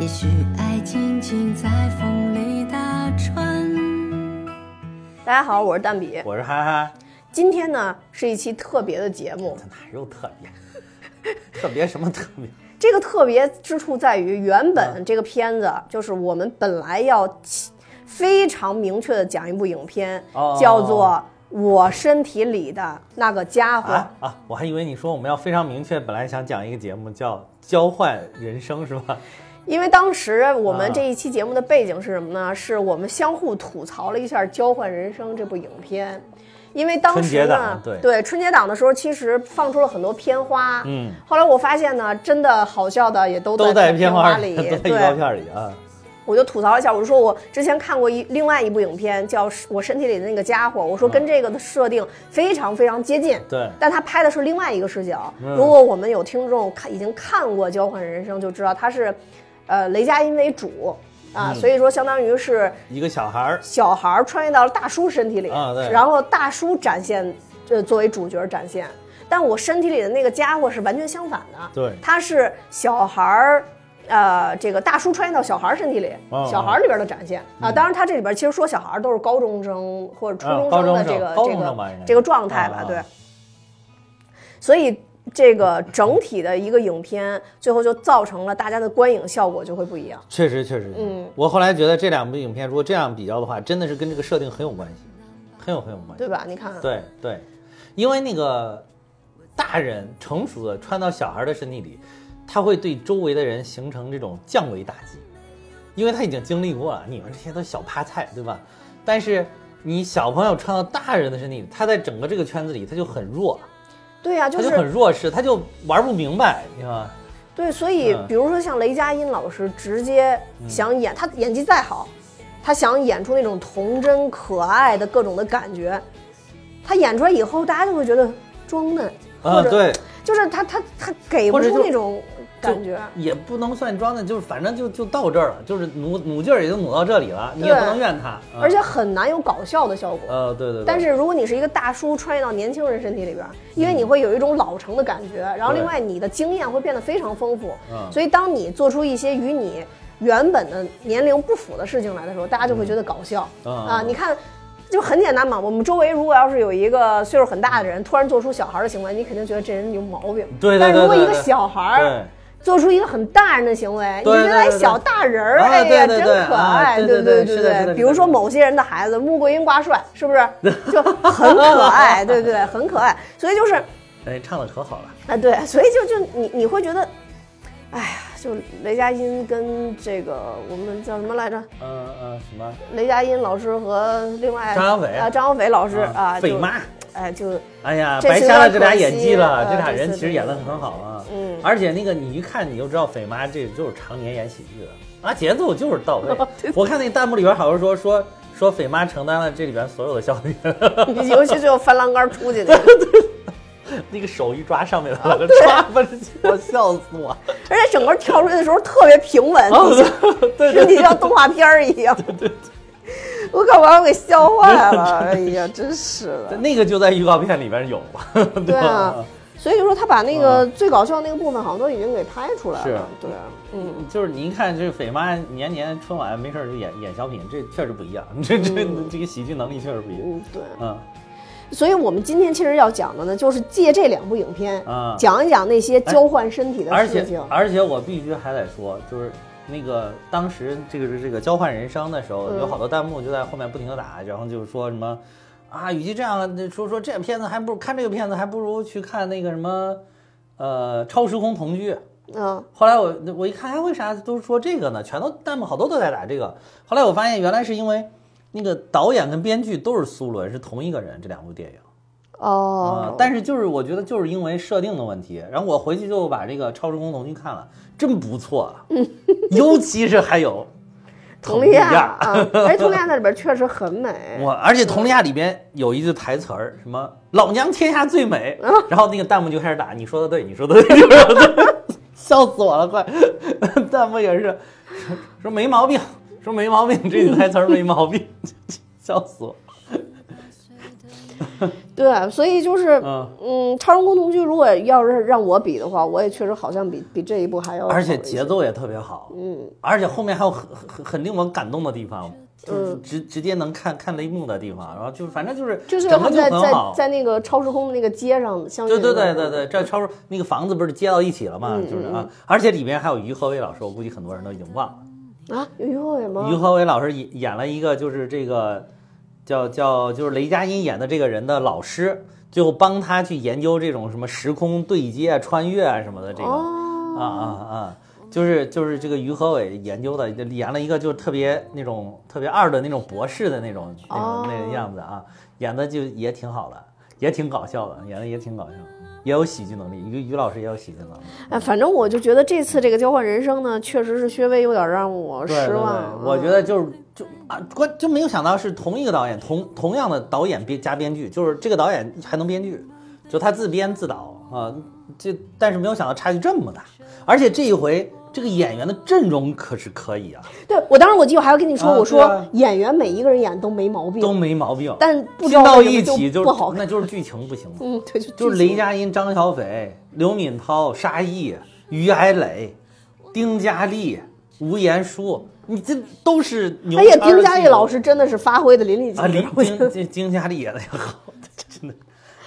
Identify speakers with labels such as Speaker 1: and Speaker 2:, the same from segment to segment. Speaker 1: 也许爱静静在风里打转。
Speaker 2: 大家好，我是蛋比。
Speaker 3: 我是哈哈，
Speaker 2: 今天呢是一期特别的节目，
Speaker 3: 这哪有特别？ 特别什么特别？
Speaker 2: 这个特别之处在于，原本这个片子就是我们本来要起非常明确的讲一部影片，
Speaker 3: 哦
Speaker 2: 叫做《我身体里的那个家伙》
Speaker 3: 啊啊！我还以为你说我们要非常明确，本来想讲一个节目叫《交换人生》，是吧？
Speaker 2: 因为当时我们
Speaker 3: 啊
Speaker 2: 这一期节目的背景是什么呢？是我们相互吐槽了一下《交换人生》这部影片。因为当
Speaker 3: 春
Speaker 2: 时
Speaker 3: 节
Speaker 2: 呢
Speaker 3: 档，对
Speaker 2: 春节档的时候，其实放出了很多片花。
Speaker 3: 嗯，
Speaker 2: 后来我发现呢，真的好笑的也都
Speaker 3: 都
Speaker 2: 在
Speaker 3: 片
Speaker 2: 花
Speaker 3: 里，
Speaker 2: 里。
Speaker 3: 都 在预告
Speaker 2: 对，
Speaker 3: 片里啊。
Speaker 2: 我就吐槽一下，我就说我之前看过一另外一部影片，叫《我身体里的那个家伙》，我说跟这个的设定非常非常接近。
Speaker 3: 嗯对，
Speaker 2: 但他拍的是另外一个视角。
Speaker 3: 嗯
Speaker 2: 如果我们有听众看已经看过《交换人生》，就知道他是，呃，雷佳音为主啊，
Speaker 3: 嗯
Speaker 2: 所以说相当于是
Speaker 3: 一个小孩儿，
Speaker 2: 小孩儿穿越到了大叔身体里，
Speaker 3: 啊对
Speaker 2: 然后大叔展现，呃，作为主角展现。但我身体里的那个家伙是完全相反的，
Speaker 3: 对
Speaker 2: 他是小孩儿。呃，这个大叔穿越到小孩儿身体里，
Speaker 3: 啊嗯
Speaker 2: 小孩儿里边的展现啊，当然他这里边其实说小孩儿都是高中生或者初中
Speaker 3: 啊高
Speaker 2: 生
Speaker 3: 中
Speaker 2: 的
Speaker 3: 生
Speaker 2: 这个、
Speaker 3: 高
Speaker 2: 这
Speaker 3: 中生吧
Speaker 2: 个
Speaker 3: 应该
Speaker 2: 这个状态吧，
Speaker 3: 啊啊
Speaker 2: 对。所以这个整体的一个影片，最后就造成了大家的观影效果就会不一样。
Speaker 3: 确实确实。
Speaker 2: 嗯，
Speaker 3: 我后来觉得这两部影片如果这样比较的话，真的是跟这个设定很有关系，很有很有关系
Speaker 2: 对。吧？你看，啊
Speaker 3: 对对，因为那个大人成熟的穿到小孩的身体里，他会对周围的人形成这种降维打击，因为他已经经历过了，你们这些都小趴菜，对吧？但是你小朋友穿到大人的身体里，他在整个这个圈子里他就很弱，
Speaker 2: 对呀、就
Speaker 3: 他
Speaker 2: 是
Speaker 3: 就很弱势，他就玩不明白，你知道吗？
Speaker 2: 对，所以
Speaker 3: 嗯
Speaker 2: 比如说像雷佳音老师，直接想演、他演技再好，他想演出那种童真可爱的各种的感觉，他演出来以后，大家就会觉得装嫩，
Speaker 3: 啊、
Speaker 2: 或者
Speaker 3: 对，
Speaker 2: 就是他他他给不
Speaker 3: 或者
Speaker 2: 出
Speaker 3: 就啊
Speaker 2: 那种感觉。
Speaker 3: 也不能算装的，就是反正就就到这儿了，就是努努劲儿也就努到这里了，你也不
Speaker 2: 对
Speaker 3: 能怨他。嗯
Speaker 2: 而且很难有搞笑的效果，
Speaker 3: 呃，对对对，
Speaker 2: 但是如果你是一个大叔穿越到年轻人身体里边儿，因为你会有一种老成的感觉，然后
Speaker 3: 对
Speaker 2: 另外你的经验会变得非常丰富，
Speaker 3: 嗯
Speaker 2: 所以当你做出一些与你原本的年龄不符的事情来的时候，大家就会觉得搞笑、
Speaker 3: 嗯
Speaker 2: 啊！
Speaker 3: 嗯
Speaker 2: 你看。就很简单嘛，我们周围如果要是有一个岁数很大的人突然做出小孩儿的行为，你肯定觉得这人有毛病。
Speaker 3: 对对
Speaker 2: 但如
Speaker 3: 对
Speaker 2: 果
Speaker 3: 对
Speaker 2: 一个
Speaker 3: 对
Speaker 2: 小孩
Speaker 3: 对
Speaker 2: 儿。做出一个很大人的行为，你
Speaker 3: 对
Speaker 2: 觉得哎
Speaker 3: 对对对
Speaker 2: 小大人儿，
Speaker 3: 啊
Speaker 2: 哎呀
Speaker 3: 对
Speaker 2: 真
Speaker 3: 对对
Speaker 2: 可
Speaker 3: 啊
Speaker 2: 爱，
Speaker 3: 对
Speaker 2: 对
Speaker 3: 对
Speaker 2: 对
Speaker 3: 对
Speaker 2: 对
Speaker 3: 是的是的是
Speaker 2: 对。
Speaker 3: 的
Speaker 2: 比如说某些人的孩子穆桂英挂帅，是不是 就很可爱？对对，对很可爱。所以就是
Speaker 3: 哎，唱的可好了。
Speaker 2: 啊，对，所以就就你你会觉得，哎呀，就雷佳音跟这个我们叫什么来着？
Speaker 3: 嗯嗯，什么？
Speaker 2: 雷佳音老师和另外
Speaker 3: 张小斐
Speaker 2: 啊，张小斐老师啊，
Speaker 3: 匪
Speaker 2: 就
Speaker 3: 妈。
Speaker 2: 哎，就
Speaker 3: 哎呀，
Speaker 2: 这
Speaker 3: 白
Speaker 2: 次
Speaker 3: 瞎
Speaker 2: 有
Speaker 3: 了
Speaker 2: 点
Speaker 3: 这俩
Speaker 2: 可
Speaker 3: 演
Speaker 2: 惜
Speaker 3: 技了，
Speaker 2: 呃
Speaker 3: 这俩
Speaker 2: 对
Speaker 3: 人
Speaker 2: 对
Speaker 3: 其实
Speaker 2: 对
Speaker 3: 演的很好啊。
Speaker 2: 嗯
Speaker 3: 而且那个你一看你就知道，匪妈这就是常年演喜剧的，啊，节奏就是到位
Speaker 2: 哦对。
Speaker 3: 我看那弹幕里边好多说说说匪妈承担了这里边所有的笑点，
Speaker 2: 尤其最后翻栏杆出去那个，
Speaker 3: 那个手一抓上面来
Speaker 2: 哦
Speaker 3: 了，
Speaker 2: 啊
Speaker 3: 抓不是我笑死我。
Speaker 2: 而且整个跳出去的时候特别平稳，
Speaker 3: 啊
Speaker 2: 你就
Speaker 3: 对 对
Speaker 2: 身
Speaker 3: 对
Speaker 2: 体像动画片儿 一样。我靠，把我给笑坏了！哎呀，真是
Speaker 3: 对，
Speaker 2: 的。
Speaker 3: 那个就在预告片里边有，
Speaker 2: 对啊
Speaker 3: 吧？，
Speaker 2: 所以就说他把那个最搞笑那个部分好像都已经给拍出来
Speaker 3: 嗯是
Speaker 2: 了。对，嗯，
Speaker 3: 就是你一看，这匪妈年年春晚没事儿就演演小品，这确实不一样，这这这个喜剧能力确实不一样。
Speaker 2: 嗯，对。
Speaker 3: 嗯，
Speaker 2: 所以我们今天其实要讲的呢，就是借这两部影片
Speaker 3: 啊
Speaker 2: 讲一讲那些交换身体的
Speaker 3: 而
Speaker 2: 事
Speaker 3: 且啊
Speaker 2: 情。
Speaker 3: 而且我必须还得说，就是那个当时这个这个交换人生的时候，
Speaker 2: 嗯
Speaker 3: 有好多弹幕就在后面不停的打，然后就是说什么啊，与其这样那说说这片子还不如看这个片子，还不如去看那个什么呃超时空同居。
Speaker 2: 嗯，
Speaker 3: 后来我我一看，哎，为啥都说这个呢？全都弹幕好多都在打这个。后来我发现原来是因为那个导演跟编剧都是苏伦，是同一个人，这两部电影。啊
Speaker 2: 哦，，
Speaker 3: 但是就是我觉得就是因为设定的问题，然后我回去就把这个《超时空同居》看了，真不错 啊，尤其是还有
Speaker 2: 佟丽娅哎
Speaker 3: 佟丽娅
Speaker 2: 啊，哎，佟丽娅在里边确实很美。
Speaker 3: 我，而且佟丽娅里边有一句台词儿，什么“老娘天下最美”，
Speaker 2: 嗯
Speaker 3: 然后那个弹幕就开始打，你说的对，你说的对，你说 的对，笑死我了，快！弹幕也是说说没毛 病，说没毛病，这句台词儿没毛病，笑死我。
Speaker 2: 对，所以就是，
Speaker 3: 嗯，
Speaker 2: 嗯，超人宫廷剧如果要是让我比的话，我也确实好像比比这一部还要好一
Speaker 3: 而
Speaker 2: 些，
Speaker 3: 且节奏也特别好，嗯，而且后面还有很很很令我感动的地方，就是直直接能看看泪目的地方，然后就是反正就是
Speaker 2: 嗯就是
Speaker 3: 整
Speaker 2: 他
Speaker 3: 个
Speaker 2: 们
Speaker 3: 就
Speaker 2: 在
Speaker 3: 很
Speaker 2: 在
Speaker 3: 好。
Speaker 2: 在嗯那个超时空的那个街上相遇
Speaker 3: 对
Speaker 2: 的
Speaker 3: 对
Speaker 2: 那
Speaker 3: 对
Speaker 2: 个，
Speaker 3: 对对，这超市那个房子不是接到一起了
Speaker 2: 嗯
Speaker 3: 嘛，就是啊，而且里面还有于和伟老师，我估计很多人都已经忘了。
Speaker 2: 啊，有于后伟
Speaker 3: 于
Speaker 2: 吗？
Speaker 3: 和伟老师演演了一个就是这个叫叫就是雷佳音演的这个人的老师，最后帮他去研究这种什么时空对接啊、穿越啊什么的这个、
Speaker 2: 哦
Speaker 3: 啊啊啊，就是就是这个于和伟研究的演了一个就是特别那种特别二的那种博士的那种那种、
Speaker 2: 哦
Speaker 3: 那个样子啊，演的就也挺好的，也挺搞笑的，演的也挺搞笑，也有喜剧能力，于于老师也有喜剧能力。
Speaker 2: 哎，反正我就觉得这次这个交换人生呢，确实是稍微有点让我
Speaker 3: 对对
Speaker 2: 失
Speaker 3: 对
Speaker 2: 望。
Speaker 3: 我
Speaker 2: 嗯
Speaker 3: 觉得就是就啊，关就没有想到是同一个导演，同同样的导演编加编剧，就是这个导演还能编剧，就他自编自导啊，这但是没有想到差距这么大，而且这一回这个演员的阵容可是可以啊，
Speaker 2: 对我当时我记得我还要跟你说，
Speaker 3: 啊
Speaker 2: 我
Speaker 3: 对啊
Speaker 2: 说演员每一个人演都没毛
Speaker 3: 都
Speaker 2: 病，
Speaker 3: 没毛病，
Speaker 2: 但不知
Speaker 3: 拼
Speaker 2: 道
Speaker 3: 到
Speaker 2: 为什
Speaker 3: 一
Speaker 2: 么就
Speaker 3: 起就是
Speaker 2: 不好看。
Speaker 3: 那就是剧情不行嘛，
Speaker 2: 嗯，对，就
Speaker 3: 就是
Speaker 2: 剧情
Speaker 3: 雷佳音、张小斐、刘敏涛、沙溢、于艾磊、丁嘉丽、吴彦姝，你这都是牛。
Speaker 2: 哎呀，丁嘉丽老。师真的是发挥的淋漓
Speaker 3: 啊，
Speaker 2: 尽
Speaker 3: 林
Speaker 2: 致，我觉
Speaker 3: 丁
Speaker 2: 得
Speaker 3: 丁丁嘉丽演的也好，真的。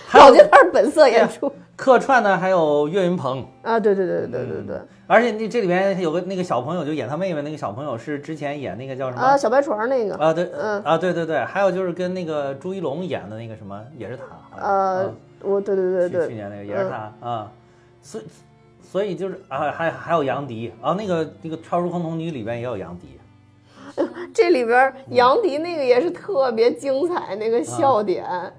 Speaker 3: 还
Speaker 2: 老觉
Speaker 3: 有啊
Speaker 2: 得他是本色演出
Speaker 3: 客串呢，还有岳云鹏，
Speaker 2: 啊！对对对对对对
Speaker 3: 而且那这里边有个那个小朋友，就演他妹妹那个小朋友是之前演那个叫什
Speaker 2: 对
Speaker 3: 么
Speaker 2: 啊，小白船儿那个
Speaker 3: 嗯啊对
Speaker 2: 嗯
Speaker 3: 啊对对对，还有就是跟那个朱一龙演的那个什么也是他，啊
Speaker 2: 呃，我对对对
Speaker 3: 嗯去去
Speaker 2: 对
Speaker 3: 年那个也是他啊，所以所以就是啊还还有杨迪啊那个那个超时空童女里边也有杨迪，
Speaker 2: 对，这里边儿
Speaker 3: 嗯
Speaker 2: 杨迪那个也是特别精彩，那个笑点，
Speaker 3: 啊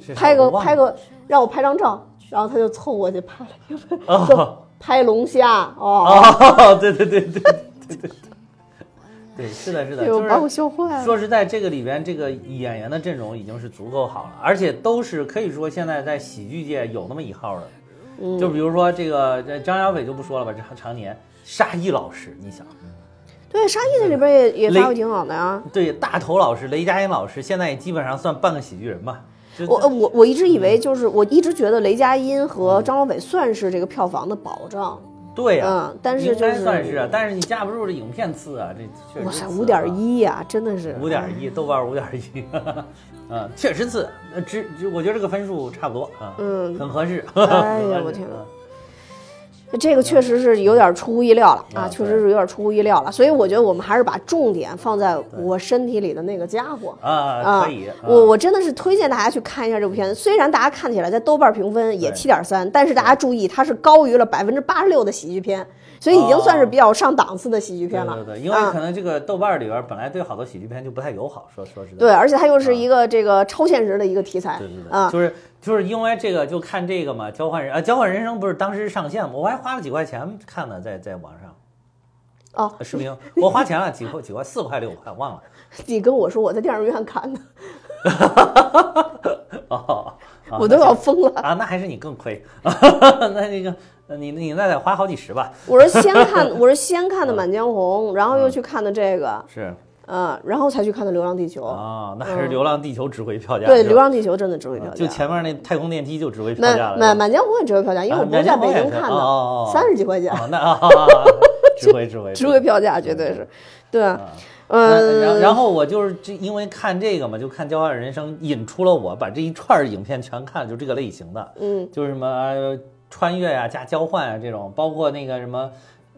Speaker 3: 是
Speaker 2: 拍
Speaker 3: 我
Speaker 2: 个
Speaker 3: 忘
Speaker 2: 拍
Speaker 3: 了
Speaker 2: 个让我拍张照，然后他就凑过去拍了一 个
Speaker 3: 哦
Speaker 2: 拍龙虾哦，
Speaker 3: 哦对对对对对对对对是的是的，
Speaker 2: 哎呦
Speaker 3: 就是
Speaker 2: 把我笑坏了。
Speaker 3: 说实在，这个里边这个演员的阵容已经是足够好了，而且都是可以说现在在喜剧界有那么一号的。
Speaker 2: 嗯
Speaker 3: 就比如说这个这张小斐就不说了吧，常常年沙溢老师，你想
Speaker 2: 对，沙溢在里边也也
Speaker 3: 雷
Speaker 2: 发挥挺好的啊。
Speaker 3: 对大头老师、雷佳音老师，现在也基本上算半个喜剧人吧。就
Speaker 2: 我呃我我一直以为就是我一直觉得雷佳音和张小斐算是这个票房的保障，
Speaker 3: 对呀、
Speaker 2: 嗯但是
Speaker 3: 应该
Speaker 2: 就是
Speaker 3: 算是啊，但是你架不住这影片次啊，这确实
Speaker 2: 哇塞，
Speaker 3: 次啊
Speaker 2: 五点一呀，真的是
Speaker 3: 五点一，豆瓣五点一， 嗯，确实次，呃只只我觉得这个分数差不多啊，
Speaker 2: 嗯
Speaker 3: 很合适。
Speaker 2: 哎呀
Speaker 3: 很合适
Speaker 2: 我天
Speaker 3: 嗯
Speaker 2: 这个确实是有点出乎意料了
Speaker 3: 啊
Speaker 2: 啊，确
Speaker 3: 对
Speaker 2: 实是有点出乎意料了，所以我觉得我们还是把重点放在我身体里的那个家伙。
Speaker 3: 啊，可以。
Speaker 2: 嗯我我真的是推荐大家去看一下这部片子。虽然大家看起来在豆瓣评分也
Speaker 3: 对
Speaker 2: 七点三，但是大家注意，它是高于了百分之八十六的喜剧片，所以已经算是比较上档次的喜剧
Speaker 3: 对
Speaker 2: 片了。
Speaker 3: 哦对对，因为
Speaker 2: 啊
Speaker 3: 可能这个豆瓣儿里边儿本来对好多喜剧片就不太友好，说说实在。
Speaker 2: 对，而且它又是一个这个超现实的一个题材
Speaker 3: 嗯对对对，
Speaker 2: 啊。
Speaker 3: 就是就是因为这个就看这个嘛，交换人啊，交换人生不是当时上线吗？我还花了几块钱看的，在在网上
Speaker 2: 哦，
Speaker 3: 呃视频，我花钱了几块几块四块六块忘了。
Speaker 2: 你跟我说我在电影院看的，
Speaker 3: 哦，啊
Speaker 2: 我都要疯 了。
Speaker 3: 啊，那还是你更亏， 那那个呃你你那得花好几十吧？
Speaker 2: 我是先看，我是先看的《满江
Speaker 3: 嗯
Speaker 2: 红》，然后又去看的这个，
Speaker 3: 是
Speaker 2: 嗯，然后才去看的《流浪地球》。
Speaker 3: 啊，那还是《流浪地球》值回票价。
Speaker 2: 嗯对，《
Speaker 3: 是吧
Speaker 2: 流浪地球》真的值回票价。
Speaker 3: 嗯就前面那太空电梯就值回票
Speaker 2: 那
Speaker 3: 价了。
Speaker 2: 《
Speaker 3: 是吧
Speaker 2: 满满江红》也值回票价，因为
Speaker 3: 啊
Speaker 2: 我不是在北京看
Speaker 3: 满江红也是哦哦哦
Speaker 2: 的，三十几块钱，
Speaker 3: 哦，那啊，啊啊啊 值回值回
Speaker 2: 值回票价绝对是。对，啊
Speaker 3: 嗯，然
Speaker 2: 呃，
Speaker 3: 然后我就是这，因为看这个嘛，就看《交换人生》，引出了我把这一串儿影片全看了，就这个类型的，
Speaker 2: 嗯，
Speaker 3: 就是什么呃穿越啊、加交换啊这种，包括那个什么。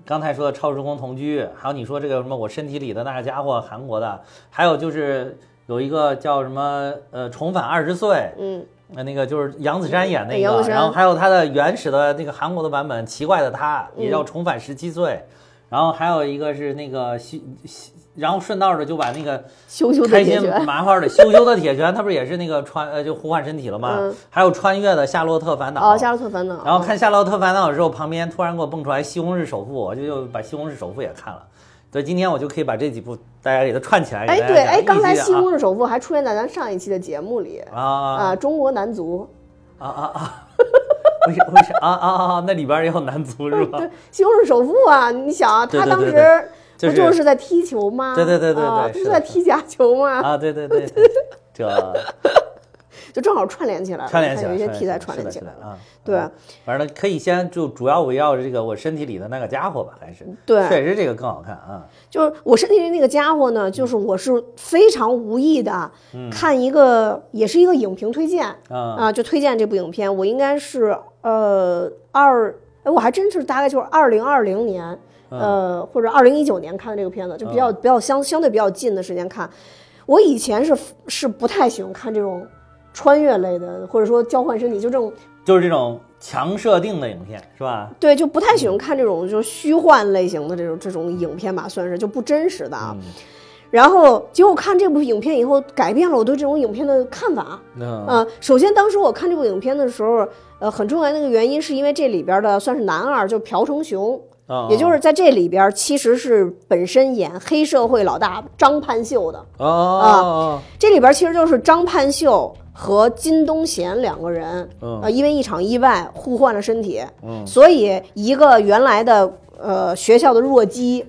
Speaker 3: 刚才说的超时空同居，还有你说这个什么我身体里的那个家伙，韩国的，还有就是有一个叫什么呃重返二十岁，
Speaker 2: 嗯，
Speaker 3: 呃那个就是杨子姗演那
Speaker 2: 哎杨
Speaker 3: 个，
Speaker 2: 子姗
Speaker 3: 然后还有他的原始的那个韩国的版本《奇怪的他》，
Speaker 2: 嗯
Speaker 3: 也叫重返十七岁，然后还有一个是那个西西，然后顺道的就把那个
Speaker 2: 羞羞的
Speaker 3: 开
Speaker 2: 解
Speaker 3: 心
Speaker 2: 决。
Speaker 3: 麻花的羞羞的铁拳，他不是也是那个穿呃就互换身体了吗？
Speaker 2: 嗯
Speaker 3: 还有穿越的《夏洛特烦恼》
Speaker 2: 哦，夏洛特烦恼。
Speaker 3: 啊然后看《夏洛特烦恼》的时候，旁边突然给我蹦出来《西红柿首富》，我就又把《西红柿首富》也看了。对，今天我就可以把这几部大家给它串起来。
Speaker 2: 哎，
Speaker 3: 给大家
Speaker 2: 对，
Speaker 3: 讲
Speaker 2: 哎，刚才
Speaker 3: 一
Speaker 2: 《
Speaker 3: 起
Speaker 2: 西
Speaker 3: 啊
Speaker 2: 红柿首富》还出现在咱上一期的节目里
Speaker 3: 啊
Speaker 2: 啊，中国男足。
Speaker 3: 啊啊啊！为啥为啥啊啊啊啊？那里边也有男足是吧
Speaker 2: 对？，《西红柿首富》啊，你想啊，
Speaker 3: 啊对
Speaker 2: 他
Speaker 3: 对
Speaker 2: 当
Speaker 3: 对
Speaker 2: 时
Speaker 3: 就
Speaker 2: 不
Speaker 3: 是
Speaker 2: 就是在踢球吗？
Speaker 3: 对对对对对
Speaker 2: 啊
Speaker 3: 是
Speaker 2: 不
Speaker 3: 的
Speaker 2: 是在踢假球吗？
Speaker 3: 啊，对对对，对这
Speaker 2: 就正好串联起来了，
Speaker 3: 串联起来，
Speaker 2: 它有一些
Speaker 3: 串
Speaker 2: 题材
Speaker 3: 起
Speaker 2: 串
Speaker 3: 是
Speaker 2: 联
Speaker 3: 的
Speaker 2: 起
Speaker 3: 是
Speaker 2: 来
Speaker 3: 的
Speaker 2: 了。
Speaker 3: 啊。
Speaker 2: 对
Speaker 3: 嗯，反正可以先就主要围绕着这个我身体里的那个家伙吧，还是
Speaker 2: 对
Speaker 3: 确实这个更好看啊。
Speaker 2: 就是我身体里那个家伙呢，就是我是非常无意的、看一个，也是一个影评推荐啊、
Speaker 3: 啊
Speaker 2: 就推荐这部影片。我应该是呃二，哎，我还真是大概就是二零二零年，呃或者二零一九年看的这个片子，就比较、比较相相对比较近的时间看。我以前是是不太喜欢看这种穿越类的，或者说交换身体，就这种
Speaker 3: 就是这种强设定的影片是吧？
Speaker 2: 对，就不太喜欢看这种就是虚幻类型的这种这种影片吧，算是就不真实的啊。然后结果看这部影片以后，改变了我对这种影片的看法。
Speaker 3: 嗯
Speaker 2: 呃，首先当时我看这部影片的时候，呃，很重要的一个原因是因为这里边的算是男二，就是朴成雄，
Speaker 3: 嗯
Speaker 2: 也就是在这里边其实是本身演黑社会老大张盼秀的。
Speaker 3: 哦哦
Speaker 2: 这里边其实就是张盼秀和金东贤两个人，
Speaker 3: 嗯
Speaker 2: 呃，因为一场意外互换了身体，
Speaker 3: 嗯
Speaker 2: 所以一个原来的呃学校的弱鸡，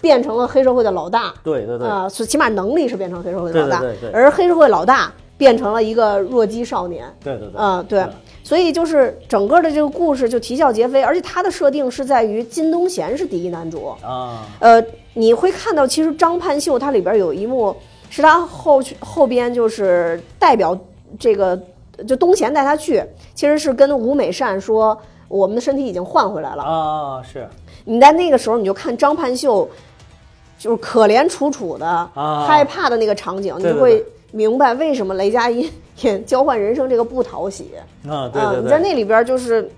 Speaker 2: 变成了黑社会的老大，
Speaker 3: 对对对，
Speaker 2: 啊、所以起码能力是变成黑社会的老大，
Speaker 3: 对对对对
Speaker 2: 而黑社会老大变成了一个弱鸡少年，
Speaker 3: 对对对，
Speaker 2: 啊、对
Speaker 3: 嗯，
Speaker 2: 所以就是整个的这个故事就啼笑皆非，而且它的设定是在于金东贤是第一男主，
Speaker 3: 啊，
Speaker 2: 呃，你会看到其实张盼秀它里边有一幕是他后去后边就是代表这个就东贤带他去，其实是跟吴美善说我们的身体已经换回来了。
Speaker 3: 啊是
Speaker 2: 你在那个时候你就看张盼秀就是可怜楚楚的、
Speaker 3: 啊
Speaker 2: 害怕的那个场景，
Speaker 3: 对
Speaker 2: 你就
Speaker 3: 对
Speaker 2: 会
Speaker 3: 对
Speaker 2: 明白为什么雷佳音演《交换人生》这个不讨喜。
Speaker 3: 啊，对
Speaker 2: 啊
Speaker 3: 对
Speaker 2: 你在
Speaker 3: 对。
Speaker 2: 那里边就是，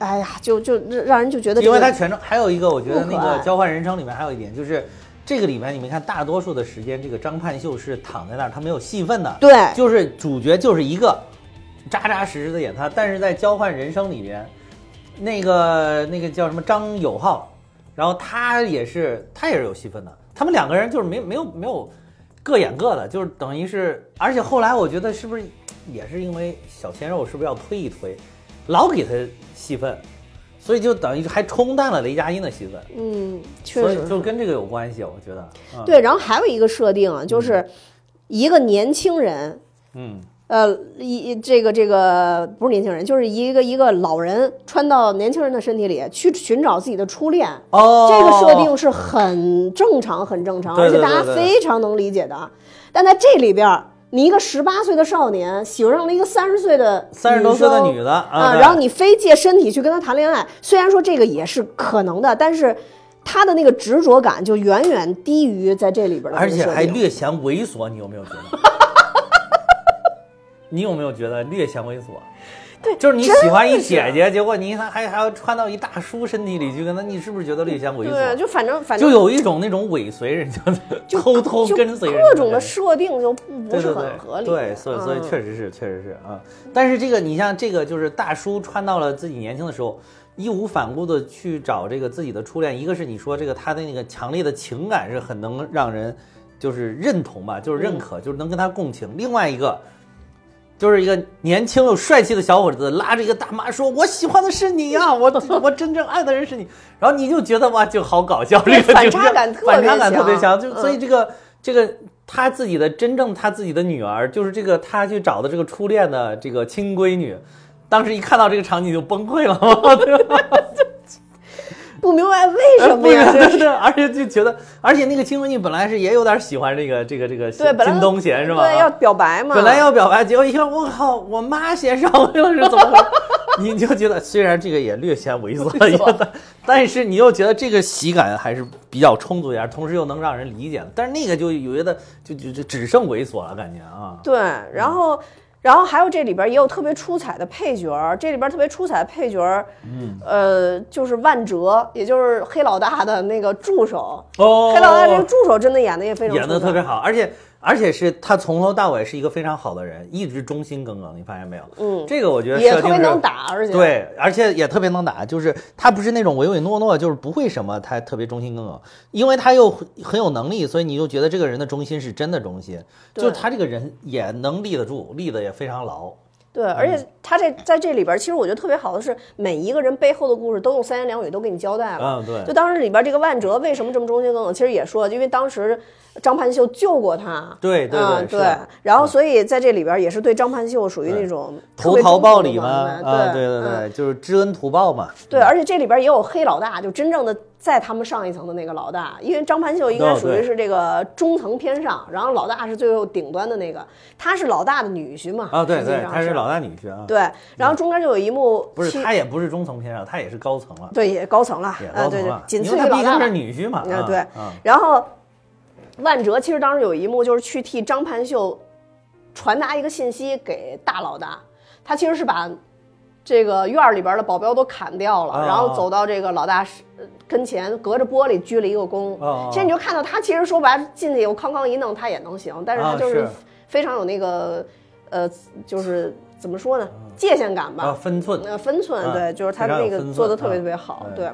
Speaker 2: 哎呀，就就让人就觉得、这个，
Speaker 3: 因为它全程还有一个，我觉得那
Speaker 2: 不可
Speaker 3: 个
Speaker 2: 爱
Speaker 3: 《交换人生》里面还有一点，就是这个里面你们看，大多数的时间这个张盼秀是躺在那儿，他没有戏份的，
Speaker 2: 对
Speaker 3: 就是主角就是一个扎扎实实的演他，但是在《交换人生》里边，那个那个叫什么张友浩，然后他也是他也是有戏份的，他们两个人就是没没有没有各演各的，就是等于是，而且后来我觉得是不是也是因为小鲜肉是不是要推一推，老给他戏份，所以就等于还冲淡了雷佳音的戏份，
Speaker 2: 嗯，确
Speaker 3: 所
Speaker 2: 实
Speaker 3: 以就跟这个有关系，我觉得，嗯、，
Speaker 2: 对，然后还有一个设定啊，就是一个年轻人，
Speaker 3: 嗯，
Speaker 2: 呃，一这个这个不是年轻人，就是一个一个老人穿到年轻人的身体里去寻找自己的初恋，
Speaker 3: 哦，
Speaker 2: 这个设定是很正常、很正常，
Speaker 3: 对
Speaker 2: 而
Speaker 3: 对
Speaker 2: 且大
Speaker 3: 对
Speaker 2: 家
Speaker 3: 对
Speaker 2: 非常能理解的。啊但在这里边儿，你一个十八岁的少年喜欢上了一个三十岁的
Speaker 3: 三十多岁的
Speaker 2: 生
Speaker 3: 女的啊
Speaker 2: 啊，
Speaker 3: 对
Speaker 2: 然后你非借身体去跟他谈恋爱，虽然说这个也是可能的，但是他的那个执着感就远远低于在这里边的
Speaker 3: 而
Speaker 2: 这个设
Speaker 3: 且
Speaker 2: 定，
Speaker 3: 还略显猥琐，你有没有觉得？ 你有没有觉得略显猥琐？对，就是你喜欢一姐姐，结果你还还还要穿到一大叔身体里去跟他，你是不是觉得略显猥
Speaker 2: 对，
Speaker 3: 琐？
Speaker 2: 就反正反
Speaker 3: 就
Speaker 2: 正
Speaker 3: 有一种那种尾随人家的，偷偷
Speaker 2: 就
Speaker 3: 跟随人家
Speaker 2: 各种的
Speaker 3: 感觉
Speaker 2: 设定就不不
Speaker 3: 对
Speaker 2: 是
Speaker 3: 对
Speaker 2: 很合
Speaker 3: 对，
Speaker 2: 理，
Speaker 3: 对，所以所以
Speaker 2: 嗯
Speaker 3: 确实是，确实是啊。但是这个，你像这个，就是大叔穿到了自己年轻的时候，义无反顾的去找这个自己的初恋。一个是你说这个他的那个强烈的情感是很能让人就是认同吧，就是
Speaker 2: 嗯
Speaker 3: 认可，就是能跟他共情。另外一个。就是一个年轻又帅气的小伙子拉着一个大妈说：“我喜欢的是你 呀、我我真正爱的人是你。”然后你就觉得哇，就好搞笑，这个
Speaker 2: 反
Speaker 3: 就
Speaker 2: 差
Speaker 3: 是
Speaker 2: 感特
Speaker 3: 反
Speaker 2: 别
Speaker 3: 差感特别
Speaker 2: 强
Speaker 3: 强，就
Speaker 2: 嗯
Speaker 3: 所以这个这个他自己的真正他自己的女儿，就是这个他去找的这个初恋的这个亲闺女，当时一看到这个场景就崩溃了，对吧？
Speaker 2: 不明白为 什么 呀？
Speaker 3: 对对，而且就觉得，而且那个亲闺女本来是也有点喜欢这个这个这个
Speaker 2: 对，本来
Speaker 3: 金东贤是吧？
Speaker 2: 对，要表白嘛，
Speaker 3: 本来要表白，结果一看，我靠，我妈先上位了是怎么回事？ 你就觉得虽然这个也略显猥琐一点，但是你又觉得这个喜感还是比较充足一点，同时又能让人理解的。但是那个就有觉得就就就只剩猥琐了，感觉啊。
Speaker 2: 对，然后，然后还有这里边也有特别出彩的配角儿，这里边特别出彩的配角儿，嗯，呃，就是万哲，也就是黑老大的那个助手，
Speaker 3: 哦
Speaker 2: 黑老大这个助手真的演的也非常
Speaker 3: 演的
Speaker 2: 出彩
Speaker 3: 特别好，而且而且是他从头到尾是一个非常好的人，一直忠心耿耿，你发现没有？
Speaker 2: 嗯
Speaker 3: 这个我觉得
Speaker 2: 也
Speaker 3: 设
Speaker 2: 特
Speaker 3: 定
Speaker 2: 别
Speaker 3: 是
Speaker 2: 能打，而且，
Speaker 3: 对，而且也特别能打，就是他不是那种唯唯诺诺，就是不会什么，他特别忠心耿耿，因为他又很很有能力，所以你就觉得这个人的忠心是真的忠心，就
Speaker 2: 对
Speaker 3: 他这个人也能立得住，立得也非常牢。
Speaker 2: 对，而
Speaker 3: 嗯
Speaker 2: 且他这在这里边儿，其实我觉得特别好的是，每一个人背后的故事都用三言两语都给你交代了。
Speaker 3: 啊，对
Speaker 2: 就，当时里边这个万哲为什么这么忠心耿耿，其实也说了，因为当时张盘秀救过他。
Speaker 3: 对对
Speaker 2: 嗯，
Speaker 3: 是
Speaker 2: 对，然后所以在这里边也是对张盘秀属于那种特
Speaker 3: 投
Speaker 2: 别
Speaker 3: 桃
Speaker 2: 忠
Speaker 3: 报
Speaker 2: 诚的
Speaker 3: 李嘛，
Speaker 2: 关怀
Speaker 3: 啊，对
Speaker 2: 对
Speaker 3: 对嗯
Speaker 2: 嗯
Speaker 3: 对，就是知恩图报嘛，
Speaker 2: 对，啊而且这里边也有黑老大，就真正的在他们上一层的那个老大，因为张盘秀应该
Speaker 3: 哦
Speaker 2: 属于
Speaker 3: 对
Speaker 2: 是这个中层偏上，然后老大是最后顶端的那个，他是老大的女婿嘛。
Speaker 3: 啊，对
Speaker 2: 实际
Speaker 3: 对，
Speaker 2: 上
Speaker 3: 他
Speaker 2: 是
Speaker 3: 是老大女婿啊，
Speaker 2: 对，然后中间就有一幕
Speaker 3: 不是
Speaker 2: 其
Speaker 3: 他也不是中层偏上，他也是高层了，
Speaker 2: 对也高层了
Speaker 3: 也，
Speaker 2: 呃
Speaker 3: 高
Speaker 2: 对
Speaker 3: 层
Speaker 2: 对
Speaker 3: 了，，
Speaker 2: 仅
Speaker 3: 因
Speaker 2: 次于
Speaker 3: 为他
Speaker 2: 老
Speaker 3: 毕
Speaker 2: 大
Speaker 3: 竟
Speaker 2: 了
Speaker 3: 是。女婿嘛，
Speaker 2: 啊
Speaker 3: 啊
Speaker 2: 对
Speaker 3: 啊
Speaker 2: 然后万哲其实当时有一幕就是去替张盘秀传达一个信息给大老大，他其实是把这个院儿里边的保镖都砍掉了，
Speaker 3: 啊
Speaker 2: 然后走到这个老大是呃跟前，隔着玻璃鞠了一个躬。
Speaker 3: 啊
Speaker 2: 其实你就看到他其实说白了进去以后康康一弄他也能行，但是他
Speaker 3: 啊
Speaker 2: 就是
Speaker 3: 是
Speaker 2: 非常有那个、呃就是怎么说呢界限感吧。
Speaker 3: 啊分寸，
Speaker 2: 呃，分寸，
Speaker 3: 啊
Speaker 2: 对，就是他
Speaker 3: 非常
Speaker 2: 那
Speaker 3: 有
Speaker 2: 个
Speaker 3: 分寸
Speaker 2: 做的特别
Speaker 3: 啊
Speaker 2: 特别好，
Speaker 3: 对
Speaker 2: 对。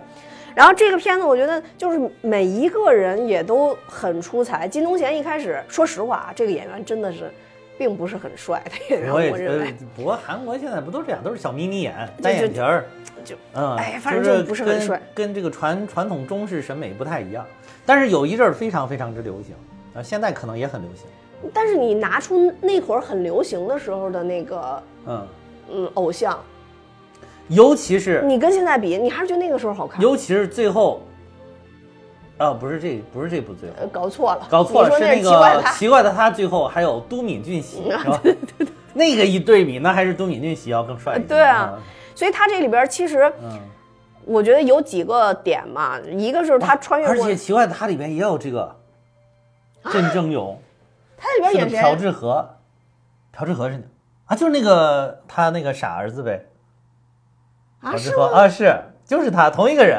Speaker 2: 然后这个片子，我觉得就是每一个人也都很出彩。金钟贤一开始，说实话啊，这个演员真的是，并不是很帅的演员，
Speaker 3: 我
Speaker 2: 嗯
Speaker 3: 也呃
Speaker 2: 我认为。
Speaker 3: 不过韩国现在不都这样，都是小眯眯眼、
Speaker 2: 就
Speaker 3: 单眼皮儿，
Speaker 2: 就
Speaker 3: 嗯，
Speaker 2: 哎反正就
Speaker 3: 就
Speaker 2: 不是很
Speaker 3: 跟
Speaker 2: 帅
Speaker 3: 跟这个传传统中式审美不太一样。但是有一阵儿非常非常之流行，啊，现在可能也很流行，
Speaker 2: 但是你拿出那会儿很流行的时候的那个，
Speaker 3: 嗯，
Speaker 2: 嗯，偶像，
Speaker 3: 尤其是
Speaker 2: 你跟现在比，你还是觉得那个时候好看。
Speaker 3: 尤其是最后，啊，不是这不是这部最后
Speaker 2: 呃，，搞错了，
Speaker 3: 搞错
Speaker 2: 你
Speaker 3: 了，
Speaker 2: 说
Speaker 3: 是
Speaker 2: 那
Speaker 3: 那
Speaker 2: 奇怪嗯
Speaker 3: 个
Speaker 2: 他，
Speaker 3: 奇怪的他，最后还有都敏俊熙，是 吧？那个一对比，那还是都敏俊熙要更帅一些。
Speaker 2: 对啊，所以他这里边其实
Speaker 3: 嗯，
Speaker 2: 我觉得有几个点嘛，一个是他穿越
Speaker 3: 啊而
Speaker 2: 过，
Speaker 3: 且奇怪的他里边也有这个
Speaker 2: 啊
Speaker 3: 郑正勇，
Speaker 2: 他里边
Speaker 3: 是
Speaker 2: 演
Speaker 3: 的
Speaker 2: 谁？啊
Speaker 3: 朴智和，朴智和是哪？啊，就是那个他那个傻儿子呗，
Speaker 2: 啊，
Speaker 3: 朴智
Speaker 2: 是
Speaker 3: 和
Speaker 2: 吗？
Speaker 3: 啊是，就是他同一个人。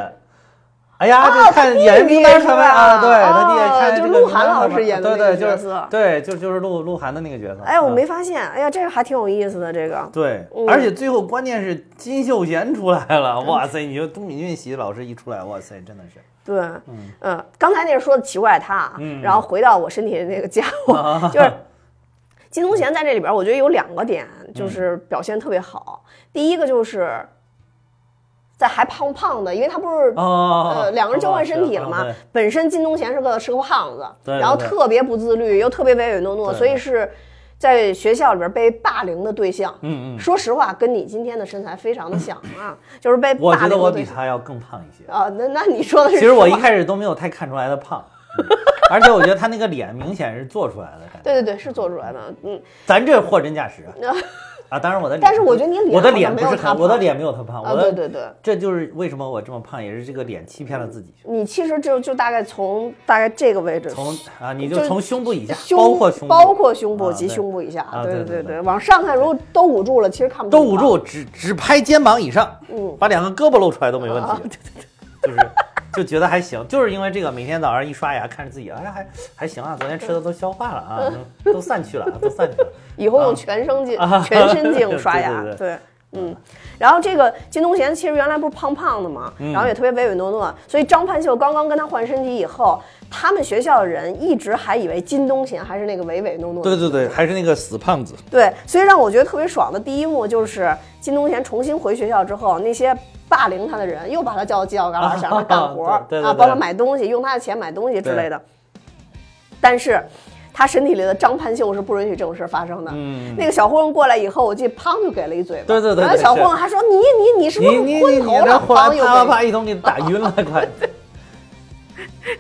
Speaker 3: 哎呀，
Speaker 2: 哦
Speaker 3: 这看演员名单出来
Speaker 2: 他
Speaker 3: 啊，
Speaker 2: 弟弟
Speaker 3: 对
Speaker 2: 是吧
Speaker 3: 他弟弟
Speaker 2: 哦
Speaker 3: 看
Speaker 2: 就是
Speaker 3: 这个
Speaker 2: 鹿
Speaker 3: 名单
Speaker 2: 晗
Speaker 3: 上
Speaker 2: 老
Speaker 3: 面
Speaker 2: 师演的
Speaker 3: 对
Speaker 2: 那个
Speaker 3: 对，就
Speaker 2: 角
Speaker 3: 是
Speaker 2: 色
Speaker 3: 对，就就是鹿鹿晗的那个角色。
Speaker 2: 哎，我
Speaker 3: 嗯
Speaker 2: 没发现，哎呀，这个还挺有意思的，这个
Speaker 3: 对
Speaker 2: 嗯，
Speaker 3: 而且最后关键是金秀贤出来 了，哇塞！你说都敏俊熙老师一出来，哇塞，真的是
Speaker 2: 对，嗯、刚才那是说的奇怪他啊，
Speaker 3: 嗯
Speaker 2: 然后回到我身体的那个家伙， 就是金钟贤在这里边，我觉得有两个点
Speaker 3: 嗯
Speaker 2: 就是表现特别好，第一个就是。在还胖胖的，因为他不是
Speaker 3: 哦啊
Speaker 2: 呃，，两个人交换身体了嘛。
Speaker 3: 对
Speaker 2: 本身金钟贤是个是个胖子，
Speaker 3: 哦对对
Speaker 2: 然后
Speaker 3: 对
Speaker 2: 特别不自律，又特别唯唯诺诺，
Speaker 3: 对
Speaker 2: 所以是在学校里边被霸凌的对象。
Speaker 3: 嗯嗯，
Speaker 2: 说实话，跟你今天的身材非常的像啊，就是被
Speaker 3: 我
Speaker 2: 霸
Speaker 3: 觉
Speaker 2: 凌的
Speaker 3: 得我
Speaker 2: 对
Speaker 3: 比
Speaker 2: 象
Speaker 3: 他要更胖一些。
Speaker 2: 啊。那那你说的 是
Speaker 3: 其实我一
Speaker 2: 实话
Speaker 3: 开始都没有太看出来他胖，嗯而且我觉得他那个脸明显是做出来的。感觉
Speaker 2: 对对对是做出来的，嗯，
Speaker 3: 咱这货真价实啊
Speaker 2: 啊
Speaker 3: 啊！当然我的脸，
Speaker 2: 但是我觉得你脸
Speaker 3: 我
Speaker 2: 好
Speaker 3: 的
Speaker 2: 像
Speaker 3: 脸不
Speaker 2: 没有
Speaker 3: 是
Speaker 2: 他
Speaker 3: 很，我的
Speaker 2: 胖
Speaker 3: 脸没有他胖，
Speaker 2: 啊
Speaker 3: 我
Speaker 2: 对
Speaker 3: 的
Speaker 2: 对对，
Speaker 3: 这就是为什么我这么胖，也是这个脸欺骗了自己。
Speaker 2: 你其实就就大概从大概这个位置
Speaker 3: 从啊，你
Speaker 2: 就
Speaker 3: 就是从胸部以下，
Speaker 2: 胸
Speaker 3: 包括胸部，
Speaker 2: 包括胸部
Speaker 3: 啊
Speaker 2: 及
Speaker 3: 对
Speaker 2: 胸部以下，
Speaker 3: 啊
Speaker 2: 对
Speaker 3: 对
Speaker 2: 对
Speaker 3: 对对
Speaker 2: 往上看如果都捂住了，其实看不
Speaker 3: 都
Speaker 2: 出
Speaker 3: 捂
Speaker 2: 胖
Speaker 3: 住，只只拍肩膀以上，
Speaker 2: 嗯
Speaker 3: 把两个胳膊露出来都没问题。
Speaker 2: 啊
Speaker 3: 对对对，就是就觉得还行，就是因为这个，每天早上一刷牙，看着自己，哎呀，还还行啊，昨天吃的都消化了啊， 都都散去了，啊都散去了。
Speaker 2: 以后用全身镜、
Speaker 3: 啊
Speaker 2: 全身镜刷
Speaker 3: 对对
Speaker 2: 牙，
Speaker 3: 对
Speaker 2: 嗯。然后这个金东贤其实原来不是胖胖的嘛，
Speaker 3: 嗯
Speaker 2: 然后也特别唯唯诺诺，所以张盼秀刚刚跟他换身体以后，他们学校的人一直还以为金东贤还是那个唯唯诺诺的
Speaker 3: 对对对，还是那个死胖子，
Speaker 2: 对，所以让我觉得特别爽的第一幕就是金东贤重新回学校之后，那些霸凌他的人又把他叫到犄角旮旯，想让他干活儿
Speaker 3: 对对对
Speaker 2: 啊，帮他买东西，用他的钱买东西之类的。但是，他身体里的张盘秀是不允许这种事儿发生的。
Speaker 3: 嗯
Speaker 2: 那个小混混过来以后，我记得砰就给了一嘴巴。
Speaker 3: 对对对对
Speaker 2: 然后小混混
Speaker 3: 是
Speaker 2: 还说：“你你你是不
Speaker 3: 你
Speaker 2: 是
Speaker 3: 你你
Speaker 2: 昏
Speaker 3: 你
Speaker 2: 头
Speaker 3: 这
Speaker 2: 了？”
Speaker 3: 后来
Speaker 2: 砰又
Speaker 3: 啪
Speaker 2: 给
Speaker 3: 啪
Speaker 2: 了
Speaker 3: 啪一通给打晕了， 快！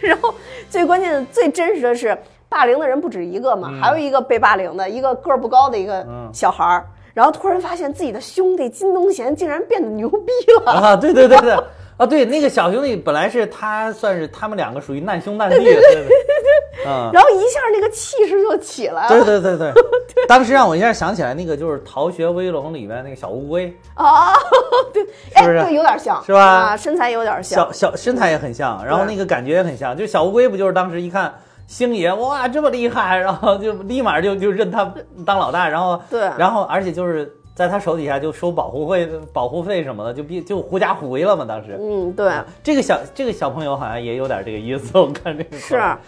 Speaker 2: 然后最关键的、最真实的是，霸凌的人不止一个嘛，
Speaker 3: 嗯
Speaker 2: 还有一个被霸凌的，一个个儿不高的一个小孩儿。然后突然发现自己的兄弟金东贤竟然变得牛逼了，
Speaker 3: 啊，对对对对，啊对，那个小兄弟本来是他，算是他们两个属于难兄难弟，对对对，嗯。
Speaker 2: 然后一下那个气势就起来
Speaker 3: 对
Speaker 2: 了
Speaker 3: 对对对，当时让我一下想起来那个就是《逃学威龙》里面那个小乌龟，
Speaker 2: 啊！对，哎，
Speaker 3: 是不是
Speaker 2: 对，有点像，
Speaker 3: 是吧
Speaker 2: 啊，身材有点像
Speaker 3: 小，小身材也很像，然后那个感觉也很像，就小乌龟不就是当时一看星爷哇这么厉害，然后就立马就就认他当老大，然后
Speaker 2: 对
Speaker 3: 然后而且就是在他手底下就收保护费、保护费什么的，就必就狐假虎威了嘛，当时。
Speaker 2: 嗯，对，
Speaker 3: 这个小这个小朋友好像也有点这个意思，我看这个
Speaker 2: 是，
Speaker 3: 啊，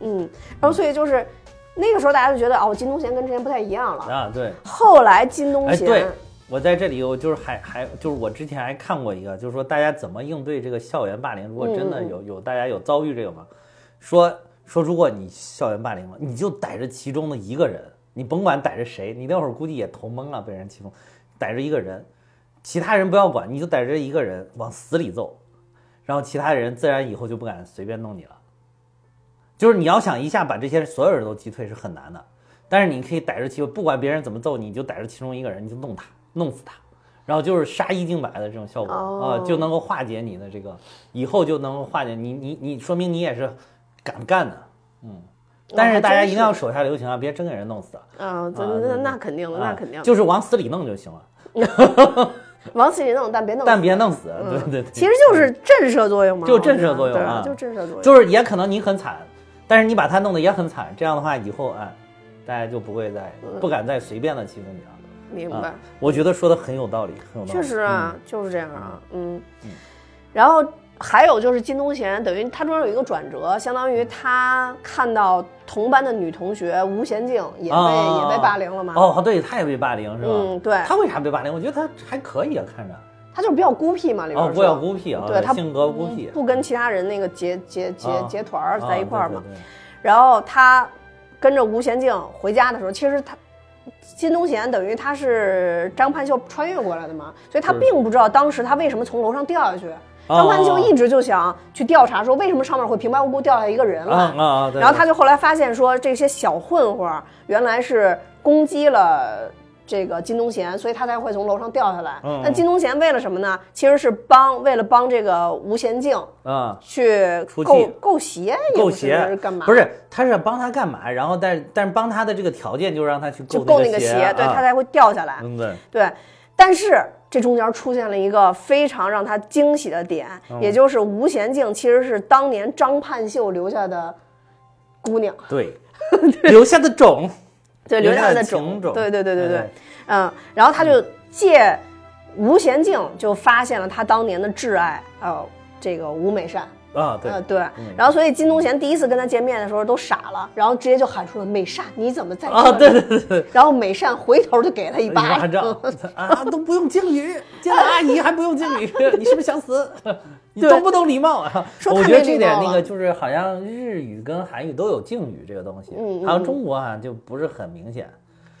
Speaker 2: 嗯，然后所以就是那个时候大家就觉得哦，金东贤跟之前不太一样了。
Speaker 3: 啊，对，
Speaker 2: 后来金东
Speaker 3: 哎，
Speaker 2: 贤，
Speaker 3: 对，我在这里，我就是还还就是我之前还看过一个，就是说大家怎么应对这个校园霸凌。如果真
Speaker 2: 嗯
Speaker 3: 的
Speaker 2: 嗯嗯
Speaker 3: 有有大家有遭遇这个吗？说说，如果你校园霸凌了，你就逮着其中的一个人，你甭管逮着谁，你那会儿估计也头懵了，被人欺负，逮着一个人，其他人不要管，你就逮着一个人往死里揍，然后其他人自然以后就不敢随便弄你了。就是你要想一下把这些所有人都击退是很难的，但是你可以逮着其，不管别人怎么揍你，你就逮着其中一个人，你就弄他，弄死他，然后就是杀一儆百的这种效果啊、
Speaker 2: 哦
Speaker 3: 就能够化解你的这个，以后就能够化解你你你，说明你也是敢干的，嗯。但是大家一定要手下留情啊，别真给人弄死了。
Speaker 2: 啊，那
Speaker 3: 对
Speaker 2: 那
Speaker 3: 对
Speaker 2: 那肯定的，
Speaker 3: 啊
Speaker 2: 哦那肯定的。
Speaker 3: 就是往死里弄就行了，
Speaker 2: 往死里弄，但别弄死。
Speaker 3: 但别弄死。
Speaker 2: 嗯
Speaker 3: 对对对，
Speaker 2: 其实就是震慑作用嘛，
Speaker 3: 就震慑作用
Speaker 2: 对
Speaker 3: 啊
Speaker 2: 就震慑作用。
Speaker 3: 就是也可能你很惨，但是你把他弄得也很惨，这样的话以后哎，大家就不会再不敢再随便的欺负你了。
Speaker 2: 嗯明
Speaker 3: 啊
Speaker 2: 白，
Speaker 3: 我觉得说的很有道理，很有道理。
Speaker 2: 确实啊，就是这样啊，嗯。然后还有就是金东贤，等于他中间有一个转折，相当于他看到同班的女同学吴娴静也被、
Speaker 3: 啊
Speaker 2: 也被霸凌了嘛，
Speaker 3: 哦，对，他也被霸凌是吧？
Speaker 2: 嗯对
Speaker 3: 他为啥被霸凌？我觉得他还可以啊，看着。
Speaker 2: 他就是比较孤僻嘛，里边
Speaker 3: 哦，
Speaker 2: 说
Speaker 3: 不要孤僻啊，
Speaker 2: 对他
Speaker 3: 性格孤僻，
Speaker 2: 不跟其他人那个结结结
Speaker 3: 啊
Speaker 2: 结团儿在一块儿嘛。
Speaker 3: 啊对对对
Speaker 2: 然后他跟着吴贤静回家的时候，其实他金东贤等于他是张潘秀穿越过来的嘛，所以他
Speaker 3: 是
Speaker 2: 并不知道当时他为什么从楼上掉下去。
Speaker 3: 哦
Speaker 2: 张潘秀一直就想去调查，说为什么上面会平白无故掉下一个人来。
Speaker 3: 啊啊啊！对
Speaker 2: 然后他就后来发现说，这些小混混儿原来是攻击了这个金东贤，所以他才会从楼上掉下来。
Speaker 3: 嗯嗯
Speaker 2: 但金东贤为了什么呢？其实是帮为了帮这个吴贤静
Speaker 3: 对啊，
Speaker 2: 去
Speaker 3: 出
Speaker 2: 购
Speaker 3: 气
Speaker 2: 购鞋，也
Speaker 3: 够
Speaker 2: 不是
Speaker 3: 鞋
Speaker 2: 是干嘛？
Speaker 3: 不是，他是帮他干嘛？然后但是但是帮他的这个条件就让他去
Speaker 2: 就够那
Speaker 3: 个
Speaker 2: 个鞋，
Speaker 3: 啊
Speaker 2: 对他才会掉下来。
Speaker 3: 嗯对，
Speaker 2: 对，但是这中间出现了一个非常让他惊喜的点，
Speaker 3: 嗯
Speaker 2: 也就是吴贤静其实是当年张盼秀留下的姑娘，
Speaker 3: 对， 留下的种，
Speaker 2: 对，
Speaker 3: 留
Speaker 2: 留下
Speaker 3: 下
Speaker 2: 的
Speaker 3: 的情种
Speaker 2: 对对对对对
Speaker 3: 哎，
Speaker 2: 嗯，然后他就借吴贤静就发现了他当年的挚爱，呃，这个吴美善。
Speaker 3: 啊，对
Speaker 2: 呃，对，然后所以金东贤第一次跟他见面的时候都傻了，然后直接就喊出了“美善，你怎么在这里？”
Speaker 3: 啊，对哎对对对，
Speaker 2: 然后美善回头就给了一
Speaker 3: 一
Speaker 2: 巴
Speaker 3: 巴
Speaker 2: 掌，
Speaker 3: 掌啊，都不用敬语，见到阿姨还不用敬 语，你是不是想死？你懂不懂礼貌啊？
Speaker 2: 说
Speaker 3: 我
Speaker 2: 太没
Speaker 3: 觉得
Speaker 2: 礼
Speaker 3: 这点
Speaker 2: 貌
Speaker 3: 那
Speaker 2: 了
Speaker 3: 个就是好像日语跟韩语都有敬语这个东西，
Speaker 2: 嗯嗯
Speaker 3: 好像中国好像就不是很明显。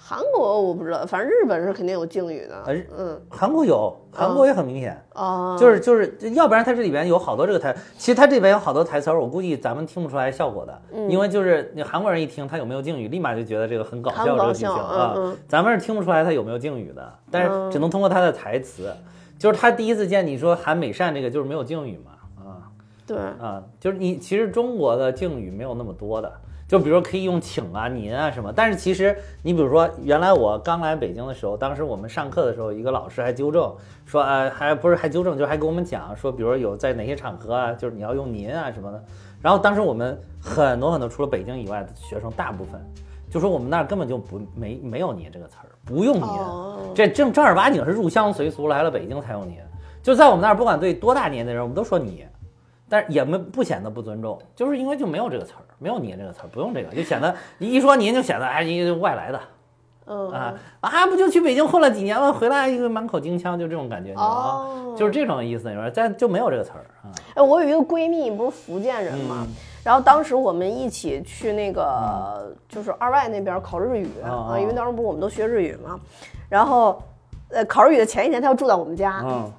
Speaker 2: 韩国我不知道，反正日本是肯定有敬语的
Speaker 3: 呃日。
Speaker 2: 嗯
Speaker 3: 韩国有，韩国也很明显，
Speaker 2: 啊，
Speaker 3: 就是就是，要不然它这里边有好多这个台，其实它这边有好多台词儿，我估计咱们听不出来效果的，
Speaker 2: 嗯
Speaker 3: 因为就是你韩国人一听他有没有敬语，立马就觉得这个很搞笑
Speaker 2: 很
Speaker 3: 这
Speaker 2: 搞
Speaker 3: 个剧情
Speaker 2: 笑
Speaker 3: 啊
Speaker 2: 嗯嗯，嗯
Speaker 3: 咱们是听不出来他有没有敬语的，但是只能通过他的台词，就是他第一次见你说喊美善这个就是没有敬语嘛，啊
Speaker 2: 对，
Speaker 3: 啊，就是你其实中国的敬语没有那么多的。就比如说可以用请啊、您啊什么，但是其实你比如说，原来我刚来北京的时候，当时我们上课的时候，一个老师还纠正说，呃，还不是还纠正，就还给我们讲说，比如说有在哪些场合啊，就是你要用您啊什么的。然后当时我们很多很多除了北京以外的学生，大部分就说我们那儿根本就不没没有您这个词儿，不用您，
Speaker 2: 哦
Speaker 3: 这正正儿八经是入乡随俗来了北京才用您。就在我们那儿，不管对多大年纪的人，我们都说你。但是也没不显得不尊重，就是因为就没有这个词儿，没有您这个词儿，不用这个，就显得你一说您就显得哎，你是外来的
Speaker 2: 嗯，
Speaker 3: 啊啊，不就去北京混了几年吗？回来一个满口京腔，就这种感觉，你知道
Speaker 2: 哦
Speaker 3: 吗？就是这种意思，你说，但就没有这个词儿啊。
Speaker 2: 哎，我有一个闺蜜，不是福建人嘛，
Speaker 3: 嗯
Speaker 2: 然后当时我们一起去那个就是二外那边考日语
Speaker 3: 哦
Speaker 2: 啊，因为当时不是我们都学日语嘛，然后呃考日语的前一天，她要住在我们家，
Speaker 3: 嗯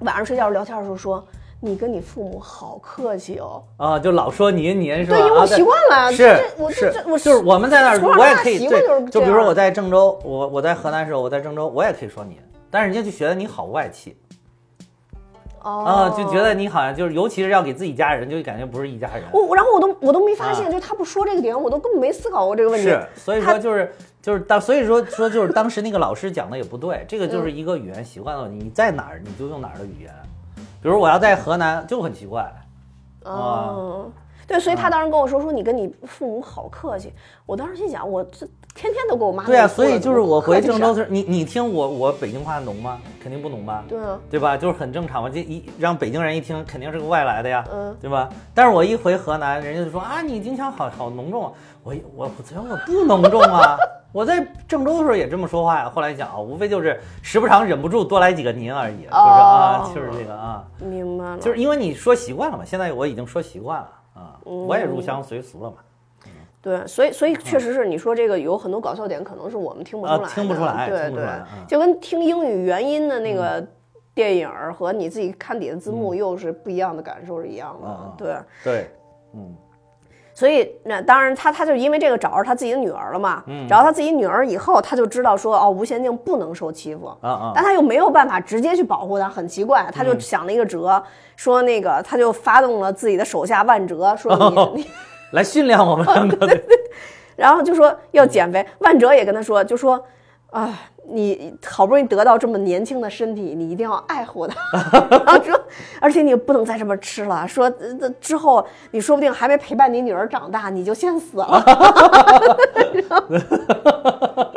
Speaker 2: 晚上睡觉聊天的时候说。你跟你父母好客气哦，
Speaker 3: 啊，就老说您您是吧？
Speaker 2: 对，因为我
Speaker 3: 啊
Speaker 2: 习惯了，
Speaker 3: 是
Speaker 2: 这我这
Speaker 3: 是
Speaker 2: 这我
Speaker 3: 就是我们在那儿，
Speaker 2: 从小
Speaker 3: 我也
Speaker 2: 到大
Speaker 3: 可以
Speaker 2: 习
Speaker 3: 对
Speaker 2: 惯就是，这
Speaker 3: 就比如说
Speaker 2: 样
Speaker 3: 我在郑州，我我在河南的时候，我在郑州，我也可以说您，但是人家就觉得你好外气，啊，
Speaker 2: 哦，
Speaker 3: 就觉得你好像就是，尤其是要给自己家人，就感觉不是一家人。
Speaker 2: 我，然后我都我都没发现，
Speaker 3: 啊
Speaker 2: 就他不说这个点，我都根本没思考过这个问题。
Speaker 3: 是，所以
Speaker 2: 他
Speaker 3: 说就是就是当，所以说说就是当时那个老师讲的也不对，这个就是
Speaker 2: 嗯
Speaker 3: 一个语言习惯的问题。你在哪儿，你
Speaker 2: 啊
Speaker 3: 就用哪儿的语言。比如我要在河南，就很奇怪，
Speaker 2: 哦，对，所以
Speaker 3: 嗯
Speaker 2: 他当时跟我说说你跟你父母好客气。我当时心想，我这天天都跟我妈
Speaker 3: 对
Speaker 2: 那
Speaker 3: 啊，
Speaker 2: 说
Speaker 3: 所以
Speaker 2: 了
Speaker 3: 就是我回郑。
Speaker 2: 怎么客
Speaker 3: 州
Speaker 2: 气
Speaker 3: 的时候，你你听我我北京话浓吗？肯定不浓吧？
Speaker 2: 啥对啊，
Speaker 3: 对吧？就是很正常嘛，这一让北京人一听肯定是个外来的呀，
Speaker 2: 嗯
Speaker 3: 对吧？但是我一回河南，人家就说啊，你京腔好好浓重啊，我我我觉得我不浓重 啊，我在郑州的时候也这么说话呀。后来想啊，无非就是时不常忍不住多来几个您而已，就是啊
Speaker 2: 哦，
Speaker 3: 就是这个啊，
Speaker 2: 明白了。
Speaker 3: 就是因为你说习惯了嘛，现在我已经说习惯了啊，
Speaker 2: 嗯
Speaker 3: 我也入乡随俗了嘛，
Speaker 2: 对，所以所以确实是你说这个有很多搞笑点，可能是我们听不出来的、
Speaker 3: 嗯啊听不出来
Speaker 2: 对
Speaker 3: 听不出
Speaker 2: 对
Speaker 3: 来嗯，
Speaker 2: 就跟听英语原音的那个电影儿和你自己看底下字幕又是不一样的感受是一样的。
Speaker 3: 嗯嗯嗯
Speaker 2: 对，
Speaker 3: 对，嗯，
Speaker 2: 所以那当然他他就因为这个找着他自己的女儿了嘛，
Speaker 3: 嗯
Speaker 2: 找到他自己女儿以后，他就知道说哦无限定不能受欺负。
Speaker 3: 啊啊，
Speaker 2: 但他又没有办法直接去保护他，很奇怪，他就想了一个辙，说那个他就发动了自己的手下万哲，说你、你
Speaker 3: 来训练我们两个，对
Speaker 2: 然后就说要减肥，万哲也跟他说，就说，啊，你好不容易得到这么年轻的身体，你一定要爱护它。 然后说，而且你不能再这么吃了，说呃这之后你说不定还没陪伴你女儿长大，你就先死了。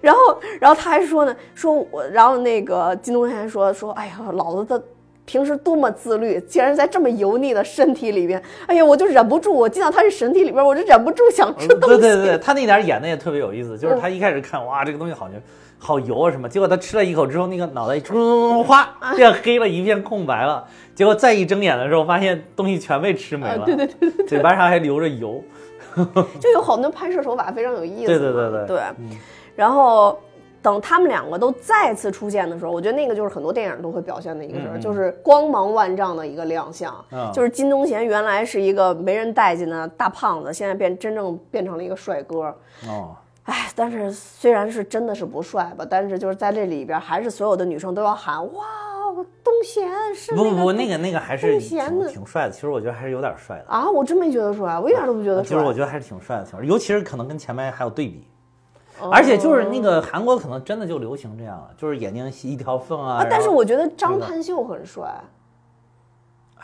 Speaker 2: 然后，然后他还说呢，说我，然后那个金东贤还说说，哎呀，老子的平时多么自律，竟然在这么油腻的身体里边，哎呀，我就忍不住，我进到他的身体里边，我就忍不嗯住想 吃东西。
Speaker 3: 嗯对对对，他那点儿演的也特别有意思，就是他一开始看哇这个东西好牛，好油啊什么，结果他吃了一口之后，那个脑袋一冲， 哗
Speaker 2: 啊
Speaker 3: 变黑了，一片空白了。结果再一睁眼的时候，发现东西全被吃没
Speaker 2: 啊
Speaker 3: 了，对对对对，嘴巴上还留着油。
Speaker 2: 就有好多拍摄手法非常 有意思嘛。
Speaker 3: 对对对对嗯
Speaker 2: 对然后等他们两个都再次出现的时候，我觉得那个就是很多电影都会表现的一个事儿，就是光芒万丈的一个亮相。
Speaker 3: 嗯
Speaker 2: 就是金钟贤原来是一个没人待见的大胖子，现在变真正变成了一个帅哥。
Speaker 3: 哦，
Speaker 2: 哎，但是虽然是真的是不帅吧，但是就是在这里边，还是所有的女生都要喊哇，东贤是
Speaker 3: 不
Speaker 2: 那
Speaker 3: 不
Speaker 2: 个
Speaker 3: 不，那个那个还是
Speaker 2: 东
Speaker 3: 挺
Speaker 2: 贤的
Speaker 3: 挺帅的，其实我觉得还是有点帅的，
Speaker 2: 啊，我真没觉得帅，我一点都不觉得
Speaker 3: 其
Speaker 2: 帅。
Speaker 3: 实我觉得还啊是挺帅的，挺帅的，尤其是可能跟前面还有对比。
Speaker 2: 哦
Speaker 3: 而且就是那个韩国可能真的就流行这样了，就是眼睛一条缝啊。
Speaker 2: 啊，但
Speaker 3: 然
Speaker 2: 是
Speaker 3: 后
Speaker 2: 我觉得张
Speaker 3: 对的
Speaker 2: 潘秀很 帅。啊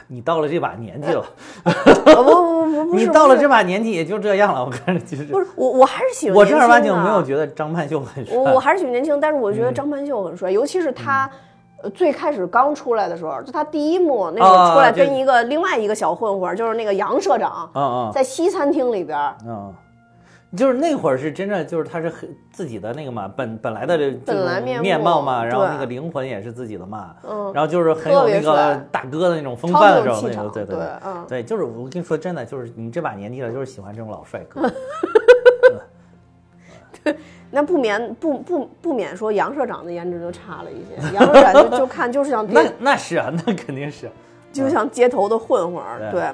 Speaker 3: 你到了这把年纪了，
Speaker 2: 不不不不，不
Speaker 3: 你
Speaker 2: 是
Speaker 3: 到了
Speaker 2: 不
Speaker 3: 这
Speaker 2: 是
Speaker 3: 把年纪也就这样了，我看着就是。
Speaker 2: 不是我，我还是喜欢
Speaker 3: 我正儿八经
Speaker 2: 年轻的啊
Speaker 3: 没有觉得嗯张曼秀很帅。
Speaker 2: 我我还是喜欢年轻，但是我觉得张曼秀很帅，尤其是他。
Speaker 3: 嗯
Speaker 2: 呃，最开始刚出来的时候，就他第一幕那
Speaker 3: 啊
Speaker 2: 个出来
Speaker 3: 对
Speaker 2: 跟一个另外一个小混混儿，就是那个杨社长，
Speaker 3: 嗯
Speaker 2: 在西餐厅里边儿，
Speaker 3: 嗯嗯，就是那会儿是真的，就是他是很自己的那个嘛，本本来的这
Speaker 2: 本来
Speaker 3: 这种
Speaker 2: 面目
Speaker 3: 面貌嘛，然后
Speaker 2: 对
Speaker 3: 那个灵魂也是自己的嘛，
Speaker 2: 嗯
Speaker 3: 然后就是很有
Speaker 2: 特别
Speaker 3: 那个
Speaker 2: 帅
Speaker 3: 大哥的那种风
Speaker 2: 超
Speaker 3: 范的
Speaker 2: 有
Speaker 3: 时候，
Speaker 2: 气
Speaker 3: 那个
Speaker 2: 场，
Speaker 3: 对对
Speaker 2: 嗯，
Speaker 3: 对，就是我跟你说真的，就是你这把年纪了，就是喜欢这种老帅 哥。
Speaker 2: 那不免不不不免说杨社长的颜值就差了一些，杨社长就就看就是像
Speaker 3: 那那是啊，那肯定是。
Speaker 2: 就像街头的混混儿，
Speaker 3: 嗯对
Speaker 2: 对。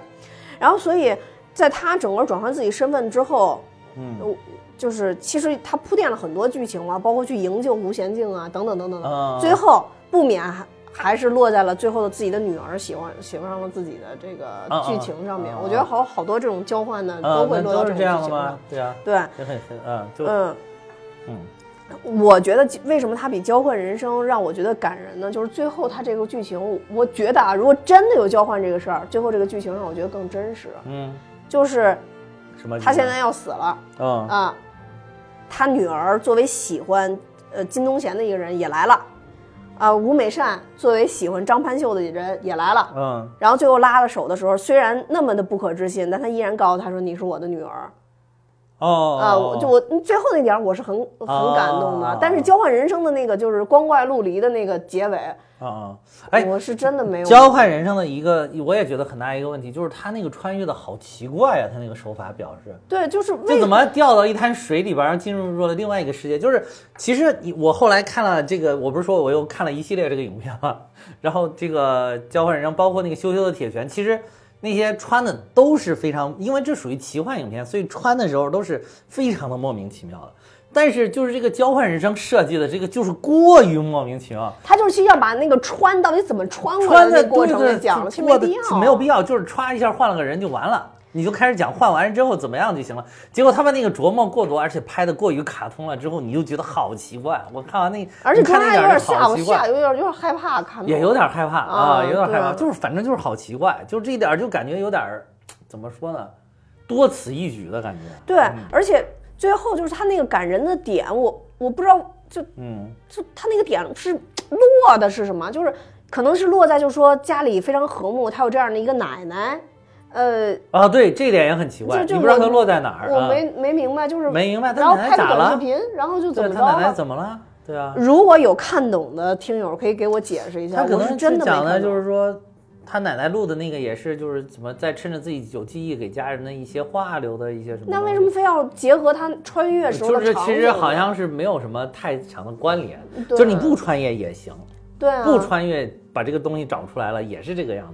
Speaker 2: 然后，所以在他整个转换自己身份之后，
Speaker 3: 嗯
Speaker 2: 我，就是其实他铺垫了很多剧情嘛，包括去营救无弦镜啊，等等等等等。
Speaker 3: 嗯
Speaker 2: 最后不免还还是落在了最后的自己的女儿喜欢喜欢上了自己的这个
Speaker 3: 嗯
Speaker 2: 剧情上面。
Speaker 3: 嗯嗯
Speaker 2: 我觉得好好多这种交换呢，
Speaker 3: 啊
Speaker 2: 都，会
Speaker 3: 那
Speaker 2: 落到
Speaker 3: 都
Speaker 2: 这种
Speaker 3: 是这
Speaker 2: 剧
Speaker 3: 样的
Speaker 2: 情
Speaker 3: 吗
Speaker 2: 上。？
Speaker 3: 对啊，
Speaker 2: 对，
Speaker 3: 也很很嗯，就
Speaker 2: 嗯。
Speaker 3: 嗯，
Speaker 2: 我觉得为什么它比《交换人生》让我觉得感人呢？就是最后它这个剧情，我我觉得啊，如果真的有交换这个事儿，最后这个剧情让我觉得更真实。
Speaker 3: 嗯，
Speaker 2: 就是
Speaker 3: 什么意思？
Speaker 2: 他现在要死了
Speaker 3: 嗯
Speaker 2: 啊，他女儿作为喜欢呃金东贤的一个人也来了，啊，吴美善作为喜欢张潘秀的人也来了。
Speaker 3: 嗯。
Speaker 2: 然后最后拉了手的时候，虽然那么的不可置信，但他依然告诉他说：“你是我的女儿。”
Speaker 3: 哦
Speaker 2: 啊，我就我最后那点儿我是很很感动的，
Speaker 3: 哦
Speaker 2: 但是交换人生的那个就是光怪陆离的那个结尾，
Speaker 3: 啊啊，哎，
Speaker 2: 我是真的没有
Speaker 3: 交换人生的一个，我也觉得很大一个问题，就是他那个穿越的好奇怪啊，他那个手法表示，
Speaker 2: 对，就是为
Speaker 3: 就怎么掉到一滩水里边，然后进入了另外一个世界。就是其实你我后来看了这个，我不是说我又看了一系列这个影片嘛， 然后这个交换人生，包括那个羞羞的铁拳，其实。那些穿的都是非常，因为这属于奇幻影片，所以穿的时候都是非常的莫名其妙的。但是就是这个交换人生设计的这个就是过于莫名其妙，
Speaker 2: 他就是要把那个穿到底怎么穿过来
Speaker 3: 穿
Speaker 2: 的
Speaker 3: 的
Speaker 2: 那过程给讲了，其实没必要，啊
Speaker 3: 没有必要，就是歘一下换了个人就完了，你就开始讲换完之后怎么样就行了。结果他把那个琢磨过多，而且拍的过于卡通了之后，你就觉得好奇怪。我看完那，
Speaker 2: 而且
Speaker 3: 你看
Speaker 2: 刚
Speaker 3: 那
Speaker 2: 才有
Speaker 3: 点儿
Speaker 2: 点
Speaker 3: 就
Speaker 2: 吓
Speaker 3: 好
Speaker 2: 我
Speaker 3: 奇
Speaker 2: 吓，
Speaker 3: 怪。
Speaker 2: 有点有点害怕，看到
Speaker 3: 也有点害怕
Speaker 2: 啊
Speaker 3: 啊，有点害
Speaker 2: 对
Speaker 3: 怕，
Speaker 2: 啊
Speaker 3: 就是反正就是好奇怪，就这一点就感觉有点儿怎么说呢，多此一举的感觉。
Speaker 2: 对，而且最后就是他那个感人的点，我我不知道就
Speaker 3: 嗯，
Speaker 2: 就他那个点是落的是什么？就是可能是落在就是说家里非常和睦，他有这样的一个奶奶，呃，
Speaker 3: 啊，对，这点也很奇怪，
Speaker 2: 就就
Speaker 3: 你不知道
Speaker 2: 我
Speaker 3: 它落在哪儿
Speaker 2: 我
Speaker 3: 啊？
Speaker 2: 没没明白，就是
Speaker 3: 没明白他
Speaker 2: 然后
Speaker 3: 奶奶
Speaker 2: 拍个
Speaker 3: 咋
Speaker 2: 短
Speaker 3: 了
Speaker 2: 视频，然后就怎
Speaker 3: 对
Speaker 2: 么
Speaker 3: 他
Speaker 2: 着
Speaker 3: 奶奶
Speaker 2: 了？
Speaker 3: 怎么了？对啊，
Speaker 2: 如果有看懂的听友，可以给我解释一下，
Speaker 3: 他可
Speaker 2: 我是
Speaker 3: 能
Speaker 2: 真
Speaker 3: 是
Speaker 2: 的没
Speaker 3: 讲的
Speaker 2: 看懂
Speaker 3: 就是说，他奶奶录的那个也是，就是怎么在趁着自己有记忆给家人的一些话留的一些什么东
Speaker 2: 那
Speaker 3: 西。
Speaker 2: 为什么非要结合他穿越时候
Speaker 3: 就
Speaker 2: 的
Speaker 3: 是
Speaker 2: 场景呢？嗯
Speaker 3: 其实好像是没有什么太强的关联，
Speaker 2: 对
Speaker 3: 就是你不穿越也行，
Speaker 2: 对啊，
Speaker 3: 不穿越把这个东西找出来了也是这个样子。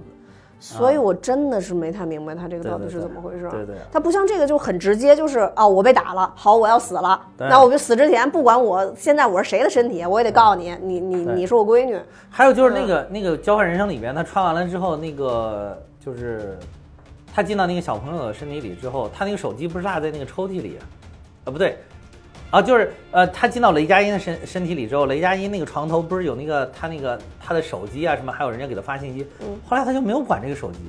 Speaker 2: 所以我真的是没太明白他这个
Speaker 3: 对
Speaker 2: 到
Speaker 3: 啊对
Speaker 2: 底是
Speaker 3: 对
Speaker 2: 怎么回事儿。啊
Speaker 3: 对对
Speaker 2: 他不像这个就很直接，就是啊，我被打了，好，我要死了。
Speaker 3: 对
Speaker 2: 那我就死之前，不管我现在我是谁的身体，我也得告诉你，你你
Speaker 3: 对
Speaker 2: 你是我闺女。
Speaker 3: 还有就是那个、那个交换人生里边，他穿完了之后，那个就是他进到那个小朋友的身体里之后，他那个手机不是落在那个抽屉里，啊不对，啊就是呃他进到雷佳音的身身体里之后，雷佳音那个床头不是有那个他那个他的手机啊什么，还有人家给他发信息，后来他就没有管这个手机，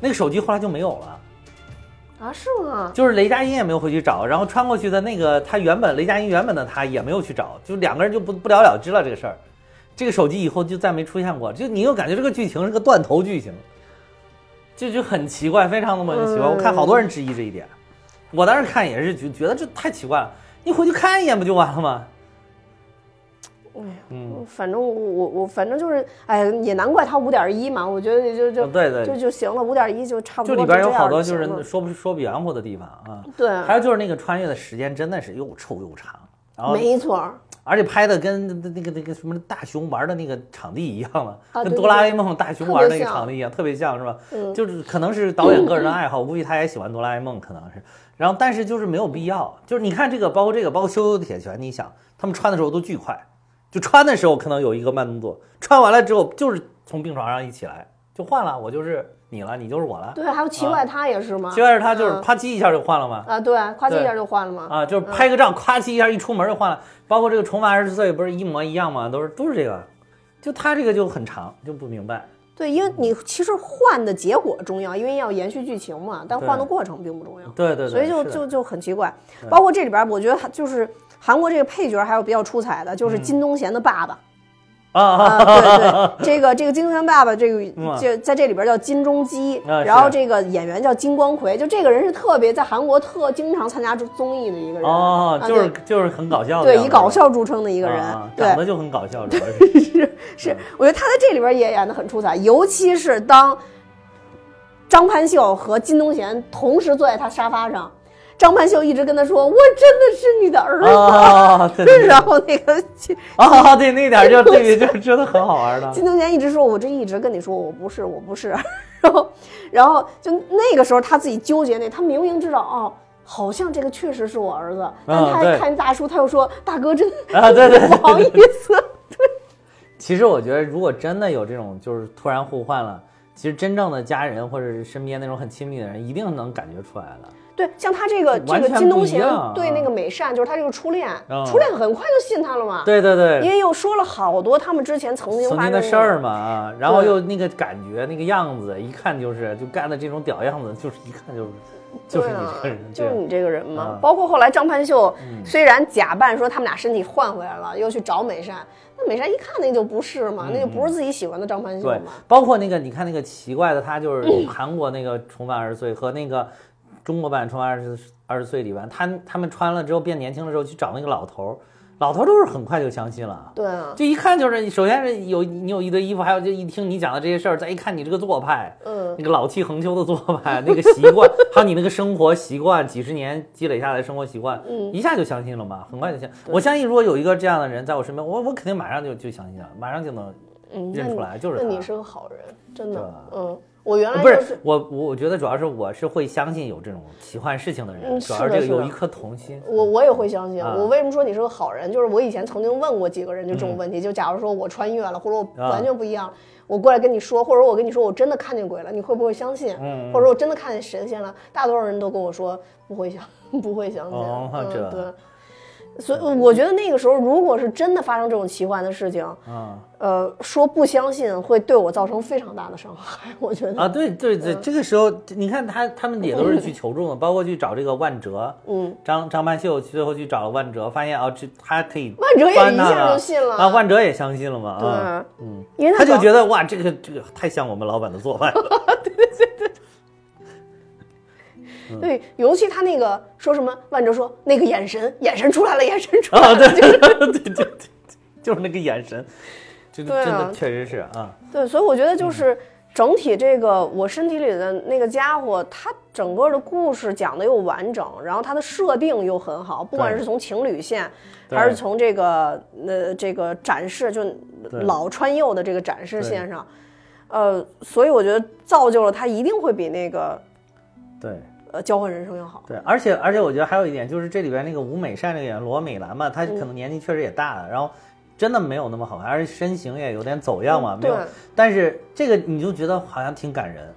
Speaker 3: 那个手机后来就没有了。
Speaker 2: 啊，是吗？
Speaker 3: 就是雷佳音也没有回去找，然后穿过去的那个他原本雷佳音原本的他也没有去找，就两个人就不不了了之了这个事儿。这个手机以后就再没出现过，就你又感觉这个剧情是个断头剧情，就就很奇怪，非常的莫名其妙。
Speaker 2: 嗯
Speaker 3: 我看好多人质疑这一点，我当时看也是觉觉得这太奇怪了，你回去看一眼不就完了吗？
Speaker 2: 嗯反正我我我反正就是，哎，也难怪他五点一嘛，我觉得也就就、
Speaker 3: 哦对对
Speaker 2: 就就行了，五点一就差不
Speaker 3: 就
Speaker 2: 多
Speaker 3: 里
Speaker 2: 这
Speaker 3: 边
Speaker 2: 样嗯
Speaker 3: 有好多就
Speaker 2: 行了
Speaker 3: 是说不说不圆乎的地方啊。
Speaker 2: 对，
Speaker 3: 还有就是那个穿越的时间真的是又臭又长，然后
Speaker 2: 没错儿。
Speaker 3: 而且拍的跟那那个那个什么大熊玩的那个场地一样了，
Speaker 2: 啊
Speaker 3: 跟
Speaker 2: 对
Speaker 3: 哆啦 A 梦大熊玩
Speaker 2: 特
Speaker 3: 那个
Speaker 2: 别像嗯
Speaker 3: 场地一样，特别像是吧？就是可能是导演个人的爱好，估计他也喜欢哆啦 A 梦，可能是。然后但是就是没有必要，就是你看这个，包括这个，包括《羞羞的铁拳》，你想他们穿的时候都巨快，就穿的时候可能有一个慢动作，穿完了之后就是从病床上一起来就换了，我就是你了，你就是我了。
Speaker 2: 对，还有奇怪他也是嘛，
Speaker 3: 接着他啊就是
Speaker 2: 嗯
Speaker 3: 啪叽一下就换了嘛。
Speaker 2: 啊，对，夸叽
Speaker 3: 对
Speaker 2: 一下就换了嘛。
Speaker 3: 啊，就是拍个照，夸叽一下，一出门就换了。包括这个《重返二十岁》，不是一模一样吗？都是都是这个，就他这个就很长，就不明白。
Speaker 2: 对，因为你其实换的结果重要，因为要延续剧情嘛，但
Speaker 3: 对
Speaker 2: 换的过程并不重要。
Speaker 3: 对
Speaker 2: 哦
Speaker 3: 对对，
Speaker 2: 所以就是
Speaker 3: 的
Speaker 2: 就就很奇怪。包括这里边儿，我觉得还就是韩国这个配角还有比较出彩的，就是金东贤的爸爸。
Speaker 3: 嗯啊
Speaker 2: 啊，
Speaker 3: 啊
Speaker 2: 对对，这个这个金东贤爸爸，这
Speaker 3: 嗯
Speaker 2: 个这在这里边儿叫金钟基，
Speaker 3: 啊
Speaker 2: 然后
Speaker 3: 是
Speaker 2: 这个演员叫金光奎，就这个人是特别在韩国特经常参加综艺的一个人。
Speaker 3: 哦
Speaker 2: 啊，
Speaker 3: 就是
Speaker 2: 对
Speaker 3: 就是很搞笑的啊
Speaker 2: 对
Speaker 3: 样子，
Speaker 2: 以搞笑著称的一
Speaker 3: 一
Speaker 2: 个人，对，
Speaker 3: 长得就很搞笑，主要 是
Speaker 2: 是，我觉得他在这里边也演得很出彩，尤其是当张潘秀和金东贤同时坐在他沙发上，张潘秀一直跟他说：“我真的是你的儿子。
Speaker 3: 啊，对对 对
Speaker 2: 然后那个金
Speaker 3: 啊，对那点儿 就对，就真的很好玩的。
Speaker 2: 金东贤一直说：“我这一直跟你说我不是，我不是。” 然后，然后就那个时候他自己纠结那，他明明知道哦。好像这个确实是我儿子，但
Speaker 3: 嗯
Speaker 2: 他
Speaker 3: 对
Speaker 2: 还看大叔，他又说：“大哥真
Speaker 3: 啊对对对对
Speaker 2: 不好意思。
Speaker 3: 其实我觉得，如果真的有这种就是突然互换了，其实真正的家人或者是身边那种很亲密的人，一定能感觉出来的。
Speaker 2: 对，像他这个这
Speaker 3: 完
Speaker 2: 个
Speaker 3: 全
Speaker 2: 金
Speaker 3: 不
Speaker 2: 东
Speaker 3: 一
Speaker 2: 贤
Speaker 3: 样
Speaker 2: 对
Speaker 3: 啊
Speaker 2: 那个美善，就是他这个初恋，
Speaker 3: 嗯
Speaker 2: 初恋很快就信他了嘛。，
Speaker 3: 对对对，
Speaker 2: 因为又说了好多他们之前曾经
Speaker 3: 曾
Speaker 2: 发
Speaker 3: 经
Speaker 2: 生
Speaker 3: 的
Speaker 2: 过
Speaker 3: 事儿。嘛啊，然后
Speaker 2: 对
Speaker 3: 又那个感觉、那个样子，一看就是就干的这种屌样子，就是一看就是 就是
Speaker 2: 对
Speaker 3: 你
Speaker 2: 啊
Speaker 3: 这个人，嗯
Speaker 2: 就是你这个人嘛
Speaker 3: 啊。
Speaker 2: 包括后来张潘秀虽然假扮说他们俩身体换回来了，又去找美善，那美善一看那就不是嘛，那就不是自己喜欢的张潘秀
Speaker 3: 嗯对
Speaker 2: 嘛。，
Speaker 3: 包括那个你看那个奇怪的他， 就是韩国那个《重返二十岁》和那个中国版《重返二十二十岁》里边，他他们穿了之后变年轻的时候去找那个老头儿，老头儿都是很快就相信了。
Speaker 2: 对啊，
Speaker 3: 就一看就是，首先是有你有一堆衣服，还有就一听你讲的这些事儿，再一看你这个做派，
Speaker 2: 嗯，
Speaker 3: 那个老气横秋的做派，那个习惯，还有你那个生活习惯，几十年积累下来的生活习惯，嗯，一下就相信了嘛，很快就相。我相信，如果有一个这样的人在我身边，我我肯定马上就就相信了，马上就能
Speaker 2: 嗯，那
Speaker 3: 认
Speaker 2: 你
Speaker 3: 出来就是
Speaker 2: 那你
Speaker 3: 他
Speaker 2: 是个好人，真
Speaker 3: 对
Speaker 2: 的
Speaker 3: 吧。
Speaker 2: 嗯，我原来
Speaker 3: 不
Speaker 2: 就是
Speaker 3: 是我，我我觉得主要是我是会相信有这种奇幻事情的人，
Speaker 2: 嗯
Speaker 3: 主
Speaker 2: 是
Speaker 3: 要
Speaker 2: 的
Speaker 3: 这个
Speaker 2: 是的
Speaker 3: 有一颗童心。
Speaker 2: 我我也会相信。
Speaker 3: 啊
Speaker 2: 我为什么说你是个好人？就是我以前曾经问过几个人就这种问题，就假如说我穿越了，或者我
Speaker 3: 嗯啊
Speaker 2: 完全不一样了，我过来跟你说，或者我跟你说我真的看见鬼了，你会不会相信？
Speaker 3: 嗯嗯
Speaker 2: 或者我真的看 见神仙了，大多数人都跟我说不会相不会相信。
Speaker 3: 哦
Speaker 2: 嗯，
Speaker 3: 这
Speaker 2: 对。所以我觉得那个时候，如果是真的发生这种奇幻的事情，
Speaker 3: 啊
Speaker 2: 呃，说不相信会对我造成非常大的伤害。我觉得，
Speaker 3: 啊，对对
Speaker 2: 嗯
Speaker 3: 对，这个时候你看他他们也都是去求助 嘛，包括去找这个万哲，
Speaker 2: 嗯，
Speaker 3: 张张曼秀最后去找了万哲，发现哦，这他可以
Speaker 2: 万哲也
Speaker 3: 帮他
Speaker 2: 一下就信了
Speaker 3: 啊，万哲也相信了嘛，
Speaker 2: 对
Speaker 3: 啊，嗯，
Speaker 2: 因为
Speaker 3: 他就
Speaker 2: 早
Speaker 3: 觉得哇，这个这个太像我们老板的做饭了， 嗯
Speaker 2: 对，尤其他那个说什么，万哲说那个眼神，眼神出来了，眼神出来
Speaker 3: 啊，
Speaker 2: 了，
Speaker 3: 对对对对对，就是那个眼神，这
Speaker 2: 对
Speaker 3: 个
Speaker 2: 啊
Speaker 3: 真的确实是啊，
Speaker 2: 对，所以我觉得就是整体这个我身体里的那个家伙，他整个的故事讲的又完整，然后他的设定又很好，不管
Speaker 3: 对
Speaker 2: 是从情侣线，
Speaker 3: 对
Speaker 2: 还是从这个呃这个展示，就
Speaker 3: 对
Speaker 2: 老穿幼的这个展示线上，呃，所以我觉得造就了他一定会比那个
Speaker 3: 对。
Speaker 2: 呃交换人生要好。
Speaker 3: 对，而且而且我觉得还有一点就是这里边那个吴美善那个演员罗美兰嘛，她
Speaker 2: 嗯
Speaker 3: 可能年纪确实也大了，然后真的没有那么好看，而且身形也有点走样嘛，
Speaker 2: 嗯
Speaker 3: 没有
Speaker 2: 对。
Speaker 3: 但是这个你就觉得好像挺感人，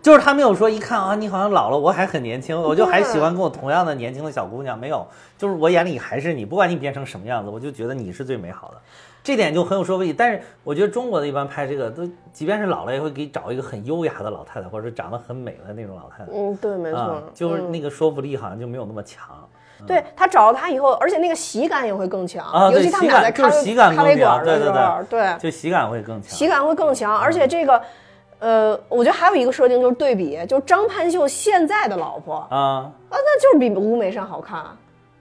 Speaker 3: 就是她没有说一看啊，你好像老了，我还很年轻，我就还喜欢跟我同样的年轻的小姑娘，没有，就是我眼里还是你，不管你变成什么样子，我就觉得你是最美好的。这点就很有说服力，但是我觉得中国的一般拍这个都，即便是老了也会给找一个很优雅的老太太，或者是长得很美的那种老太太。
Speaker 2: 嗯，对，没错，
Speaker 3: 啊，就是
Speaker 2: 嗯
Speaker 3: 那个说服力好像就没有那么强
Speaker 2: 对他找到他以后，而且那个喜感也会更强，
Speaker 3: 嗯啊
Speaker 2: 尤
Speaker 3: 对
Speaker 2: 其他们
Speaker 3: 喜
Speaker 2: 俩
Speaker 3: 感
Speaker 2: 在
Speaker 3: 就是
Speaker 2: 咖啡
Speaker 3: 喜感
Speaker 2: 咖啡
Speaker 3: 更强
Speaker 2: 馆的
Speaker 3: 对
Speaker 2: 时
Speaker 3: 对嗯
Speaker 2: 候，对
Speaker 3: 就喜感会更强
Speaker 2: 啊喜。感会更强，而且这个，呃，我觉得还有一个设定就是对比，就是张盼秀现在的老婆啊，
Speaker 3: 啊
Speaker 2: 那就是比吴美善好看啊、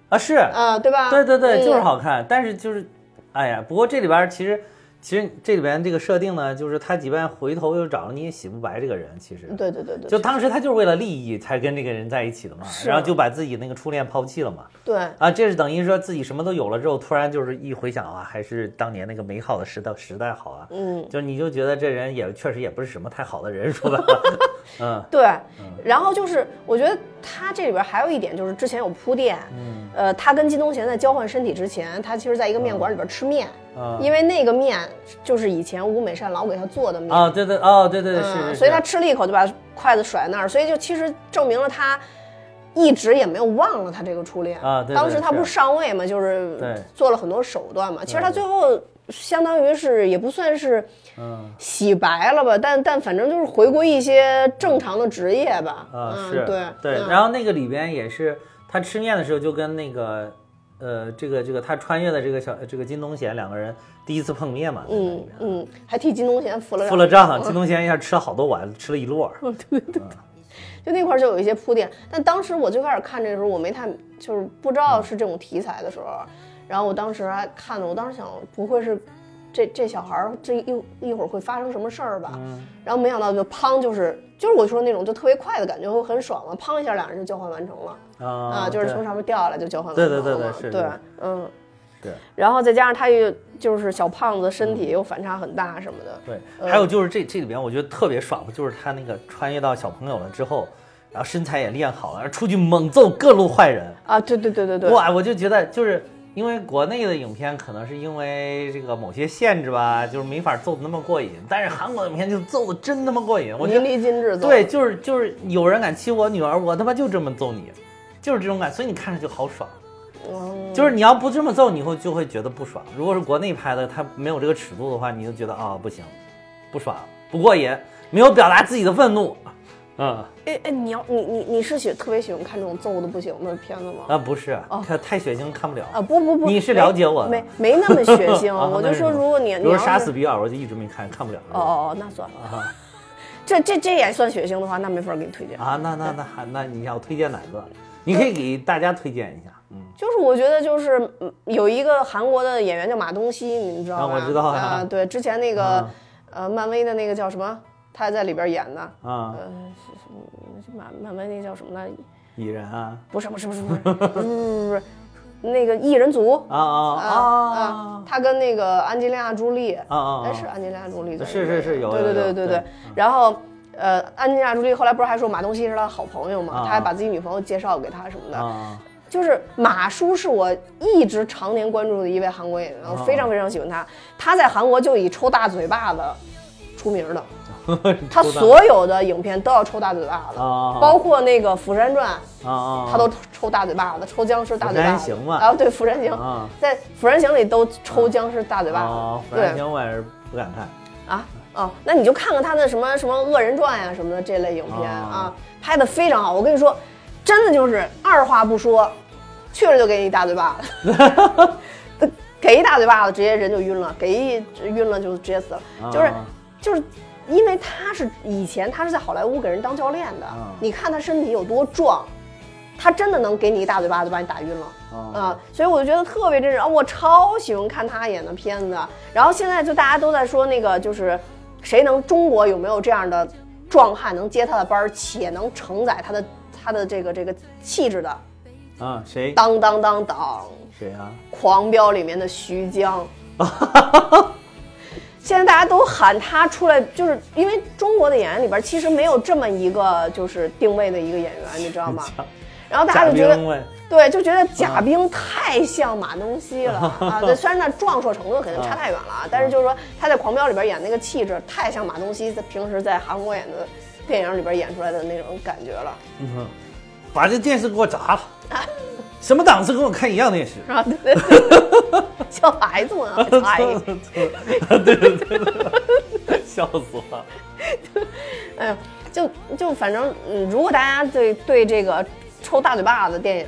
Speaker 3: 啊是，
Speaker 2: 对吧？
Speaker 3: 对对对，
Speaker 2: 嗯
Speaker 3: 就是。好看，但是就是，哎呀，不过这里边儿其实其实这里边这个设定呢，就是他即便回头又找了你也洗不白这个人，其实。
Speaker 2: 对对对对，
Speaker 3: 就当时他就是为了利益才跟这个人在一起的嘛，
Speaker 2: 是
Speaker 3: 然后就把自己那个初恋抛弃了嘛。
Speaker 2: 对
Speaker 3: 啊，这是等于说自己什么都有了之后，突然就是一回想啊，还是当年那个美好的时代时代好啊。
Speaker 2: 嗯
Speaker 3: 就你就觉得这人也确实也不是什么太好的人，说白了，嗯，
Speaker 2: 对。然后就是，我觉得他这里边还有一点就是之前有铺垫，
Speaker 3: 嗯
Speaker 2: 呃，他跟金东贤在交换身体之前，他其实在一个面馆里边吃面，
Speaker 3: 啊
Speaker 2: 因为那个面就是以前吴美善老给他做的面。
Speaker 3: 啊，对对哦，对对对，是
Speaker 2: 嗯
Speaker 3: 是，
Speaker 2: 所以他
Speaker 3: 是
Speaker 2: 吃了一口就把筷子甩那儿，所以就其实证明了他一直也没有忘了他这个初恋
Speaker 3: 啊对对
Speaker 2: 当时他
Speaker 3: 是
Speaker 2: 不是上位嘛，就
Speaker 3: 对
Speaker 2: 是做了很多手段嘛。其实他
Speaker 3: 对
Speaker 2: 最后相当于是也不算是
Speaker 3: 嗯
Speaker 2: 洗白了吧，但但反正就是回归一些正常的职业吧。
Speaker 3: 啊
Speaker 2: 嗯，
Speaker 3: 是，
Speaker 2: 对
Speaker 3: 对，
Speaker 2: 嗯
Speaker 3: 然后那个里边也是他吃面的时候就跟那个呃这个这个他穿越的这个小这个金东贤两个人第一次碰面嘛，在那里
Speaker 2: 嗯
Speaker 3: 边
Speaker 2: 嗯，还替金东贤付了
Speaker 3: 付
Speaker 2: 账
Speaker 3: 了账，金东贤一下吃了好多碗，吃了一摞儿，
Speaker 2: 就那块儿就有一些铺垫。但当时我最开始看这个时候，我没太就是不知道是这种题材的时候，啊然后我当时还看的，我当时想不会是这这小孩儿这一一会儿会发生什么事儿吧？
Speaker 3: 嗯
Speaker 2: 然后没想到就砰就是就是我说那种就特别快的感觉会很爽嘛，砰一下俩人就交换完成了、
Speaker 3: 啊
Speaker 2: 啊，就是
Speaker 3: 对
Speaker 2: 从上面掉下来就交换完
Speaker 3: 对
Speaker 2: 成
Speaker 3: 对
Speaker 2: 了嘛。
Speaker 3: 对对是
Speaker 2: 对
Speaker 3: 是，
Speaker 2: 嗯。
Speaker 3: 对，嗯
Speaker 2: 然后再加上他又就是小胖子，身体又反差很大什么的，
Speaker 3: 对，还有就是这这里边我觉得特别爽，就是他那个穿越到小朋友了之后，然后身材也练好了，出去猛揍各路坏人。
Speaker 2: 啊，对对对对对，
Speaker 3: 哇，我就觉得就是因为国内的影片可能是因为这个某些限制吧，就是没法揍得那么过瘾，但是韩国的影片就揍的真他妈过瘾，我觉
Speaker 2: 淋
Speaker 3: 得
Speaker 2: 漓尽致做的，
Speaker 3: 对，就是就是有人敢欺负我女儿，我他妈就这么揍你，就是这种感，所以你看着就好爽。
Speaker 2: 嗯，
Speaker 3: 就是你要不这么揍，你会就会觉得不爽。如果是国内拍的，它没有这个尺度的话，你就觉得啊、不行，不爽，不过瘾，没有表达自己的愤怒。嗯
Speaker 2: 哎哎，你要你你你是喜特别喜欢看这种揍的不行的片子吗？
Speaker 3: 啊，不是，
Speaker 2: 哦
Speaker 3: 看太血腥看不了。
Speaker 2: 啊不不不，
Speaker 3: 你是
Speaker 2: 没
Speaker 3: 了解我的
Speaker 2: 没没那么血腥，
Speaker 3: 啊
Speaker 2: 我
Speaker 3: 那
Speaker 2: 就是说
Speaker 3: 什么
Speaker 2: 如果你
Speaker 3: 比
Speaker 2: 你
Speaker 3: 如
Speaker 2: 要
Speaker 3: 说杀
Speaker 2: 是
Speaker 3: 死比尔，我就一直没看，看不了。
Speaker 2: 哦哦哦，那算了，
Speaker 3: 啊
Speaker 2: 这这这也算血腥的话，那没法给你推荐。
Speaker 3: 啊，那那那还那你要推荐哪个？你可以给大家推荐一下。嗯，
Speaker 2: 就是我觉得就是嗯有一个韩国的演员叫马东锡，你们知道
Speaker 3: 啊
Speaker 2: 吗？
Speaker 3: 我知道啊
Speaker 2: 啊，对，之前那个
Speaker 3: 啊
Speaker 2: 呃漫威的那个叫什么，他还在里边演呢。
Speaker 3: 啊，
Speaker 2: 漫漫威那叫什么来？
Speaker 3: 蚁人啊，
Speaker 2: 不是不是不是不是不是不是不是，那个异人族
Speaker 3: 啊啊
Speaker 2: 啊
Speaker 3: 啊
Speaker 2: 啊，他跟那个安吉丽娜·朱莉
Speaker 3: 啊啊！
Speaker 2: 哎，是安吉丽娜·朱莉在里
Speaker 3: 是
Speaker 2: 面
Speaker 3: 是是有
Speaker 2: 对对
Speaker 3: 有有
Speaker 2: 对对
Speaker 3: 对嗯
Speaker 2: 对。然后，呃，安吉丽娜·朱莉后来不是还说马东锡是他的好朋友嘛？
Speaker 3: 啊
Speaker 2: 他还把自己女朋友介绍给他什么的。
Speaker 3: 啊
Speaker 2: 就是马叔是我一直常年关注的一位韩
Speaker 3: 啊
Speaker 2: 国演员，我非常非常喜欢他。他在韩国就以抽大嘴巴子出名的。他所有的影片都要抽大嘴巴子，
Speaker 3: 啊
Speaker 2: 包括那个《釜山传》，
Speaker 3: 啊啊，
Speaker 2: 他都抽大嘴巴子，抽僵尸大嘴巴子。
Speaker 3: 釜山行嘛
Speaker 2: 啊，对，《釜山行》
Speaker 3: 啊
Speaker 2: 在《釜山行》里都抽僵尸大嘴巴子。
Speaker 3: 啊，反正
Speaker 2: 对
Speaker 3: 行我也是不敢看。
Speaker 2: 啊啊，那你就看看他的什么什么《恶人传》呀什么的这类影片
Speaker 3: 啊
Speaker 2: 啊，拍的非常好。我跟你说，真的就是二话不说，去了就给你一大嘴巴子。 给一大嘴巴子，直接人就晕了；给一晕了就直接死了，就是
Speaker 3: 啊
Speaker 2: 就是因为他是以前他是在好莱坞给人当教练的，
Speaker 3: 啊
Speaker 2: 你看他身体有多壮，他真的能给你一大嘴巴子把你打晕了。
Speaker 3: 啊
Speaker 2: 啊，所以我就觉得特别真实，啊我超喜欢看他演的片子。然后现在就大家都在说那个，就是谁能中国有没有这样的壮汉能接他的班儿，且能承载他的他的这个这个气质的？
Speaker 3: 啊，谁
Speaker 2: 当当当当，
Speaker 3: 谁啊？
Speaker 2: 《狂飙》里面的徐江。现在大家都喊他出来，就是因为中国的演员里边其实没有这么一个就是定位的一个演员，你知道吗？然后大家
Speaker 3: 贾啊
Speaker 2: 就觉得
Speaker 3: 冰问
Speaker 2: 对，就觉得贾冰太像马东锡了啊！对，虽然那壮硕程度肯定差太远了，啊，但是就是说他在《狂飙》里边演那个气质，太像马东锡在平时在韩国演的电影里边演出来的那种感觉了
Speaker 3: 把这电视给我砸了，什么档次跟我看一样电视？
Speaker 2: 啊！对对对， 小孩子们啊，小孩子。
Speaker 3: 对对对对，笑死我了。
Speaker 2: 哎呦，就就反正，嗯，如果大家对对这个抽大嘴巴子电影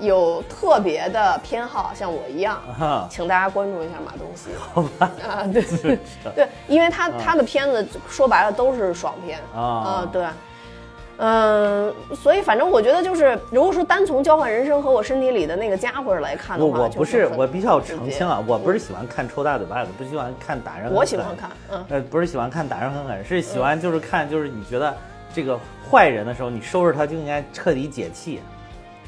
Speaker 2: 有特别的偏好，像我一样，
Speaker 3: 啊
Speaker 2: 请大家关注一下马东锡。
Speaker 3: 好吧，嗯
Speaker 2: 啊，对 对对，因为他他的片子说白了都是爽片
Speaker 3: 啊
Speaker 2: 对。嗯，所以反正我觉得就是，如果说单从《交换人生》和我身体里的那个家伙来看的
Speaker 3: 我
Speaker 2: 话，
Speaker 3: 我
Speaker 2: 就
Speaker 3: 不是，
Speaker 2: 很
Speaker 3: 我必须要
Speaker 2: 直
Speaker 3: 澄
Speaker 2: 接
Speaker 3: 清啊，我不是喜欢看抽大嘴巴子，不喜欢看打人狠狠。
Speaker 2: 我喜欢看嗯
Speaker 3: 呃，不是喜欢看打人狠狠，是喜欢就是看就是你觉得这个坏人的时候，你收拾他就应该彻底解气。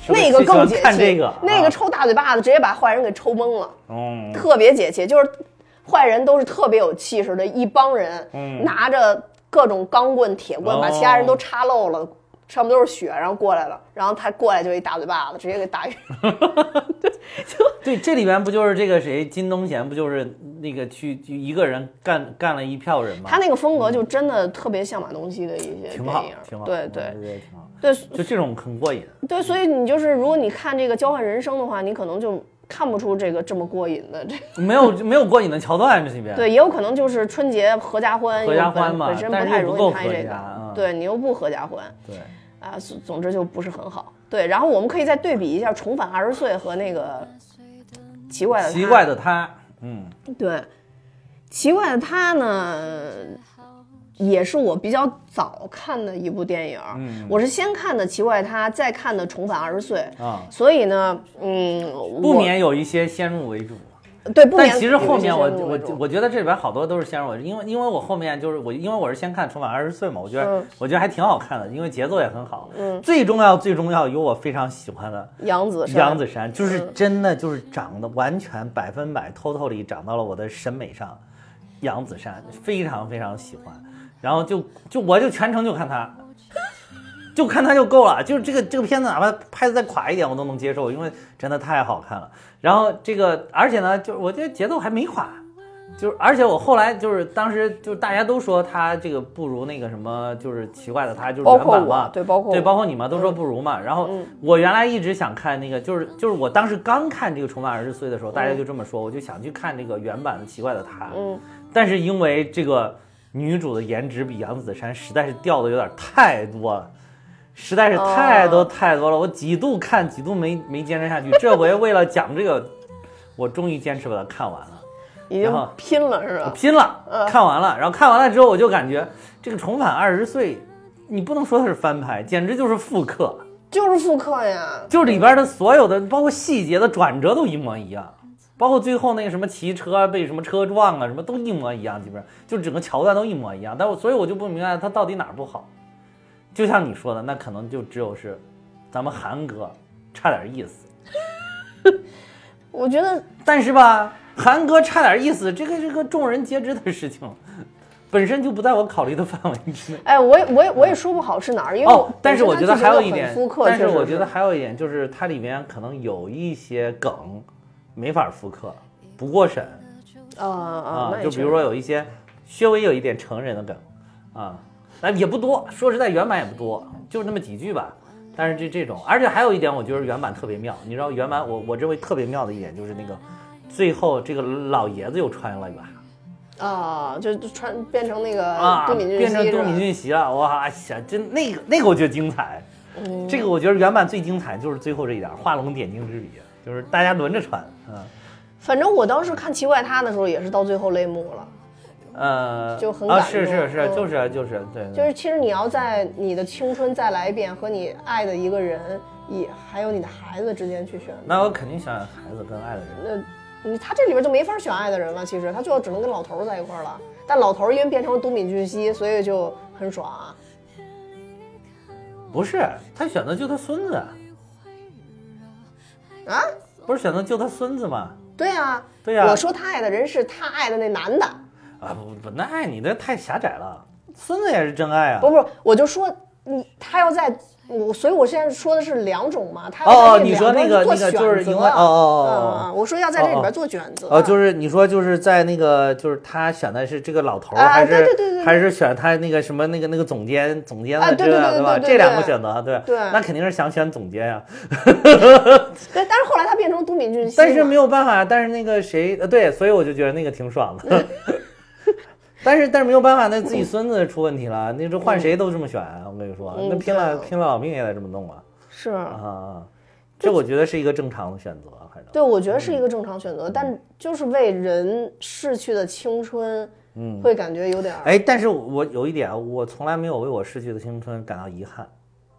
Speaker 3: 是不是
Speaker 2: 那个
Speaker 3: 是喜欢
Speaker 2: 更解气，
Speaker 3: 看这个，
Speaker 2: 那
Speaker 3: 啊
Speaker 2: 个抽大嘴巴子直接把坏人给抽懵了。
Speaker 3: 嗯，
Speaker 2: 特别解气，就是坏人都是特别有气势的一帮人，
Speaker 3: 嗯哦
Speaker 2: 拿着各种钢棍、铁棍，把其他人都插漏了，上面都是血，然后过来了，然后他过来就一大嘴巴子，直接给 打晕。
Speaker 3: 对，这里边不就是这个谁金东贤不就是那个去去一个人干干了一票人吗
Speaker 2: 他？那个风格就真的特别像马东锡的一些
Speaker 3: 挺
Speaker 2: 电
Speaker 3: 好
Speaker 2: 影，，
Speaker 3: 挺好，
Speaker 2: 对
Speaker 3: 嗯
Speaker 2: 对
Speaker 3: 这也挺好。
Speaker 2: 对
Speaker 3: 就这种很过瘾，
Speaker 2: 对，所以你就是如果你看这个《交换人生》的话，你可能就看不出这个这么过瘾的这。
Speaker 3: 没有没有过瘾的桥段这里边。
Speaker 2: 对，也有可能就是春节合家欢，
Speaker 3: 合家
Speaker 2: 有本
Speaker 3: 欢嘛
Speaker 2: 本身
Speaker 3: 但
Speaker 2: 不
Speaker 3: 是
Speaker 2: 太
Speaker 3: 又不
Speaker 2: 容
Speaker 3: 够
Speaker 2: 易看
Speaker 3: 合
Speaker 2: 这
Speaker 3: 家
Speaker 2: 个，
Speaker 3: 啊
Speaker 2: 对你又不合家欢，
Speaker 3: 对
Speaker 2: 啊，总总之就不是很好。对，然后我们可以再对比一下《重返二十岁》和那个奇怪的他
Speaker 3: 奇怪的他，嗯，
Speaker 2: 对奇怪的他呢，也是我比较早看的一部电影。嗯，我是先看的《奇怪的他》，再看的《重返二十岁》
Speaker 3: 啊
Speaker 2: 所以呢，嗯，
Speaker 3: 不
Speaker 2: 我
Speaker 3: 免有一些先入为主。
Speaker 2: 对不
Speaker 3: 但
Speaker 2: 免
Speaker 3: 其实后面我
Speaker 2: 有一些先入
Speaker 3: 我
Speaker 2: 为主
Speaker 3: 我觉得这里边好多都是先入为主，因为因为我后面就是我因为我是先看《重返二十岁》嘛，我觉得
Speaker 2: 嗯
Speaker 3: 我觉得还挺好看的，因为节奏也很好。嗯，最重要最重要有我非常喜欢的
Speaker 2: 杨紫是吧
Speaker 3: 杨子姗就是
Speaker 2: 嗯
Speaker 3: 真的就是长得完全百分百 totally 长到了我的审美上，杨子姗非常非常喜欢，然后就就我就全程就看她，就看她就够了，就是这个这个片子哪怕拍的再垮一点我都能接受，因为真的太好看了。然后这个而且呢，就是我觉得节奏还没垮，就是而且我后来就是当时就是大家都说她这个不如那个什么，就是奇怪的她就是
Speaker 2: 包
Speaker 3: 原
Speaker 2: 括
Speaker 3: 版嘛
Speaker 2: 我，，对，包括
Speaker 3: 对，
Speaker 2: 我
Speaker 3: 包括你嘛，
Speaker 2: 嗯
Speaker 3: 都说不如嘛。然后我原来一直想看那个，就是就是我当时刚看这个《重返二十岁》的时候，大家就这么说，我就想去看这个原版的《奇怪的他》。
Speaker 2: 嗯，
Speaker 3: 但是因为这个女主的颜值比杨子姗实在是掉的有点太多了。实在是太多
Speaker 2: 哦
Speaker 3: 太多了，我几度看几度没没坚持下去。这回为了讲这个，我终于坚持把它看完了。
Speaker 2: 已
Speaker 3: 然后
Speaker 2: 经拼了是吧？
Speaker 3: 拼
Speaker 2: 嗯
Speaker 3: 了，看完了，然后看完了之后，我就感觉这个重返二十岁，你不能说它是翻拍，简直就是复刻，
Speaker 2: 就是复刻呀，
Speaker 3: 就是里边的所有的，包括细节的转折都一模一样，包括最后那个什么骑车被什么车撞啊了，什么都一模一样，基本上就整个桥段都一模一样。但我所以我就不明白它到底哪儿不好。就像你说的，那可能就只有是咱们韩哥差点意思，
Speaker 2: 我觉得
Speaker 3: 但是吧，韩哥差点意思，这个这个众人皆知的事情，本身就不在我考虑的范围之内。
Speaker 2: 哎，我也我也我也说不好是哪儿，因为我
Speaker 3: 哦，但是我觉得还有一
Speaker 2: 本身它剧情
Speaker 3: 点
Speaker 2: 就很复，刻，
Speaker 3: 但是
Speaker 2: 确实
Speaker 3: 我觉得还有一点就是它里面可能有一些梗没法复刻，不过审
Speaker 2: 啊啊
Speaker 3: 啊，
Speaker 2: 那也
Speaker 3: 就
Speaker 2: 确
Speaker 3: 比如
Speaker 2: 实
Speaker 3: 说有一些稍微有一点成人的梗，啊，但也不多，说实在原版也不多，就是那么几句吧。但是这这种，而且还有一点，我觉得原版特别妙。你知道原版我我认为特别妙的一点就是那个，最后这个老爷子又穿了一把
Speaker 2: 啊，就就穿变成那个
Speaker 3: 啊，
Speaker 2: 都敏俊
Speaker 3: 变
Speaker 2: 熙
Speaker 3: 成
Speaker 2: 是
Speaker 3: 都
Speaker 2: 吧
Speaker 3: 敏俊熙了。哇塞，真那个那个我觉得精彩，
Speaker 2: 嗯
Speaker 3: 这个我觉得原版最精彩就是最后这一点，画龙点睛之笔，就是大家轮着穿，嗯
Speaker 2: 反正我当时看《奇怪他》的时候，也是到最后泪目了。
Speaker 3: 呃，
Speaker 2: 就很
Speaker 3: 啊，
Speaker 2: 感
Speaker 3: 是是
Speaker 2: 动
Speaker 3: 是，
Speaker 2: 嗯
Speaker 3: 就是啊就是对，对
Speaker 2: 就是其实你要在你的青春再来一遍，和你爱的一个人，也还有你的孩子之间去选择。
Speaker 3: 那我肯定想想孩子跟爱的人。
Speaker 2: 那你他这里边就没法选爱的人了，其实他最后只能跟老头儿在一块儿了。但老头儿因为变成了都敏俊熙，所以就很爽啊。
Speaker 3: 不是，他选择救他孙子，
Speaker 2: 啊，
Speaker 3: 不是选择救他孙子吗？
Speaker 2: 对啊，
Speaker 3: 对呀
Speaker 2: 我说他爱的人是他爱的那男的，
Speaker 3: 啊，不不，那爱你这太狭窄了，孙子也是真爱啊。
Speaker 2: 不不，我就说你他要在我，所以我现在说的是两种嘛。他
Speaker 3: 哦
Speaker 2: 要
Speaker 3: 哦
Speaker 2: 在这
Speaker 3: 你说
Speaker 2: 两
Speaker 3: 那个
Speaker 2: 边做
Speaker 3: 那个
Speaker 2: 选
Speaker 3: 就是
Speaker 2: 择
Speaker 3: 因为哦哦哦哦
Speaker 2: 嗯嗯我说要在这里
Speaker 3: 哦哦
Speaker 2: 边做选择，
Speaker 3: 哦，就是你说就是在那个就是他选的是这个老头儿，
Speaker 2: 啊
Speaker 3: 还是
Speaker 2: 对对对对
Speaker 3: 还是选他那个什么那个那个总监总监
Speaker 2: 啊
Speaker 3: 的
Speaker 2: 对
Speaker 3: 这
Speaker 2: 对
Speaker 3: 个
Speaker 2: 对对
Speaker 3: 吧？
Speaker 2: 对
Speaker 3: 这两
Speaker 2: 对
Speaker 3: 个选择对，
Speaker 2: 对
Speaker 3: 那肯定是想选总监啊呀、
Speaker 2: 对，但是后来他变成都敏俊熙嘛，
Speaker 3: 但是没有办法，但是那个谁呃对，所以我就觉得那个挺爽 的。但是但是没有办法，那自己孙子出问题了，那这换谁都这么选，啊我跟你说，
Speaker 2: 嗯
Speaker 3: 那拼了
Speaker 2: 对啊
Speaker 3: 拼了老命也得这么弄啊
Speaker 2: 是
Speaker 3: 啊啊！啊这我觉得是一个正常的选择，反正
Speaker 2: 对，我觉得是一个正常选择，
Speaker 3: 嗯
Speaker 2: 但就是为人逝去的青春，嗯，会感觉有点儿，
Speaker 3: 哎，但是我有一点，啊我从来没有为我逝去的青春感到遗憾，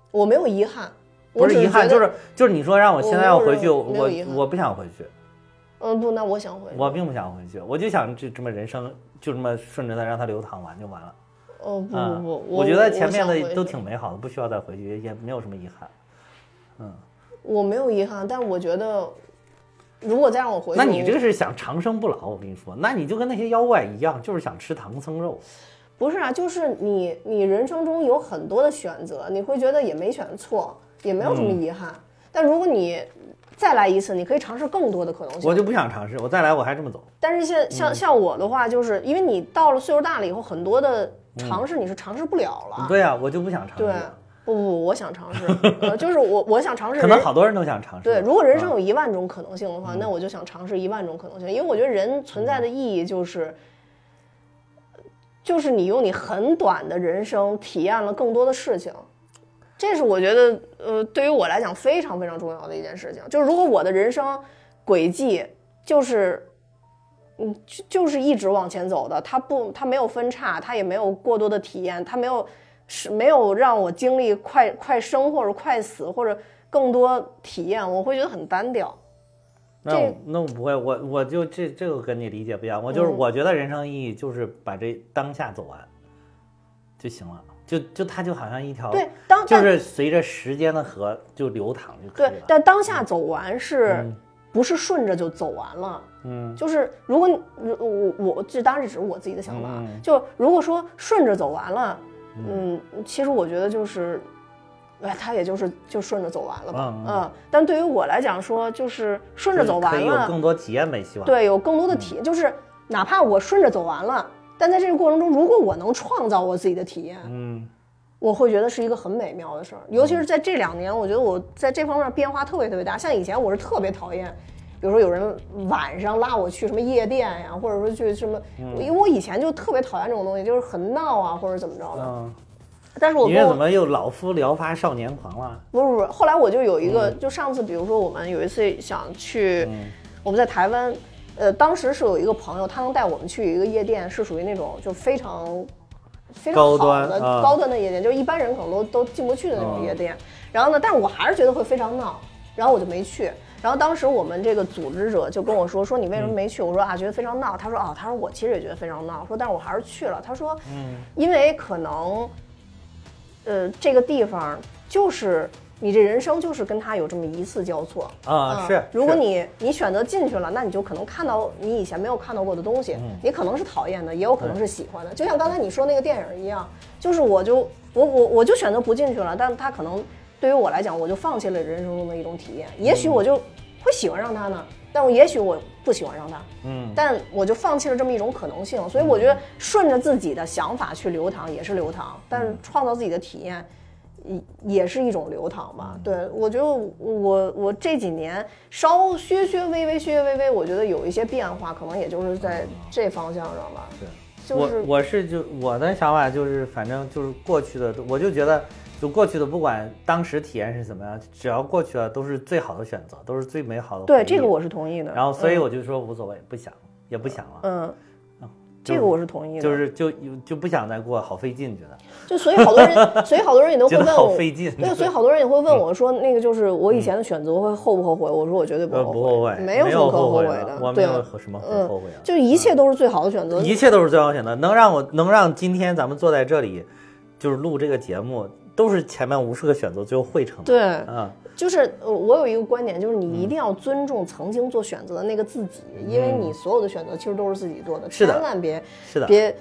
Speaker 2: 我没有遗憾，
Speaker 3: 不
Speaker 2: 我只
Speaker 3: 是遗憾，
Speaker 2: 觉
Speaker 3: 就
Speaker 2: 得
Speaker 3: 是就是你说让我现在要回去，
Speaker 2: 我没有
Speaker 3: 我
Speaker 2: 没有遗憾
Speaker 3: 我不想回去，
Speaker 2: 嗯不，那我想回，
Speaker 3: 我并不想回去，我就想这这么人生就这么顺着它让它流淌完就完了。
Speaker 2: 哦不
Speaker 3: 啊，
Speaker 2: 不不，我
Speaker 3: 我觉得前面
Speaker 2: 想回
Speaker 3: 的都
Speaker 2: 去
Speaker 3: 挺美好的，不需要再回去，也没有什么遗憾。
Speaker 2: 我没有遗憾，但我觉得如果再让我回去，
Speaker 3: 那你这
Speaker 2: 我
Speaker 3: 个是想长生不老，我跟你说，那你就跟那些妖怪一样，就是想吃唐僧肉。
Speaker 2: 不是啊，就是你你人生中有很多的选择，你会觉得也没选错，也没有什么遗憾，但如果你再来一次，你可以尝试更多的可能性。
Speaker 3: 我嗯就不想尝试，我再来我还这么走。
Speaker 2: 但是像像像我的话，就是因为你到了岁数大了以后，很多的尝试你是尝试不了了。
Speaker 3: 对啊，我就不想尝
Speaker 2: 对
Speaker 3: 试。，
Speaker 2: 不不不，我想尝 试，呃，就是我我想尝试
Speaker 3: 可能
Speaker 2: 人
Speaker 3: 好多人都想尝试。
Speaker 2: 对，如果人生
Speaker 3: 啊
Speaker 2: 有一万种可能性的话，那我就想尝试一万种可能性，因为我觉得人存在的意义就是，就是你用你很短的人生体验了更多的事情，这是我觉得呃，对于我来讲非常非常重要的一件事情。就是如果我的人生轨迹就是。嗯，就就是一直往前走的，它不，它没有分叉，它也没有过多的体验，它没有是没有让我经历快快生或者快死或者更多体验，我会觉得很单调。
Speaker 3: 那
Speaker 2: 这
Speaker 3: 我那我不会，我我就这这个跟你理解不一样。我就是
Speaker 2: 嗯
Speaker 3: 我觉得人生意义就是把这当下走完就行了，就就它就好像一条
Speaker 2: 对，当
Speaker 3: 就
Speaker 2: 但
Speaker 3: 是随着时间的河就流淌就可以
Speaker 2: 对
Speaker 3: 了，。
Speaker 2: 但当下走完是、
Speaker 3: 嗯
Speaker 2: 不是顺着就走完了？
Speaker 3: 嗯，
Speaker 2: 就是如果你如我我这当然只是我自己的想法，啊
Speaker 3: 嗯嗯，
Speaker 2: 就如果说顺着走完了，嗯，其实我觉得就是，哎，他也就是就顺着走完了吧，
Speaker 3: 嗯
Speaker 2: 嗯
Speaker 3: 嗯
Speaker 2: 但对于我来讲说，就是顺
Speaker 3: 就
Speaker 2: 着
Speaker 3: 是
Speaker 2: 走完
Speaker 3: 可以有
Speaker 2: 了，
Speaker 3: 更嗯多体验呗，希望。
Speaker 2: 对，有更多的体，就是哪怕我顺着走完了，但在这个过程中，如果我能创造我自己的体验，
Speaker 3: 嗯，
Speaker 2: 我会觉得是一个很美妙的事儿。尤其是在这两年，我觉得我在这方面变化特别特别大。像以前我是特别讨厌，比如说有人晚上拉我去什么夜店呀、或者说去什么，
Speaker 3: 嗯
Speaker 2: 因为我以前就特别讨厌这种东西，就是很闹啊或者怎么着的。
Speaker 3: 嗯，
Speaker 2: 但是我
Speaker 3: 你
Speaker 2: 跟
Speaker 3: 这
Speaker 2: 我
Speaker 3: 怎么又老夫聊发少年狂了？
Speaker 2: 不是不是，后来我就有一个，
Speaker 3: 嗯
Speaker 2: 就上次比如说我们有一次想去，我们在台湾，呃，当时是有一个朋友，他能带我们去一个夜店，是属于那种就非常非常
Speaker 3: 高
Speaker 2: 好
Speaker 3: 端
Speaker 2: 的
Speaker 3: 啊
Speaker 2: 高端的夜店，就是一般人可能都都进不去的那种夜店。然后呢，但是我还是觉得会非常闹，然后我就没去。然后当时我们这个组织者就跟我说，说你为什么没去？我说啊，觉得非常闹。他说啊，他说我其实也觉得非常闹，说但是我还是去了。他说，嗯，因为可能。呃，这个地方就是你这人生就是跟他有这么一次交错
Speaker 3: 啊
Speaker 2: 嗯
Speaker 3: 是
Speaker 2: 如果
Speaker 3: 是
Speaker 2: 你你选择进去了，那你就可能看到你以前没有看到过的东西，
Speaker 3: 嗯
Speaker 2: 你可能是讨厌的，也有可能是喜欢的。就像刚才你说那个电影一样，就是我就我我我就
Speaker 3: 嗯
Speaker 2: 选择不进去了，但他可能对于我来讲，我就放弃了人生中的一种体验。也许我就会喜欢上他呢。但我也许我不喜欢上他，
Speaker 3: 嗯，
Speaker 2: 但我就放弃了这么一种可能性。所以我觉得顺着自己的想法去流淌也是流淌，但是创造自己的体验。也也是一种流淌吧，
Speaker 3: 嗯
Speaker 2: 对我觉得我我这几年稍削削微微削削微微，我觉得有一些变化，可能也就是在这方向上吧。
Speaker 3: 对。
Speaker 2: 就
Speaker 3: 我
Speaker 2: 是
Speaker 3: 我是就我的想法就是，反正就是过去的，我就觉得就过去的，不管当时体验是怎么样，只要过去了，都是最好的选择，都是最美好的。
Speaker 2: 对这个。我是同意的。
Speaker 3: 然后，所以
Speaker 2: 嗯
Speaker 3: 我就说无所谓，不想也不想了，
Speaker 2: 嗯
Speaker 3: 嗯，
Speaker 2: 这个我是同意的。
Speaker 3: 就是就就不想再过，好费劲，觉得
Speaker 2: 就所以好多 人，所以好多人也都会
Speaker 3: 觉得
Speaker 2: 问
Speaker 3: 好
Speaker 2: 我，
Speaker 3: 费劲。 嗯
Speaker 2: 对，所以好多人也会问我说，那个就是我以前的选择会后不后悔？我说我绝对不
Speaker 3: 呃
Speaker 2: 后悔，
Speaker 3: 不后悔，
Speaker 2: 没
Speaker 3: 有
Speaker 2: 有什么可
Speaker 3: 后
Speaker 2: 悔
Speaker 3: 的，我没
Speaker 2: 对，
Speaker 3: 有什么可
Speaker 2: 嗯
Speaker 3: 后悔的。
Speaker 2: 就一切都是最好的选择。
Speaker 3: 一切都是最好选择，能让我能让今天咱们坐在这里，就是录这个节目，都是前面无数个选择最后汇成的。，
Speaker 2: 对，
Speaker 3: 嗯，
Speaker 2: 就是呃我有一个观点，就是你一定要尊重曾经做选择的那个自己，因为你所有的选择其实都是自己做的，
Speaker 3: 嗯是的
Speaker 2: 千万别
Speaker 3: 是的。
Speaker 2: 别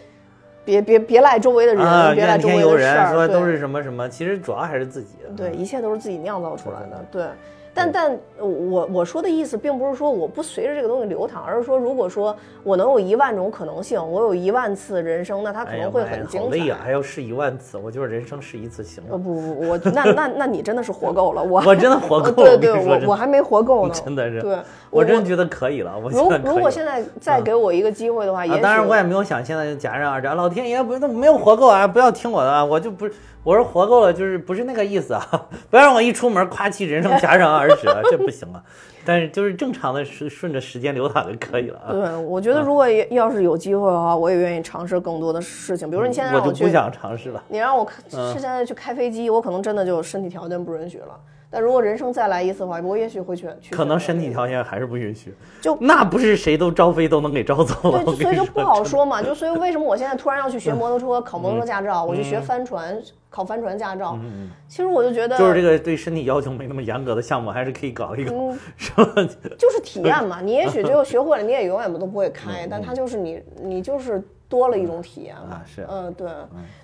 Speaker 2: 别别别赖周围的人，
Speaker 3: 啊，
Speaker 2: 别赖
Speaker 3: 怨
Speaker 2: 周
Speaker 3: 天
Speaker 2: 围
Speaker 3: 尤
Speaker 2: 的事
Speaker 3: 人，
Speaker 2: 儿，
Speaker 3: 说
Speaker 2: 对
Speaker 3: 都是什么什么，其实主要还是自己。
Speaker 2: 对，
Speaker 3: 嗯
Speaker 2: 一切都是自己酿造出来的。对，但但我我说的意思，并不是说我不随着这个东西流淌，而是说，如果说我能有一万种可能性，我有一万次人生，那它可
Speaker 3: 哎呀
Speaker 2: 能会
Speaker 3: 妈呀
Speaker 2: 很
Speaker 3: 好
Speaker 2: 精
Speaker 3: 累
Speaker 2: 彩。
Speaker 3: 呀，还要试一万次，我就是人生试一次行
Speaker 2: 呃
Speaker 3: 了。
Speaker 2: 不不不，我那那那你真的是活够了，我哦
Speaker 3: 我真的活够 了，
Speaker 2: 对
Speaker 3: 我
Speaker 2: 对，
Speaker 3: 跟你说真
Speaker 2: 我我
Speaker 3: 的，
Speaker 2: 还没活够呢，
Speaker 3: 真的是
Speaker 2: 对，
Speaker 3: 我真的觉得可以了，我觉
Speaker 2: 如
Speaker 3: 得可以了。嗯
Speaker 2: 如果现在再给我一个机会的话，也
Speaker 3: 啊，
Speaker 2: 许
Speaker 3: 当然我也没有想现在就戛然而止。啊老天爷不是没有活够啊，不要听我的啊，我就不是我是活够了，就是不是那个意思啊，不要让我一出门夸其人生戛然而止啊，这不行啊。 但是就是正常的顺顺着时间流淌就可以了啊。
Speaker 2: 对，我觉得如果也要是有机会的话，我也愿意尝试更多的事情。比如说你现在
Speaker 3: 我
Speaker 2: 让
Speaker 3: 就
Speaker 2: 去
Speaker 3: 不想尝试了。
Speaker 2: 你让我看
Speaker 3: 嗯
Speaker 2: 是现在去开飞机，我可能真的就身体条件不允许了。但如果人生再来一次的话，我也许会去去选择这个。
Speaker 3: 可能身体条件还是不允许，
Speaker 2: 就
Speaker 3: 那不是谁都招飞都能给招走了。
Speaker 2: 对，就
Speaker 3: 我跟
Speaker 2: 所以
Speaker 3: 你
Speaker 2: 就
Speaker 3: 说，嗯
Speaker 2: 不好说嘛。就所以为什么我现在突然要去学摩托车，考摩托车驾照，我去学帆船，考帆船驾照。其实我就觉得，
Speaker 3: 嗯就是这个对身体要求没那么严格的项目，还是可以搞一搞，
Speaker 2: 嗯
Speaker 3: 是吧？
Speaker 2: 就是体验嘛。你也许就学会了，你也永远都不会开，但它就是你，你就是多了一种体验嘛
Speaker 3: 嗯啊。是
Speaker 2: 嗯，对。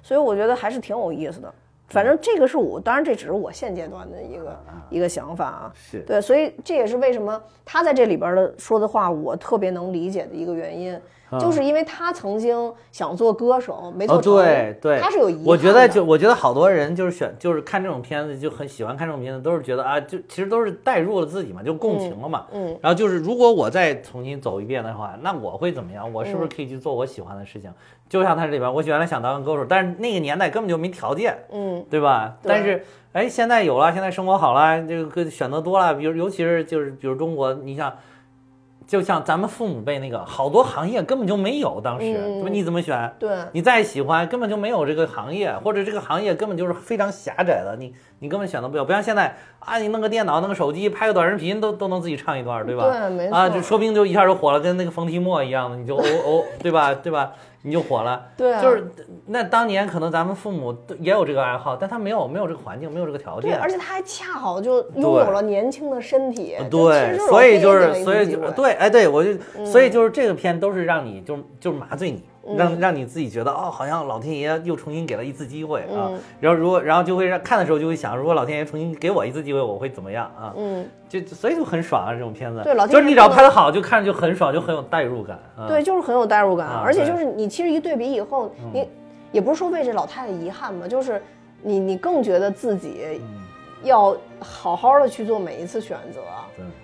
Speaker 2: 所以我觉得还是挺有意思的。反
Speaker 3: 嗯
Speaker 2: 正这个是我，当然这只是我现阶段的一个一个想法啊。
Speaker 3: 是
Speaker 2: 对，所以这也是为什么他在这里边的说的话，我特别能理解的一个原因，就是因为他曾经想做歌手，没做
Speaker 3: 嗯哦，
Speaker 2: 成。
Speaker 3: 对对，
Speaker 2: 嗯他是有遗憾的。
Speaker 3: 我觉得就我觉得好多人就是选就是看这种片子就很喜欢看这种片子，都是觉得啊，就其实都是代入了自己嘛，就共情了嘛。
Speaker 2: 嗯
Speaker 3: 然后就是如果我再重新走一遍的话，那我会怎么样？我是
Speaker 2: 嗯
Speaker 3: 不是可以去做我喜欢的事情？就像他这里边，我原来想当个歌手，但是那个年代根本就没条件。
Speaker 2: 嗯，
Speaker 3: 对吧？
Speaker 2: 对
Speaker 3: 但是哎，现在有了，现在生活好了，这个选择多了，比如尤其是就是比如中国，你想，就像咱们父母辈那个，好多行业根本就没有，当时
Speaker 2: 嗯
Speaker 3: 说、你怎么选？
Speaker 2: 对
Speaker 3: 你再喜欢，根本就没有这个行业，或者这个行业根本就是非常狭窄的，你你根本选择不了。不像现在啊，你弄个电脑，弄个手机，拍个短视频都都能自己唱一段，对吧？
Speaker 2: 对没错
Speaker 3: 啊，就说不定就一下就火了，跟那个冯提莫一样的，你就哦哦，对吧？对吧？你就火了。
Speaker 2: 对啊
Speaker 3: 就是那当年可能咱们父母都也有这个爱好，但他没有没有这个环境，没有这个条
Speaker 2: 对，
Speaker 3: 件。
Speaker 2: 而且他还恰好就拥有了年轻的身体，就其实
Speaker 3: 呃对，所以就是
Speaker 2: 这种非常有意思
Speaker 3: 所
Speaker 2: 的
Speaker 3: 以
Speaker 2: 机
Speaker 3: 就
Speaker 2: 会嗯
Speaker 3: 对，哎，对我就所以就是这个片都是让你就就是麻醉你，让让你自己觉得哦，好像老天爷又重新给了一次机会啊。
Speaker 2: 嗯
Speaker 3: 然后如果然后就会让看的时候就会想，如果老天爷重新给我一次机会，我会怎么样啊？
Speaker 2: 嗯，
Speaker 3: 就所以就很爽啊，这种片子。
Speaker 2: 对老天爷
Speaker 3: 就是你只要
Speaker 2: 真的
Speaker 3: 拍的好，就看着就很爽，就很有代入感啊。
Speaker 2: 对，就是很有代入感，
Speaker 3: 啊
Speaker 2: 而且
Speaker 3: 对嗯
Speaker 2: 就是你其实一对比以后，你也不是说为这老太太遗憾吧，就是你你更觉得自己
Speaker 3: 嗯
Speaker 2: 要好好的去做每一次选择。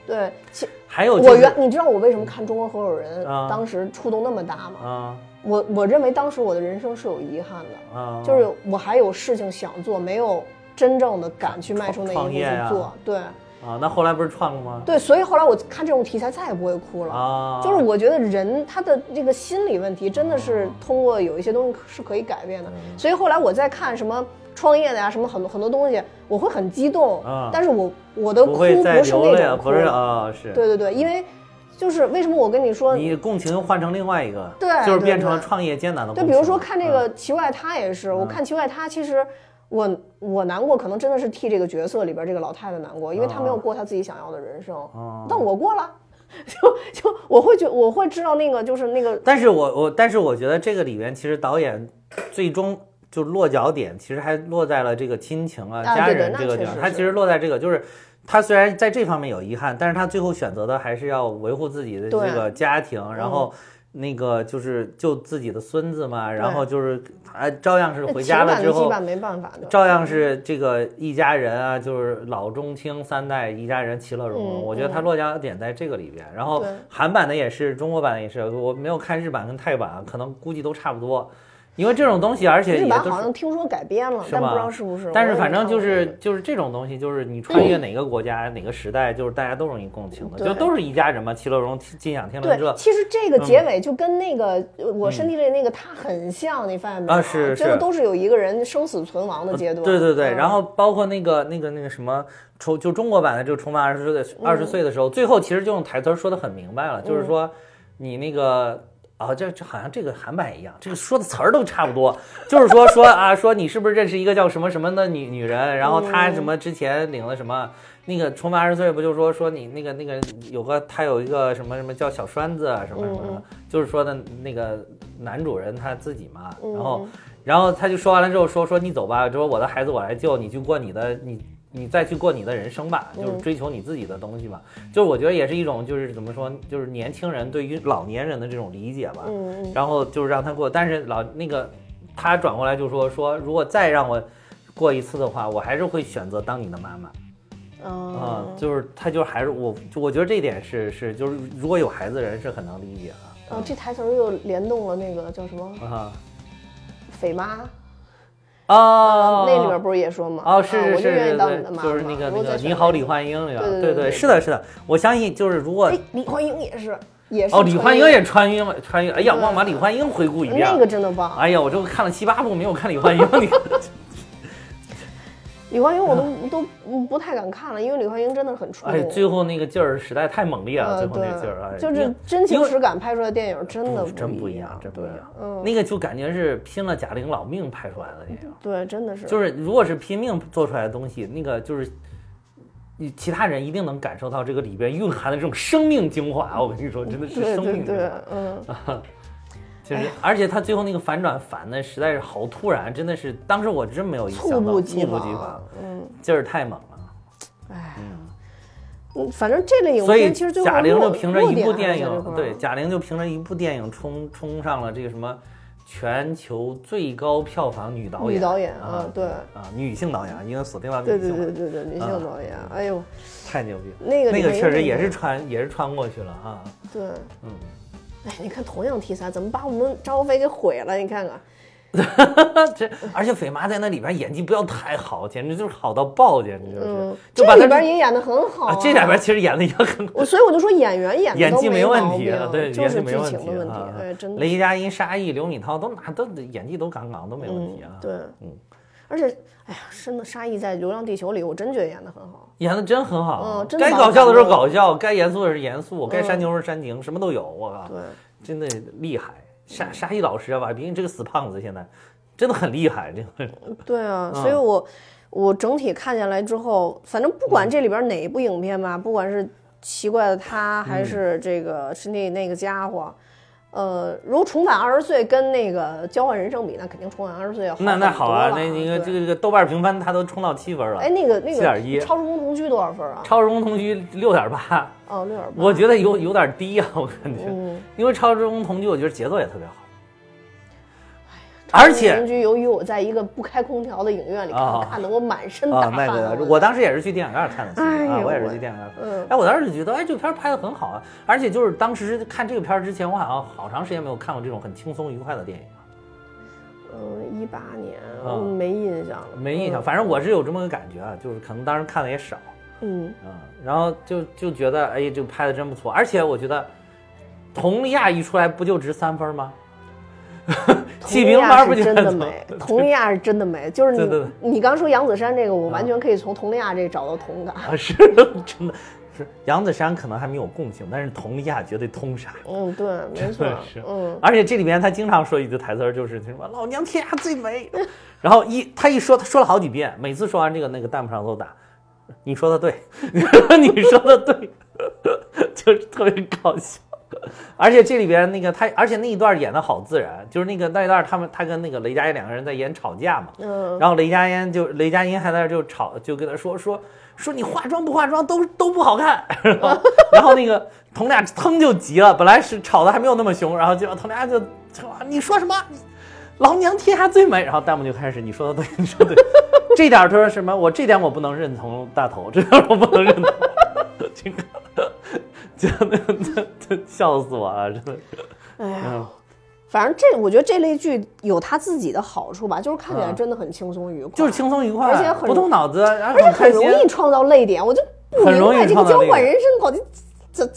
Speaker 3: 对
Speaker 2: 对，其
Speaker 3: 还有
Speaker 2: 我
Speaker 3: 就是
Speaker 2: 原你知道我为什么看《中国合伙人》
Speaker 3: 啊
Speaker 2: 当时触动那么大吗？
Speaker 3: 啊
Speaker 2: 我我认为当时我的人生是有遗憾的，
Speaker 3: 啊，
Speaker 2: 就是我还有事情想做，没有真正的敢去迈出那一步
Speaker 3: 创业
Speaker 2: 去
Speaker 3: 啊
Speaker 2: 做。对
Speaker 3: 啊，那后来不是创了吗？
Speaker 2: 对，所以后来我看这种题材再也不会哭了。
Speaker 3: 啊，
Speaker 2: 就是我觉得人他的这个心理问题真的
Speaker 3: 啊
Speaker 2: 是通过有一些东西是可以改变的，
Speaker 3: 嗯
Speaker 2: 所以后来我在看什么创业的呀、什么很多很多东西，我会很激动，
Speaker 3: 啊
Speaker 2: 但是我我的哭
Speaker 3: 不
Speaker 2: 不是
Speaker 3: 会再
Speaker 2: 那
Speaker 3: 流泪
Speaker 2: 种
Speaker 3: 了，
Speaker 2: 哭，
Speaker 3: 不是啊，是
Speaker 2: 对对对，因为就是为什么我跟你说，
Speaker 3: 你共情换成另外一个，
Speaker 2: 对
Speaker 3: 就是
Speaker 2: 对
Speaker 3: 变成
Speaker 2: 对
Speaker 3: 了创业艰难的共
Speaker 2: 对，
Speaker 3: 情。
Speaker 2: 比如说看这
Speaker 3: 嗯
Speaker 2: 个《奇怪他》也是，我看《奇怪他》，其实我我难过，可能真的是替这个角色里边这个老太太难过，因为她没有过她自己想要的人生，但我过了，就就我会觉我会知道那个就是那个
Speaker 3: 但是我我但是我觉得这个里面其实导演最终就落脚点，其实还落在了这个亲情啊、
Speaker 2: 啊
Speaker 3: 家
Speaker 2: 对对
Speaker 3: 人
Speaker 2: 那
Speaker 3: 这个
Speaker 2: 确
Speaker 3: 点儿，
Speaker 2: 实
Speaker 3: 他
Speaker 2: 是
Speaker 3: 其实落在这个就是他虽然在这方面有遗憾，但是他最后选择的还是要维护自己的这
Speaker 2: 对嗯
Speaker 3: 个家庭，然后那个就是救自己的孙子嘛，然后就是啊，照样是
Speaker 2: 那
Speaker 3: 回
Speaker 2: 情感
Speaker 3: 家了
Speaker 2: 的
Speaker 3: 之
Speaker 2: 羁
Speaker 3: 后，
Speaker 2: 绊没办法的。
Speaker 3: 照样是这个一家人啊，就是老中青三代一家人其乐融
Speaker 2: 嗯
Speaker 3: 融。我觉得它落脚点在这个里边。然后
Speaker 2: 对
Speaker 3: 韩版的也是，中国版的也是，我没有看日版跟泰版，可能估计都差不多。因为这种东西，而且
Speaker 2: 日
Speaker 3: 也
Speaker 2: 版
Speaker 3: 都
Speaker 2: 好
Speaker 3: 是，
Speaker 2: 像听说改编了，
Speaker 3: 是
Speaker 2: 但不知
Speaker 3: 吧
Speaker 2: 道是不是。
Speaker 3: 但是
Speaker 2: 我也没
Speaker 3: 反正
Speaker 2: 看
Speaker 3: 就
Speaker 2: 过
Speaker 3: 是就是这种东西，就是你穿越哪个国家、哪个时代，就是大家都容易共情的，
Speaker 2: 对
Speaker 3: 就都是一家人嘛，其乐融融，尽享天伦之
Speaker 2: 对，
Speaker 3: 乐。
Speaker 2: 其实这个结尾就跟那个呃我身体里那个他很像，你发现没有？
Speaker 3: 啊是
Speaker 2: 真的
Speaker 3: 是
Speaker 2: 都是有一个人生死存亡的阶段。
Speaker 3: 对对对，
Speaker 2: 嗯
Speaker 3: 然后包括那个那个那个什么重，就中国版的这个重返二十岁的二十岁的时
Speaker 2: 嗯
Speaker 3: 候，最后其实就用台词儿说的很明白了，就是说你那个。啊，这这好像这个韩版一样，这个说的词儿都差不多， 就是说说啊，说你是不是认识一个叫什么什么的女女人，然后她什么之前领了什么，那个重返二十岁不就说说你那个那个有个他有一个什么什么叫小栓子啊什么什么的，就是说的那个男主人他自己嘛，然后然后他就说完了之后说说你走吧，说我的孩子我来救，你去过你的你你再去过你的人生吧，就是
Speaker 2: 嗯
Speaker 3: 追求你自己的东西吧。就是我觉得也是一种就是怎么说，就是年轻人对于老年人的这种理解吧。
Speaker 2: 嗯嗯
Speaker 3: 然后就是让他过，但是老那个他转过来就说说如果再让我过一次的话，我还是会选择当你的妈妈。啊、
Speaker 2: 嗯
Speaker 3: 就是他就还是我，就我觉得这点是是就是如果有孩子的人是很能理解的
Speaker 2: 啊，这台词儿又联动了那个叫什么
Speaker 3: 啊
Speaker 2: 匪妈，
Speaker 3: 啊
Speaker 2: 嗯
Speaker 3: 啊
Speaker 2: 那里边不是也说吗？
Speaker 3: 哦，是
Speaker 2: 啊
Speaker 3: 是
Speaker 2: 我
Speaker 3: 是
Speaker 2: 就愿
Speaker 3: 是
Speaker 2: 意当你的
Speaker 3: 是，
Speaker 2: 妈妈。
Speaker 3: 就是那个
Speaker 2: 如
Speaker 3: 那
Speaker 2: 果再
Speaker 3: 个
Speaker 2: 选
Speaker 3: 你好
Speaker 2: 一
Speaker 3: 李
Speaker 2: 个，
Speaker 3: 焕英里边，
Speaker 2: 对对
Speaker 3: 对
Speaker 2: 对对
Speaker 3: 是的是的，我相信就是如果
Speaker 2: 哎，李焕英也是也是
Speaker 3: 哦李
Speaker 2: 穿
Speaker 3: 焕
Speaker 2: 越
Speaker 3: 英也穿越了穿越，哎呀，
Speaker 2: 对
Speaker 3: 忘把李焕英回顾一遍
Speaker 2: 那
Speaker 3: 了
Speaker 2: 个，真的棒，
Speaker 3: 哎呀，我就看了七八部没有看李焕英，你
Speaker 2: 李焕英我都都嗯不太敢看了，因为李焕英真的很触
Speaker 3: 哎，
Speaker 2: 动。
Speaker 3: 最后那个劲儿实在太猛烈了，
Speaker 2: 呃
Speaker 3: 最后那
Speaker 2: 对
Speaker 3: 个劲儿，哎，，
Speaker 2: 就是真情实感拍出来的电影真的
Speaker 3: 不嗯真不
Speaker 2: 一
Speaker 3: 一样，真不
Speaker 2: 对
Speaker 3: 一样，
Speaker 2: 嗯，
Speaker 3: 那个就感觉是拼了贾玲老命拍出来的电影，
Speaker 2: 对，真的是，
Speaker 3: 就是如果是拼命做出来的东西，那个就是。你其他人一定能感受到这个里边蕴含的这种生命精华，我跟你说，真的是
Speaker 2: 对
Speaker 3: 生
Speaker 2: 对
Speaker 3: 命精
Speaker 2: 对
Speaker 3: 华。，
Speaker 2: 嗯，
Speaker 3: 就是， 而且他最后那个反转反的实在是好突然，真的是，当时我真没有意想到，
Speaker 2: 猝不
Speaker 3: 及
Speaker 2: 及
Speaker 3: 防，
Speaker 2: 防，嗯，
Speaker 3: 劲儿太猛了。
Speaker 2: 哎，嗯反正这类影
Speaker 3: 所以
Speaker 2: 片其实最后
Speaker 3: 贾玲
Speaker 2: 落
Speaker 3: 就凭着一部电
Speaker 2: 落点还是在这
Speaker 3: 影，
Speaker 2: 块儿
Speaker 3: 对，贾玲就凭着一部电影冲冲上了这个什么全球最高票房女导演，
Speaker 2: 女导演
Speaker 3: 啊
Speaker 2: 啊，，对
Speaker 3: 啊，女性导演，因啊为锁定了女
Speaker 2: 对
Speaker 3: 性，
Speaker 2: 对对，对对，女性导演，哎呦，
Speaker 3: 太牛逼了。
Speaker 2: 那个
Speaker 3: 那个
Speaker 2: 里面
Speaker 3: 确实
Speaker 2: 有
Speaker 3: 也是穿也是穿过去了啊，
Speaker 2: 对，嗯，哎，你看同样题材，怎么把我们张高飞给毁了？你看看，
Speaker 3: 这而且匪妈在那里边演技不要太好，简直就是好到爆，简直就是
Speaker 2: 嗯，
Speaker 3: 就
Speaker 2: 这
Speaker 3: 把
Speaker 2: 里
Speaker 3: 她
Speaker 2: 边也演的很好
Speaker 3: 啊
Speaker 2: 啊，
Speaker 3: 这里边其实演的也很
Speaker 2: 我所以我就说演员演
Speaker 3: 演
Speaker 2: 的
Speaker 3: 技
Speaker 2: 都
Speaker 3: 没问
Speaker 2: 毛
Speaker 3: 题
Speaker 2: 病
Speaker 3: 啊，，对，
Speaker 2: 就
Speaker 3: 演技
Speaker 2: 是剧
Speaker 3: 没问
Speaker 2: 情
Speaker 3: 题
Speaker 2: 的问题
Speaker 3: 啊，。
Speaker 2: 哎，真的，
Speaker 3: 雷佳音、沙溢、刘敏涛都拿都演技都杠杠，都没问题啊，
Speaker 2: 对，嗯，而且，哎呀，真的沙溢在《流浪地球》里，我真觉得演的很好。
Speaker 3: 演的真很好
Speaker 2: 嗯，真的
Speaker 3: 该
Speaker 2: 把
Speaker 3: 搞
Speaker 2: 我
Speaker 3: 笑的时候
Speaker 2: 感动
Speaker 3: 搞笑，该严肃的时候严肃，该煽情的时候煽情，什么都有，我靠，
Speaker 2: 嗯对，嗯
Speaker 3: 真的厉害。沙沙溢老师啊，把别人这个死胖子现在真的很厉害，这个
Speaker 2: 对啊，所
Speaker 3: 嗯
Speaker 2: 以我我整体看下来之后，反正不
Speaker 3: 嗯
Speaker 2: 管这里边哪一部影片吧，不管是奇怪的他，
Speaker 3: 嗯
Speaker 2: 还是这个是那那个家伙。呃，如果重返二十岁跟那个交换人生比，那肯定重返二十岁要好
Speaker 3: 那那好啊，那
Speaker 2: 一
Speaker 3: 那个这个这个豆瓣评分他都冲到七分了
Speaker 2: 哎，，那个那
Speaker 3: 4.1
Speaker 2: 个超时空同居多少分啊？
Speaker 3: 超时空同居六点八，
Speaker 2: 哦，六点八。
Speaker 3: 我觉得有有点低啊，我感觉，
Speaker 2: 嗯，
Speaker 3: 因为超时空同居我觉得节奏也特别好，
Speaker 2: 超
Speaker 3: 而
Speaker 2: 级
Speaker 3: 且
Speaker 2: 邻居，由于我在一个不开空调的影院里看
Speaker 3: 啊，
Speaker 2: 看得我满身大
Speaker 3: 啊，麦
Speaker 2: 汗
Speaker 3: 格
Speaker 2: 啊。
Speaker 3: 的，我当时也是去电影院看的，其
Speaker 2: 哎
Speaker 3: 实啊，
Speaker 2: 呦
Speaker 3: 我也是
Speaker 2: 喂
Speaker 3: 去电影院看。
Speaker 2: 嗯
Speaker 3: 哎，我当时就觉得，哎，这片儿拍的很好啊，而且就是当时看这个片儿之前，我好像好长时间没有看过这种很轻松愉快的电影了，
Speaker 2: 嗯，一八年，
Speaker 3: 啊
Speaker 2: 我没印象了，
Speaker 3: 没印象。
Speaker 2: 嗯。
Speaker 3: 反正我是有这么个感觉啊，就是可能当时看的也少，
Speaker 2: 嗯，
Speaker 3: 嗯，然后就就觉得，哎，这个拍的真不错。而且我觉得，佟丽娅一出来不就值三分吗？
Speaker 2: 佟
Speaker 3: 气
Speaker 2: 丽
Speaker 3: 瓶
Speaker 2: 娅
Speaker 3: 班不
Speaker 2: 是
Speaker 3: 就
Speaker 2: 真的
Speaker 3: 走
Speaker 2: 美，佟丽娅是真的美，就是
Speaker 3: 对啊对
Speaker 2: 你你刚说杨子姗这个，我完全可以从佟丽娅这找到同感。
Speaker 3: 啊，是真的是杨子姗可能还没有共情，但是佟丽娅绝对通杀。
Speaker 2: 嗯，对，没错
Speaker 3: 对是，
Speaker 2: 嗯，
Speaker 3: 而且这里面他经常说一句台词儿，就是什么“老娘天下最美”， 然后一他一说，他说了好几遍，每次说完这个，那个弹幕上都打：“ 你说的对，你说的对”，就是特别搞笑。而且这里边那个他，而且那一段演的好自然，就是那个那一段他们他跟那个雷佳音两个人在演吵架嘛，
Speaker 2: 嗯，
Speaker 3: 然后雷佳音就雷佳音还在那儿就吵，就跟他说说说你化妆不化妆都都不好看， 然后然后那个佟俩腾就急了，本来是吵的还没有那么凶，然后结果佟俩就就啊你说什么？你老娘天下最美，然后弹幕就开始你说的对，你说的对， 这点儿他说什么？我这点我不能认同大头， 这点我不能认同，这个真的真的笑死我了，真的。
Speaker 2: 哎呀，
Speaker 3: 嗯，
Speaker 2: 反正这我觉得这类剧有它自己的好处吧，就是看起来
Speaker 3: 嗯
Speaker 2: 真的很轻松愉快，
Speaker 3: 就是轻松愉快，
Speaker 2: 而且很
Speaker 3: 不动脑子，然后
Speaker 2: 而且
Speaker 3: 开
Speaker 2: 很
Speaker 3: 心
Speaker 2: 容易创造泪点，我就不
Speaker 3: 很
Speaker 2: 明
Speaker 3: 容易
Speaker 2: 白这个
Speaker 3: 创造
Speaker 2: 交
Speaker 3: 泪
Speaker 2: 换
Speaker 3: 点嗯
Speaker 2: 人生搞的这这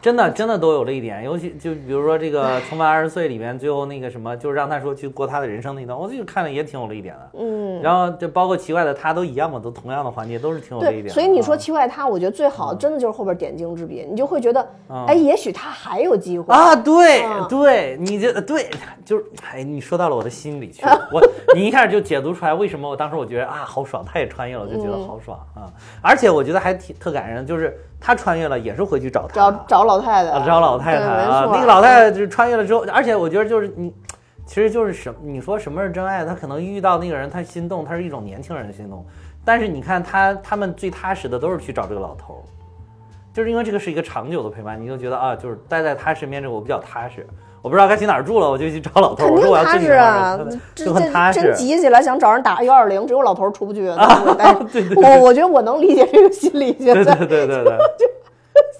Speaker 3: 真的真的都有了一点，尤其就比如说这个《重返二十岁》里面最后那个什么，就是让他说去过他的人生那段，我就看了也挺有了一点的。
Speaker 2: 嗯。
Speaker 3: 然后就包括奇怪的他都一样嘛，都同样的环节都是挺有了一点
Speaker 2: 对，
Speaker 3: 嗯的。
Speaker 2: 所以你说
Speaker 3: 啊
Speaker 2: 奇怪他，我觉得最好真的就是后边点睛之笔，你就会觉得，哎，也许他还有机会。
Speaker 3: 嗯啊，对
Speaker 2: 嗯
Speaker 3: 对，你这对就是哎，你说到了我的心 里去了。我你一下就解读出来为什么我当时我觉得啊好爽，他也穿越了，我就觉
Speaker 2: 嗯
Speaker 3: 得好爽啊。而且我觉得还挺特感人，就是他穿越了也是回去找他，
Speaker 2: 找找老太太，
Speaker 3: 啊，找老太太
Speaker 2: 对没
Speaker 3: 啊，
Speaker 2: 错
Speaker 3: 那个老太太就是穿越了之后，而且我觉得就是你，其实就是什么，你说什么是真爱？她可能遇到那个人，她心动，她是一种年轻人的心动，但是你看她他们最踏实的都是去找这个老头儿，就是因为这个是一个长久的陪伴，你就觉得啊，就是待在他身边这个我比较踏实。我不知道该去哪儿住了，我就去找老头儿。
Speaker 2: 肯
Speaker 3: 我说
Speaker 2: 定
Speaker 3: 我要
Speaker 2: 踏
Speaker 3: 去你
Speaker 2: 实
Speaker 3: 那儿
Speaker 2: 啊
Speaker 3: 我就，
Speaker 2: 这
Speaker 3: 就很踏
Speaker 2: 这
Speaker 3: 实。
Speaker 2: 真急起来想找人打幺二零，只有老头儿出不去。 但是
Speaker 3: 对对对
Speaker 2: 我我觉得我能理解这个心理，现
Speaker 3: 对
Speaker 2: 在
Speaker 3: 对对对 对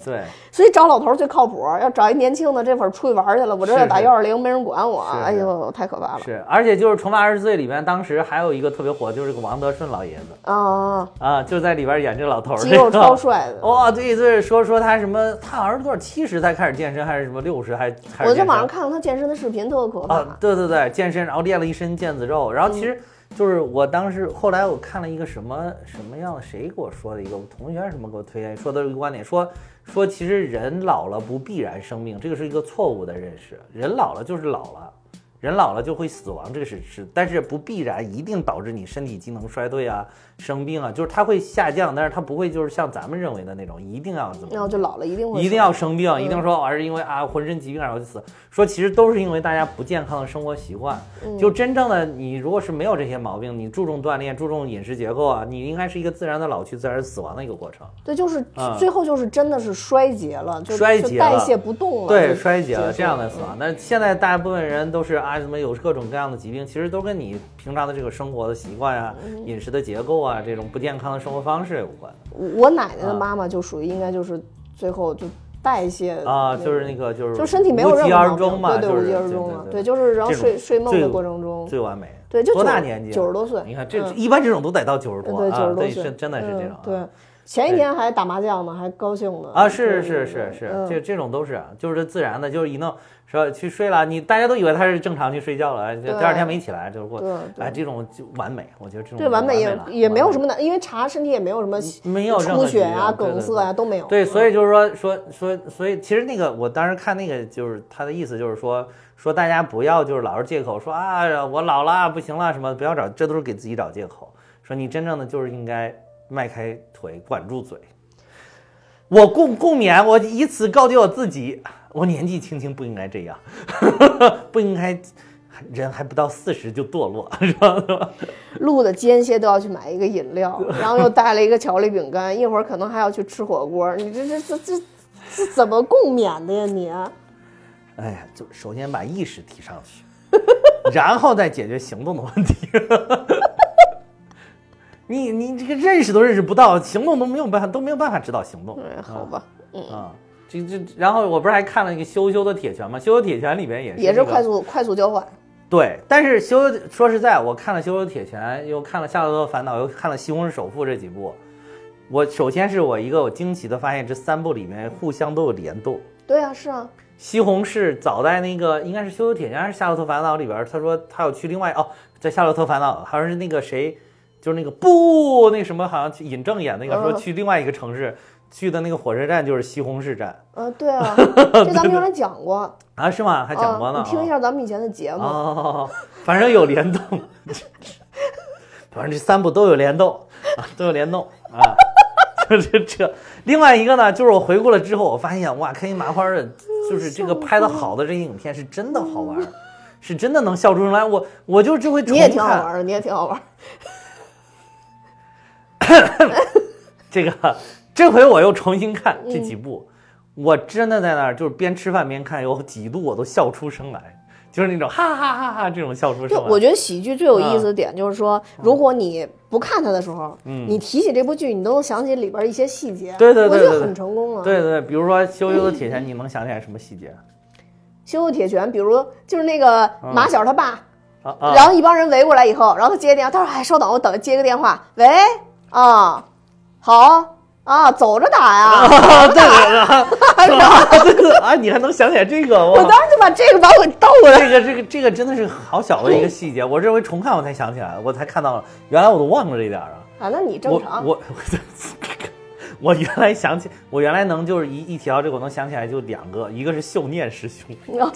Speaker 3: 对。
Speaker 2: 所以找老头儿最靠谱。要找一年轻的，这会儿出去玩去了，我这
Speaker 3: 是
Speaker 2: 要打
Speaker 3: 是
Speaker 2: 幺二零，没人管我，
Speaker 3: 是是
Speaker 2: 哎呦，太可怕了
Speaker 3: 是，而且就是《重返二十岁》里面，当时还有一个特别火，就是个王德顺老爷子。
Speaker 2: 啊！
Speaker 3: 啊，就在里边演这老头儿，
Speaker 2: 肌肉
Speaker 3: 这个哦
Speaker 2: 超。帅 的，
Speaker 3: 哇、对对，说说他什么，他好像是多少七十才开始健身，还是什么六十还开始
Speaker 2: 我在
Speaker 3: 健
Speaker 2: 网上
Speaker 3: 身
Speaker 2: 看到他健身的视频，特可怕。
Speaker 3: 啊？对对对，健身，然后练了一身腱子肉，然后其实就是我当时后来我看了一个什么什么样的，谁给我说的一个我同学还是什么给我推荐说的一个观点，说说其实人老了不必然生病，这个是一个错误的认识，人老了就是老了。人老了就会死亡，这个是是，但是不必然一定导致你身体机能衰退啊、生病啊，就是它会下降，但是它不会就是像咱们认为的那种一定要怎么
Speaker 2: 然后就老了一定会
Speaker 3: 一定要
Speaker 2: 瘦
Speaker 3: 生病，一定说我是因为啊浑身疾病然后就死，说其实都是因为大家不健康的生活习惯。
Speaker 2: 嗯
Speaker 3: 就真正的你，如果是没有这些毛病，你注重锻炼、注重饮食结构啊，你应该是一个自然的老去、自然死亡的一个过程。
Speaker 2: 对，就是
Speaker 3: 啊
Speaker 2: 最后就是真的是衰竭了，就
Speaker 3: 衰
Speaker 2: 就
Speaker 3: 竭
Speaker 2: 代
Speaker 3: 了
Speaker 2: 谢不动了，
Speaker 3: 对，
Speaker 2: 就
Speaker 3: 衰竭了
Speaker 2: 结束
Speaker 3: 这样的死亡。那现在大部分人都是啊，什么有各种各样的疾病，其实都跟你平常的这个生活的习惯啊、
Speaker 2: 嗯
Speaker 3: 饮食的结构啊这种不健康的生活方式有关
Speaker 2: 我我奶奶的
Speaker 3: 啊
Speaker 2: 妈妈就属于应该就是最后就代谢
Speaker 3: 啊，
Speaker 2: 那
Speaker 3: 就是那个就
Speaker 2: 嗯
Speaker 3: 是
Speaker 2: 就身体没有
Speaker 3: 无
Speaker 2: 任
Speaker 3: 疾
Speaker 2: 何
Speaker 3: 而
Speaker 2: 毛
Speaker 3: 终
Speaker 2: 病，
Speaker 3: 嘛，
Speaker 2: 对对，
Speaker 3: 就
Speaker 2: 无
Speaker 3: 是
Speaker 2: 疾而终了，
Speaker 3: 对
Speaker 2: 对，就是然后
Speaker 3: 这种
Speaker 2: 睡睡梦
Speaker 3: 最
Speaker 2: 的过程中，
Speaker 3: 最完美。
Speaker 2: 对，就
Speaker 3: 多大
Speaker 2: 90
Speaker 3: 年纪啊？
Speaker 2: 九十多岁，
Speaker 3: 你看这
Speaker 2: 嗯
Speaker 3: 一般这种都得到九十多
Speaker 2: 对，九
Speaker 3: 啊
Speaker 2: 十，多
Speaker 3: 对，
Speaker 2: 岁，
Speaker 3: 是真的是这
Speaker 2: 嗯
Speaker 3: 种啊。
Speaker 2: 对，前一天还打麻将呢，还高兴呢
Speaker 3: 啊，是
Speaker 2: 对
Speaker 3: 是是是，
Speaker 2: 嗯
Speaker 3: 这这种都是啊，就是自然的，就是一弄说去睡了，你大家都以为他是正常去睡觉了，哎就
Speaker 2: 对
Speaker 3: 第二天没起来，就是过
Speaker 2: 对对
Speaker 3: 哎，这种就完美，我觉得这种
Speaker 2: 对，完美也
Speaker 3: 了
Speaker 2: 也没有什
Speaker 3: 完
Speaker 2: 么难，因为查身体也没有什么
Speaker 3: 没有任何
Speaker 2: 出血啊、
Speaker 3: 疾病对对
Speaker 2: 梗塞啊都没有，
Speaker 3: 美对，所以就是说说说，所以其实那个我当时看那个就是他的意思就是说说大家不要就是老是借口说啊我老了不行了什么，不要找，这都是给自己找借口。说你真正的就是应该迈开腿，管住嘴。我共共勉，我以此告诫我自己，我年纪轻轻不应该这样， 不应该，人还不到四十就堕落，是吧？是吧
Speaker 2: 路的间歇都要去买一个饮 料，然后又带了一个巧克力饼干，一会儿可能还要去吃火锅，你这这这这这怎么共勉的呀你？啊
Speaker 3: 哎呀，就首先把意识提上去， 然后再解决行动的问题。 你你这个认识都认识不到，行动都没有办法都没有办法指导行动。
Speaker 2: 哎，好吧，
Speaker 3: 啊，这这，然后我不是还看了一个《羞羞的铁拳》吗？《羞羞铁拳》里边也是、
Speaker 2: 也是快
Speaker 3: 速。
Speaker 2: 速快速交换，
Speaker 3: 对，但是羞羞说实在，我看了《羞羞铁拳》，又看了《夏洛特烦恼》，又看了《西红柿首富》这几部。我首先是我一个我惊奇的发现，这三部里面互相都有联动。
Speaker 2: 对啊，是啊，
Speaker 3: 西红柿早在那个应该是《羞羞铁拳》还是《夏洛特烦恼》里边，他说他要去另外哦，在《夏洛特烦恼》好像是那个谁，就是那个不那什么，好像去尹正演那个说
Speaker 2: 嗯
Speaker 3: 去另外一个城市，去的那个火车站就是西红柿站
Speaker 2: 呃，对 啊，这咱们原来讲过，
Speaker 3: 啊，是吗？还讲过呢，
Speaker 2: 啊，你听一
Speaker 3: 啊
Speaker 2: 下咱们以前的节目，
Speaker 3: 哦，反正有联动， 反正这三部都有联动啊，都有联动啊。 这这。另外一个呢，就是我回顾了之后，我发现哇，开心麻花的，就是这个拍的好的这些影片是真的好玩儿，是真的能笑出声来。我我就这回重
Speaker 2: 你也挺好玩
Speaker 3: 看
Speaker 2: 儿，你也挺好玩儿。
Speaker 3: 这个，这回我又重新看
Speaker 2: 嗯
Speaker 3: 这几部，我真的在那儿就是边吃饭边看，有几度我都笑出声来，就是那种哈哈哈哈这种笑出声
Speaker 2: 就
Speaker 3: 来。
Speaker 2: 我觉得喜剧最有意思
Speaker 3: 嗯
Speaker 2: 的点就是说，如果你不看它的时候，你提起这部剧，你都能想起里边一些细节。
Speaker 3: 对对
Speaker 2: 我
Speaker 3: 对对
Speaker 2: 觉得
Speaker 3: 对
Speaker 2: 很成功啊了。
Speaker 3: 对对，对比如说《羞羞的铁拳》，你能想起来什么细节？
Speaker 2: 修复铁拳，比如就是那个
Speaker 3: 嗯
Speaker 2: 马小他爸，
Speaker 3: 啊啊！
Speaker 2: 然后一帮人围过来以后，然后他接电话，他说：“哎，稍等，我等接个电话。”喂，啊，好啊，走着打呀。
Speaker 3: 啊，对对对，啊，对对啊，你还能想起来这个？
Speaker 2: 我
Speaker 3: 我
Speaker 2: 当时就把这个把我给逗了。
Speaker 3: 这个这个这个真的是好小的一个细节，我这回重看我才想起来，我才看到了，原来我都忘了这一点儿啊。
Speaker 2: 啊，那你
Speaker 3: 我
Speaker 2: 正常。
Speaker 3: 我我原来想起，我原来能就是一一提到这个，我能想起来就两个，一个是秀念师兄，
Speaker 2: 我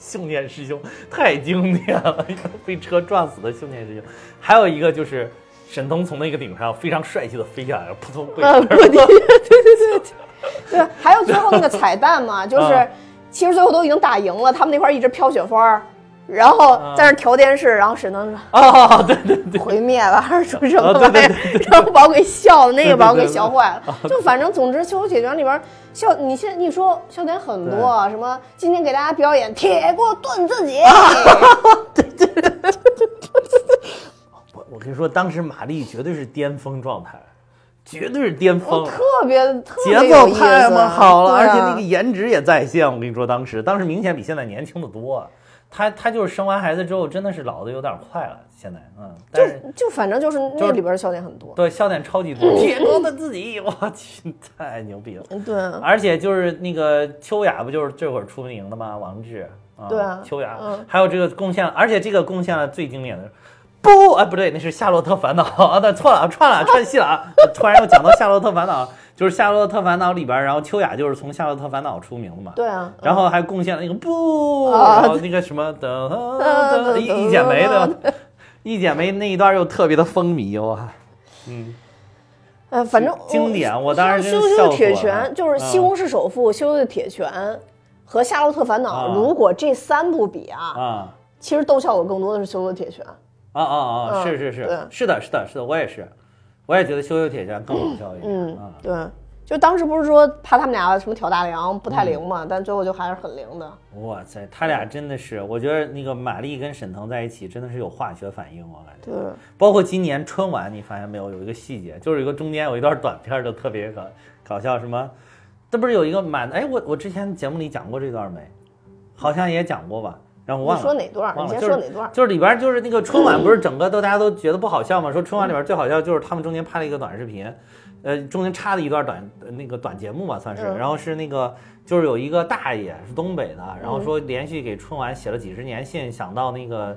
Speaker 3: 秀念师兄太经典了，一个被车撞死的秀念师兄，还有一个就是沈腾从那个顶上非常帅气的飞下来，扑通跪
Speaker 2: 呃，
Speaker 3: 下。
Speaker 2: 跪地，对对对对对，还有最后那个彩蛋嘛，就是
Speaker 3: 啊
Speaker 2: 其实最后都已经打赢了，他们那块儿一直飘雪花儿，然后在那儿调电视，然后沈腾说
Speaker 3: 哦，对对 对，
Speaker 2: 毁灭吧，还是说什么
Speaker 3: 啊对
Speaker 2: 玩意
Speaker 3: 对
Speaker 2: 儿， 然后把我给笑的，那个把我给
Speaker 3: 对对对哦
Speaker 2: 笑坏了。就反正总之，《秋水解决》里边儿笑，你现在一说笑点很多啊，什么今天给大家表演铁锅炖自己，
Speaker 3: 啊我我跟你说，当时马丽绝对是巅峰状态，绝对是巅峰。
Speaker 2: 哦特别特
Speaker 3: 节
Speaker 2: 别有
Speaker 3: 奏
Speaker 2: 意思，啊
Speaker 3: 太嘛好了，而
Speaker 2: 对
Speaker 3: 且
Speaker 2: 啊
Speaker 3: 那个颜值也在线。我跟你说，当时当时明显比现在年轻的多啊。她她就是生完孩子之后，真的是老的有点快了。现在，嗯，但是
Speaker 2: 就反正就是嗯
Speaker 3: 就
Speaker 2: 那
Speaker 3: 是
Speaker 2: 里边儿笑点很多，
Speaker 3: 对笑点超级多，铁哥的自己，我去，太牛逼了。
Speaker 2: 嗯对啊。
Speaker 3: 而且就是那个秋雅，不就是这会儿出名的吗？王志，啊
Speaker 2: 对啊
Speaker 3: 秋雅，
Speaker 2: 嗯
Speaker 3: 还有这个贡献，而且这个贡献了最经典的是。不，哎，不对，那是《夏洛特烦恼》啊，那错了，串了，串戏了啊！我突然又讲到《夏洛特烦恼》，就是《夏洛特烦恼》里边，然后秋雅就是从《夏洛特烦恼》出名的嘛，
Speaker 2: 对啊，
Speaker 3: 然后还贡献了那个不，
Speaker 2: 啊嗯
Speaker 3: 然后那个什么 的，噔噔一一剪梅的，一剪梅那一段又特别的风靡哇，
Speaker 2: 哎，反正
Speaker 3: 经典我当时
Speaker 2: 修修
Speaker 3: 真笑
Speaker 2: 修
Speaker 3: 死
Speaker 2: 铁
Speaker 3: 我了
Speaker 2: 拳就是《西
Speaker 3: 嗯
Speaker 2: 红柿首富》、修修铁拳和《夏洛特烦恼》，
Speaker 3: 啊
Speaker 2: 如果这三部比啊，
Speaker 3: 啊！
Speaker 2: 其实逗笑我更多的是修修铁拳。
Speaker 3: 啊啊啊！
Speaker 2: 嗯
Speaker 3: 是是是
Speaker 2: 对，
Speaker 3: 是的，是的，是的，我也是，我也觉得羞羞铁拳更搞笑一点。
Speaker 2: 嗯
Speaker 3: 啊，，
Speaker 2: 对，就当时不是说怕他们俩什么挑大梁不太灵嘛，
Speaker 3: 嗯
Speaker 2: 但最后就还是很灵的。
Speaker 3: 哇塞，他俩真的是，我觉得那个马丽跟沈腾在一起真的是有化学反应，我感觉。
Speaker 2: 对，
Speaker 3: 包括今年春晚，你发现没有，有一个细节，就是有一个中间有一段短片儿就特别搞搞笑，什么，这不是有一个满哎，我我之前节目里讲过这段没？好像也讲过吧，让我忘
Speaker 2: 你
Speaker 3: 了。
Speaker 2: 说哪段儿？
Speaker 3: 忘
Speaker 2: 你
Speaker 3: 了，
Speaker 2: 先
Speaker 3: 就是
Speaker 2: 说哪段儿？
Speaker 3: 就是里边就是那个春晚，不是整个都大家都觉得不好笑嘛？说春晚里边最好笑就是他们中间拍了一个短视频，呃，中间插了一段短呃那个短节目吧，算是。
Speaker 2: 嗯
Speaker 3: 然后是那个就是有一个大爷是东北的，然后说连续给春晚写了几十年信，想到那个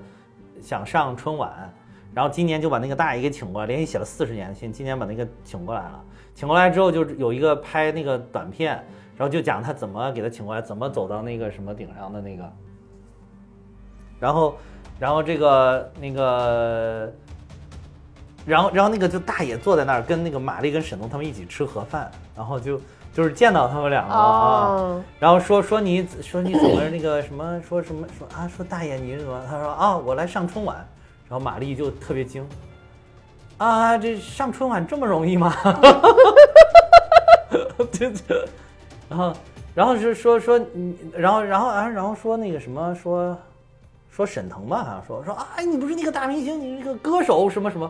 Speaker 3: 想上春晚，然后今年就把那个大爷给请过来，连续写了四十年的信，今年把那个请过来了。请过来之后，就是有一个拍那个短片，然后就讲他怎么给他请过来，怎么走到那个什么顶上的那个，然后，然后这个那个，然后然后那个就大爷坐在那儿跟那个玛丽跟沈腾他们一起吃盒饭，然后就就是见到他们两个了啊。
Speaker 2: 哦，
Speaker 3: 然后说说你说你怎么那个什么说什么说啊说大爷你是怎么？他说啊我来上春晚，然后马丽就特别惊，啊这上春晚这么容易吗？ 对对，然后然后是说说你，然后然后啊然后说那个什么说说沈腾吧，好像说说哎你不是那个大明星，你是个歌手什么什么，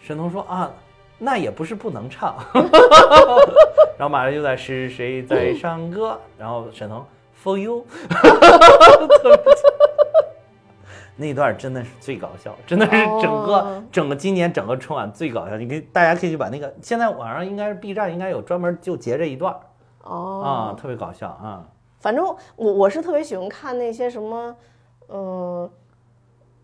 Speaker 3: 沈腾说啊那也不是不能唱。 然后马上就在是谁在唱歌，然后沈腾 for you，特别那段真的是最搞笑，真的是整个、
Speaker 2: 哦
Speaker 3: 整个今年整个春晚最搞笑。你可以大家可以去把那个，现在网上应该是 B 站应该有专门就截这一段儿
Speaker 2: 哦
Speaker 3: 啊、特别搞笑啊。
Speaker 2: 反正我我是特别喜欢看那些什么，嗯，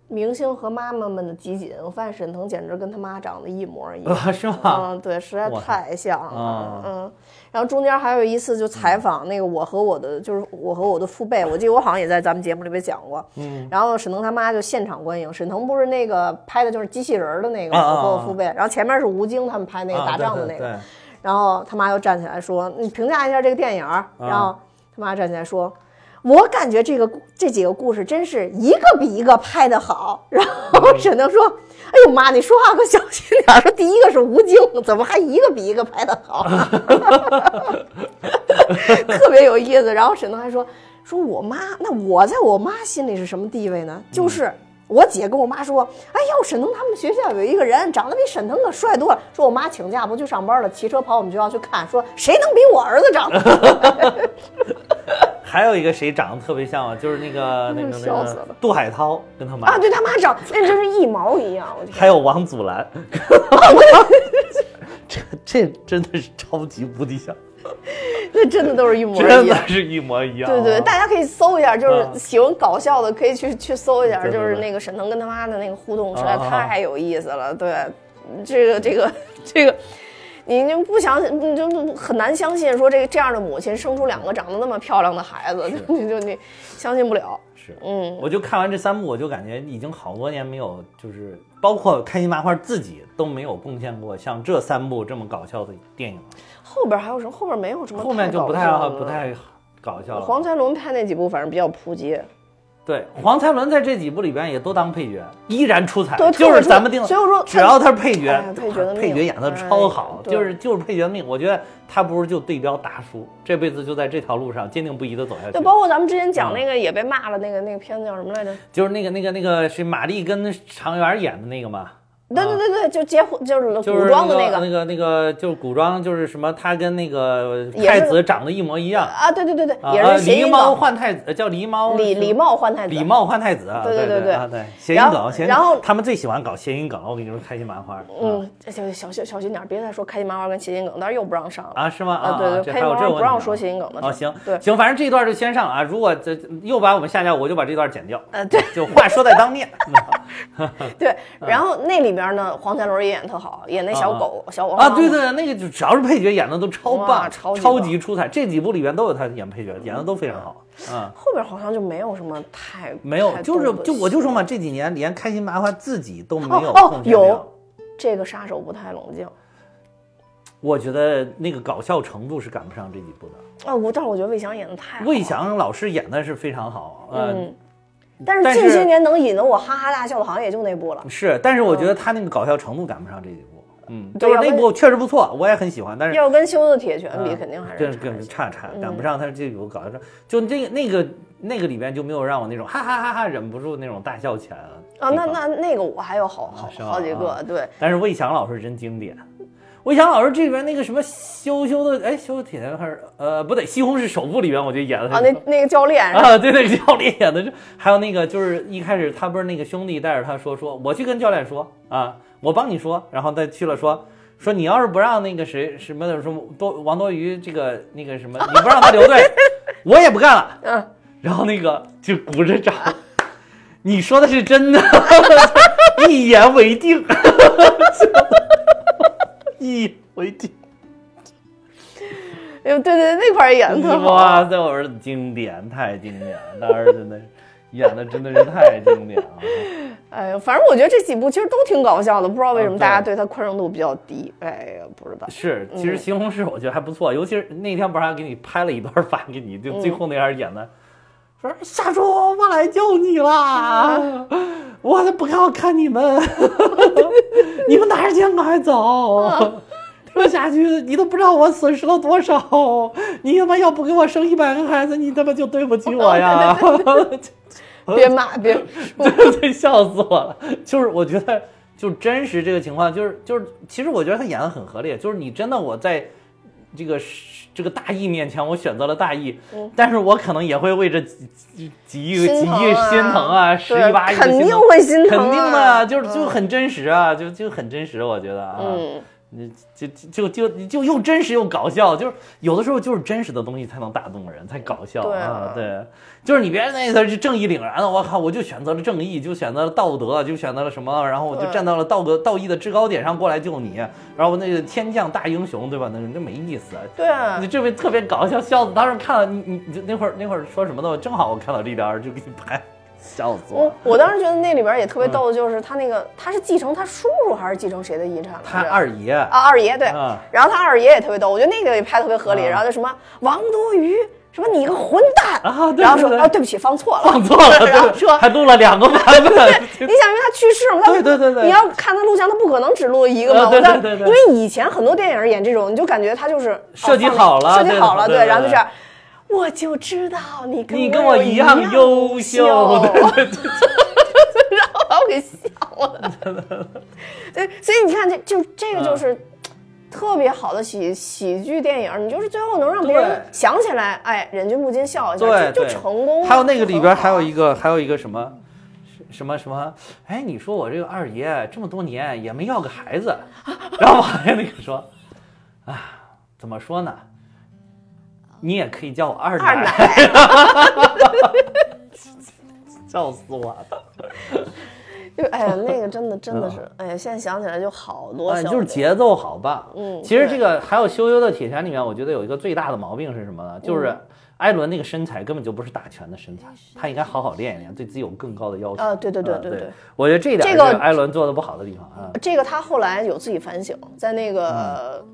Speaker 2: 明星和妈妈们的集锦。我发现沈腾简直跟他妈长得一模一样。
Speaker 3: 啊，是吗？
Speaker 2: 嗯，对，实在
Speaker 3: 哇
Speaker 2: 太像
Speaker 3: 啊
Speaker 2: 了，嗯。然后中间还有一次就采访那个我和我的，就是我和我的父辈，我记得我好像也在咱们节目里边讲过。
Speaker 3: 嗯，
Speaker 2: 然后沈腾他妈就现场观影，沈腾不是那个拍的就是机器人儿的那个
Speaker 3: 啊啊啊
Speaker 2: 我和我父辈，然后前面是吴京他们拍那个
Speaker 3: 啊
Speaker 2: 打仗的
Speaker 3: 对
Speaker 2: 那个，
Speaker 3: 对对
Speaker 2: 然后他妈又站起来说：“你评价一下这个电影儿。”然后他妈站起来说：“我感觉这个故这几个故事真是一个比一个拍得好。” 然后沈腾说：“哎呦妈，你说话可小心点儿。说第一个是吴京，怎么还一个比一个拍得好？ 特别有意思。”然后沈腾还说：“说我妈，那我在我妈心里是什么地位呢？就是。”我姐跟我妈说：“哎呦，沈腾他们学校有一个人长得比沈腾可帅多了。”说我妈请假不去上班了，骑车跑我们学校去看，说谁能比我儿子 长得好
Speaker 3: 还有一个谁长得特别像啊，就是 那个那个那
Speaker 2: 笑死
Speaker 3: 个
Speaker 2: 了
Speaker 3: 杜海涛跟他妈，
Speaker 2: 啊？对他妈长，那真是一毛一样。我天，
Speaker 3: 还有王祖蓝， 这这真的是超级无 敌像，
Speaker 2: 那真的都是一模
Speaker 3: 真
Speaker 2: 一
Speaker 3: 的
Speaker 2: 样。
Speaker 3: 是一模一样啊。
Speaker 2: 对对，大家可以搜一下，就是
Speaker 3: 嗯
Speaker 2: 喜欢搞笑的可以去去搜一下，
Speaker 3: 对对
Speaker 2: 就是
Speaker 3: 对
Speaker 2: 那个沈腾跟他妈的那个互动实在
Speaker 3: 啊啊啊
Speaker 2: 太有意思了。对，这个 这个这个。你就不相信，你就很难相信说这个这样的母亲生出两个长得那么漂亮的孩子，就 你就你相信不了。
Speaker 3: 是，
Speaker 2: 嗯，
Speaker 3: 我就看完这三部，我就感觉已经好多年没有，就是包括开心麻花自己都没有贡献过像这三部这么搞笑的电影，
Speaker 2: 后边还有什么？后边没有什么搞笑的了。
Speaker 3: 后面就不太好不太搞笑了。
Speaker 2: 黄才伦拍那几部，反正比较扑街，
Speaker 3: 对黄才伦在这几部里边也都当配角，依然出彩
Speaker 2: 对，特别
Speaker 3: 就是
Speaker 2: 出
Speaker 3: 咱们定，
Speaker 2: 所以我说
Speaker 3: 只要他是配角，
Speaker 2: 哎呀配角的命
Speaker 3: 配角演的超好，
Speaker 2: 哎
Speaker 3: 就是就是配角的命。我觉得他不如就对标达叔，这辈子就在这条路上坚定不移的走下去。
Speaker 2: 对，包括咱们之前
Speaker 3: 嗯
Speaker 2: 讲那个也被骂了，那个那个片子叫什么来着？
Speaker 3: 就是那个那个那个是马丽跟常媛演的那个嘛。
Speaker 2: 对对对对，就结婚就是
Speaker 3: 就是
Speaker 2: 古装的
Speaker 3: 那
Speaker 2: 个
Speaker 3: 那个那个就是古装，就是什么，他跟那个
Speaker 2: 也是
Speaker 3: 太子长得一模一样，
Speaker 2: 啊，对对对对，
Speaker 3: 啊
Speaker 2: 也
Speaker 3: 呃
Speaker 2: 是谐
Speaker 3: 狸
Speaker 2: 音
Speaker 3: 猫
Speaker 2: 梗，
Speaker 3: 换太子，呃叫狸猫，
Speaker 2: 礼礼貌换太子，
Speaker 3: 狸猫换太子，啊
Speaker 2: 对对
Speaker 3: 对
Speaker 2: 对
Speaker 3: 啊
Speaker 2: 对
Speaker 3: 对，谐音
Speaker 2: 然后
Speaker 3: 梗，谐音
Speaker 2: 然后
Speaker 3: 梗，他们最喜欢搞谐音梗，我跟你说，开心麻花，啊
Speaker 2: 嗯，小小小小心点儿，别再说开心麻花跟谐音梗，但是又不让上了。
Speaker 3: 啊是吗？啊
Speaker 2: 啊对对
Speaker 3: 这
Speaker 2: 开
Speaker 3: 还
Speaker 2: 心
Speaker 3: 有
Speaker 2: 麻
Speaker 3: 这
Speaker 2: 花
Speaker 3: 种
Speaker 2: 不让
Speaker 3: 问题
Speaker 2: 说
Speaker 3: 啊
Speaker 2: 谐音梗的事
Speaker 3: 哦，行
Speaker 2: 对
Speaker 3: 行，反正这一段就先上啊，如果这又把我们下架，我就把这段剪掉，
Speaker 2: 呃对，
Speaker 3: 就话说在 当面，嗯
Speaker 2: 对，然后那里面呢，黄才伦也演得特好，演那小
Speaker 3: 啊啊
Speaker 2: 狗小狗
Speaker 3: 啊对对，那个就只要是配角演的都超
Speaker 2: 哇
Speaker 3: 棒，
Speaker 2: 超级
Speaker 3: 超
Speaker 2: 棒
Speaker 3: 级出彩，这几部里边都有他演配角，演的都非常好，嗯。
Speaker 2: 后边好像就没有什么太
Speaker 3: 没有，
Speaker 2: 太
Speaker 3: 就是
Speaker 2: 动的
Speaker 3: 就我就
Speaker 2: 戏
Speaker 3: 说嘛，这几年连开心麻花自己都没有
Speaker 2: 哦哦
Speaker 3: 空闲
Speaker 2: 有
Speaker 3: 聊
Speaker 2: 这个杀手不太冷静
Speaker 3: 我觉得那个搞笑程度是赶不上这几部的。
Speaker 2: 啊，我但是我觉得魏翔演的太好了
Speaker 3: 魏，翔老师演的是非常好，呃，
Speaker 2: 嗯，但是
Speaker 3: 但
Speaker 2: 近些
Speaker 3: 是
Speaker 2: 年能引得我哈哈大笑的好像也就那部了。
Speaker 3: 是，但是我
Speaker 2: 嗯
Speaker 3: 觉得他那个搞笑程度赶不上这几部。嗯，
Speaker 2: 对
Speaker 3: 就是
Speaker 2: 要
Speaker 3: 那
Speaker 2: 不
Speaker 3: 部确实不错，我也很喜欢，但是
Speaker 2: 要跟《修的铁拳》比，
Speaker 3: 嗯
Speaker 2: 肯定还是
Speaker 3: 更
Speaker 2: 差一
Speaker 3: 更
Speaker 2: 些
Speaker 3: 差差，赶不
Speaker 2: 嗯
Speaker 3: 上他这有搞笑，就那个那个那个里边就没有让我那种哈哈哈哈忍不住那种大笑起来的
Speaker 2: 啊。那
Speaker 3: 地方
Speaker 2: 那那个我还有好好
Speaker 3: 啊是吧
Speaker 2: 好几个
Speaker 3: 啊，
Speaker 2: 对，
Speaker 3: 但是魏翔老师真经典。魏翔老师这里边那个什么羞羞的，哎，羞铁还是呃不对，西红柿首富里边我就演的
Speaker 2: 啊，那那个教练是吧
Speaker 3: 啊，对对，教练演的是，还有那个就是一开始他不是那个兄弟带着他说说，我去跟教练说啊，我帮你说，然后他去了说说你要是不让那个谁什么的什么多王多鱼这个那个什么，你不让他留队，我也不干了。
Speaker 2: 嗯，
Speaker 3: 然后那个就鼓着掌，你说的是真的， 一言为定， 一言为定。
Speaker 2: 哎呦对对，对那块儿也演的特好
Speaker 3: 哇。啊塞，我儿子经典，太经典了，他儿子真的是演的真的是太经典啊了。
Speaker 2: 哎呀，反正我觉得这几部其实都挺搞笑的，不知道为什么
Speaker 3: 啊对
Speaker 2: 大家对他宽容度比较低。哎呀，不知 道。
Speaker 3: 是，其实西红柿我觉得还不错，尤其是那天不是还给你拍了一段发给你，就最后那段演的，说夏叔，我来救你啦，我都不要看你们，你们拿着钱赶快走。这下去你都不知道我损失了多少，你他妈要不给我生一百个孩子，你他妈就对不起我呀！呃
Speaker 2: 别骂， 别
Speaker 3: 对对，笑死我了。就是我觉得，就真实这个情况，就是就是，其实我觉得他演的很合理。就是你真的我在这个这个大义面前，我选择了大义，但是我可能也会为这几几几亿几
Speaker 2: 嗯心疼
Speaker 3: 亿
Speaker 2: 啊
Speaker 3: 心疼啊，十
Speaker 2: 对
Speaker 3: 亿八亿的
Speaker 2: 肯
Speaker 3: 心
Speaker 2: 定
Speaker 3: 疼。
Speaker 2: 会心
Speaker 3: 肯
Speaker 2: 疼啊，
Speaker 3: 定的，就是就很真实啊，就就很真实，我觉得啊，
Speaker 2: 嗯，
Speaker 3: 你就就就就就又真实又搞笑，就是有的时候就是真实的东西才能打动人，才搞笑
Speaker 2: 对
Speaker 3: 啊
Speaker 2: 啊，
Speaker 3: 对，就是你别那头就正义凛然了，我靠，我就选择了正义，就选择了道德，就选择了什么，然后我就
Speaker 2: 对
Speaker 3: 站到了道德道义的制高点上过来救你，然后那个天降大英雄，对吧？那那没意思。
Speaker 2: 对啊
Speaker 3: 你，这位特别搞笑，笑死！当时看了你，你你那会儿那会儿说什么呢？我正好我看到这条，就给你拍，笑死我
Speaker 2: 我
Speaker 3: 了！
Speaker 2: 嗯我当时觉得那里边也特
Speaker 3: 嗯
Speaker 2: 别逗的就是他那个他是继承他叔叔还是继承谁的遗产来着？
Speaker 3: 他二爷
Speaker 2: 啊二爷对
Speaker 3: 啊，
Speaker 2: 然后他二爷也特别逗，我觉得那个也拍得特别合理。
Speaker 3: 啊
Speaker 2: 然后就什么王多鱼，什么你个混蛋
Speaker 3: 啊对
Speaker 2: 然后说
Speaker 3: 对对
Speaker 2: 啊对不起放错了，
Speaker 3: 放错 了，
Speaker 2: 然后
Speaker 3: 对
Speaker 2: 说
Speaker 3: 还录了两个版
Speaker 2: 你
Speaker 3: 本，
Speaker 2: 想，因为他去世嘛，他
Speaker 3: 对对对对
Speaker 2: 你要看他录像，他不可能只录一个嘛。
Speaker 3: 呃对对
Speaker 2: 我在
Speaker 3: 对对
Speaker 2: 因为以前很多电影演这种，你就感觉他就是
Speaker 3: 设计
Speaker 2: 哦放
Speaker 3: 好了
Speaker 2: 设计
Speaker 3: 对
Speaker 2: 好了，
Speaker 3: 对对
Speaker 2: 然后就
Speaker 3: 对
Speaker 2: 是，我就知道你跟
Speaker 3: 你
Speaker 2: 跟
Speaker 3: 跟我
Speaker 2: 一
Speaker 3: 一样优秀
Speaker 2: 秀，
Speaker 3: 对对
Speaker 2: 然后把我给笑了。对，所以你看，这就这
Speaker 3: 嗯
Speaker 2: 个就是。特别好的喜喜剧电影，你就是最后能让别人
Speaker 3: 对
Speaker 2: 想起来，哎，忍俊不禁笑一下，就
Speaker 3: 对对，
Speaker 2: 就成功了。
Speaker 3: 还有那个里边还有
Speaker 2: 一。
Speaker 3: 一个还有一个什么什么什么，哎，你说我这个二爷这么多年也没要个孩子， 然后我还那个说，啊，怎么说呢？你也可以叫我二奶，
Speaker 2: 二奶，啊
Speaker 3: 笑死我了！
Speaker 2: 就哎呀，那个真的真的是，哎呀，现在想起来就好多
Speaker 3: 嗯哎，
Speaker 2: 笑点。
Speaker 3: 就是节奏好棒。
Speaker 2: 嗯
Speaker 3: 其实这个还有《羞羞的铁拳》里面，我觉得有一个最大的毛病是什么呢？
Speaker 2: 嗯
Speaker 3: 就是艾伦那个身材根本就不是打拳的身材，他应该好好练一练，对自己有更高的要求。
Speaker 2: 哎啊，对对对
Speaker 3: 嗯
Speaker 2: 对对，
Speaker 3: 我觉得这一点
Speaker 2: 这
Speaker 3: 是
Speaker 2: 个嗯
Speaker 3: 艾伦做的不好的地方啊。
Speaker 2: 这个他后来有自己反省，在那个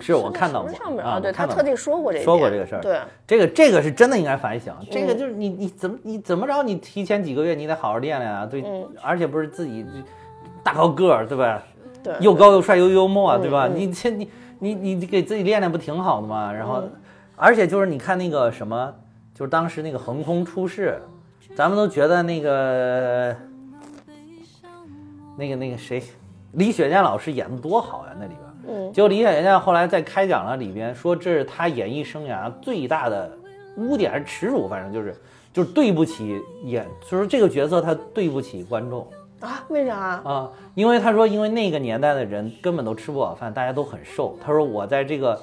Speaker 3: 是嗯我看到过
Speaker 2: 上面
Speaker 3: 啊，
Speaker 2: 啊，对
Speaker 3: 我
Speaker 2: 他
Speaker 3: 看到
Speaker 2: 特
Speaker 3: 过
Speaker 2: 地说过这一
Speaker 3: 说过
Speaker 2: 点
Speaker 3: 这个事儿
Speaker 2: 对，
Speaker 3: 这个这个是真的应该反省，啊这
Speaker 2: 嗯
Speaker 3: 个就是你你怎么你怎么着你提前几个月你得好好练练啊，对，
Speaker 2: 嗯
Speaker 3: 而且不是自己大高个儿对吧？
Speaker 2: 对
Speaker 3: 又高又帅又幽默啊，对吧？你这你你你给自己练练不挺好的吗？然后，而且就是你看那个什么，就是当时那个横空出世，咱们都觉得那个那个那个谁，李雪健老师演的多好呀、那里边。
Speaker 2: 嗯
Speaker 3: 结果李雪健后来在开讲了里边说，这是他演艺生涯最大的污点还是耻辱，反正就是就是对不起演，就是这个角色他对不起观众。
Speaker 2: 啊，为啥？
Speaker 3: 啊，因为他说，因为那个年代的人根本都吃不饱饭，大家都很瘦。他说我在这个，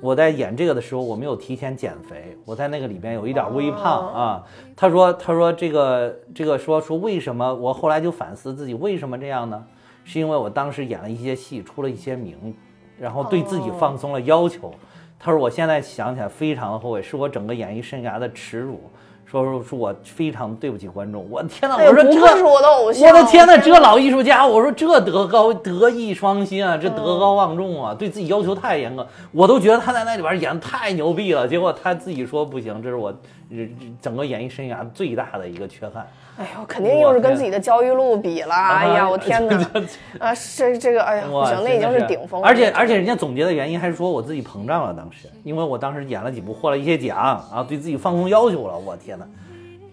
Speaker 3: 我在演这个的时候，我没有提前减肥，我在那个里边有一点微
Speaker 2: 哦
Speaker 3: 胖啊。他说，他说这个这个说说为什么我后来就反思自己为什么这样呢？是因为我当时演了一些戏，出了一些名，然后对自己放松了要求。他说我现在想起来非常的后悔，是我整个演艺生涯的耻辱。说说说我非常对不起观众，我天哪！
Speaker 2: 哎呦，
Speaker 3: 我说
Speaker 2: 不
Speaker 3: 这
Speaker 2: 愧是我的偶像！
Speaker 3: 我的天呐，这老艺术家，我说这德高德艺双馨啊，这德高望重啊，对自己要求太严格，我都觉得他在那里边演的太牛逼了，结果他自己说不行，这是我呃整个演艺生涯最大的一个缺憾。
Speaker 2: 哎呦，肯定又是跟自己的焦裕禄比了。哎呀，我 天哪！啊，这这个，哎呀，不
Speaker 3: 哇，
Speaker 2: 行，那已经
Speaker 3: 真的
Speaker 2: 是顶峰了。
Speaker 3: 而且而且人家总结的原因还是说我自己膨胀了，当时因为我当时演了几部获了一些奖啊，对自己放松要求了，我天呐，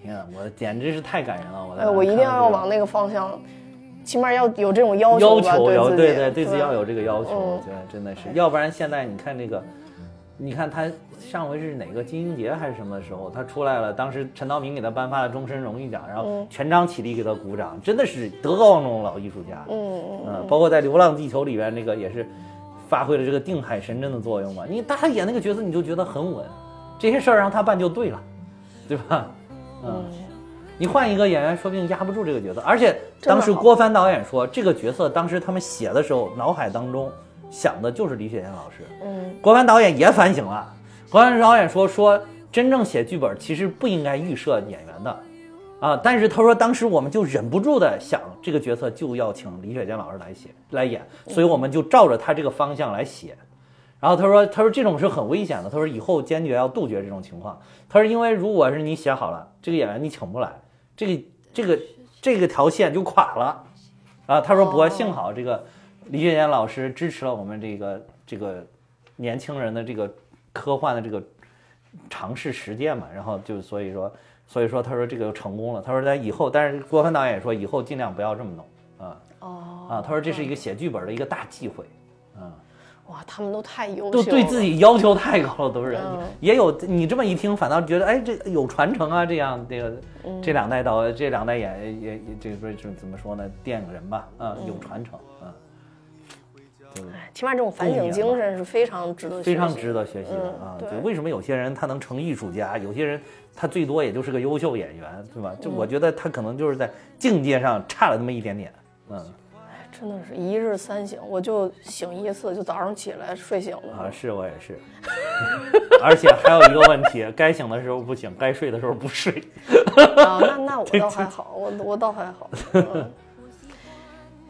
Speaker 3: 天呐，我简直是太感人了，我在
Speaker 2: 哎，
Speaker 3: 那
Speaker 2: 我一定
Speaker 3: 看到
Speaker 2: 要
Speaker 3: 这个
Speaker 2: 往那个方向，起码要有这种要
Speaker 3: 要
Speaker 2: 吧，
Speaker 3: 求要
Speaker 2: 自己，
Speaker 3: 对
Speaker 2: 对
Speaker 3: 对自己要有这个要求，
Speaker 2: 嗯
Speaker 3: 我觉得真的是，要不然现在你看这个，你看他上回是哪个金鹰节还是什么的时候，他出来了，当时陈道明给他颁发了终身荣誉奖，然后全场起立给他鼓掌，真的是德高望重的老艺术家，
Speaker 2: 嗯嗯。
Speaker 3: 嗯，包括在《流浪地球》里边那个也是发挥了这个定海神针的作用嘛，你他演那个角色你就觉得很稳，这些事儿让他办就对了，对吧？嗯。你换一个演员，说不定压不住这个角色。而且当时
Speaker 2: 真的好
Speaker 3: 郭帆导演说，这个角色当时他们写的时候，脑海当中想的就是李雪健老师。
Speaker 2: 嗯，
Speaker 3: 郭帆导演也反省了。郭帆导演说说，真正写剧本其实不应该预设演员的，啊，但是他说当时我们就忍不住的想，这个角色就要请李雪健老师来写来演，所以我们就照着他这个方向来写。然后他说：“他说这种是很危险的。他说以后坚决要杜绝这种情况。他说因为如果是你写好了，这个演员你请不来，这个这个这个条线就垮了。啊，他说不过幸好这个李雪健老师支持了我们这个这个年轻人的这个科幻的这个尝试实践嘛。然后就所以说所以说他说这个就成功了。他说在以后，但是郭帆导演也说以后尽量不要这么弄啊
Speaker 2: 哦，
Speaker 3: 啊。他说这是一个写剧本的一个大忌讳。”
Speaker 2: 哇，他们都太优秀
Speaker 3: 都
Speaker 2: 了，
Speaker 3: 对自己要求太高了，都是、
Speaker 2: 嗯
Speaker 3: 也有你这么一听，反倒觉得哎，这有传承啊，这样这个这两代导这两代演也也这个这怎么说呢，电影人吧，啊，有传承，啊，
Speaker 2: 起码这种反省精神是非常值得学习
Speaker 3: 非
Speaker 2: 的
Speaker 3: 常值得学习的啊。
Speaker 2: 对
Speaker 3: 对，为什么有些人他能成艺术家，有些人他最多也就是个优秀演员，对吧？就
Speaker 2: 嗯
Speaker 3: 我觉得他可能就是在境界上差了那么一点点，嗯
Speaker 2: 真的是一日三省，我就醒一次，就早上起来睡醒
Speaker 3: 啊，
Speaker 2: 了。
Speaker 3: 是我也 是。而且还有一个问题，该醒的时候不醒，该睡的时候不睡。
Speaker 2: 啊，那那我倒还好，我我倒还 好。嗯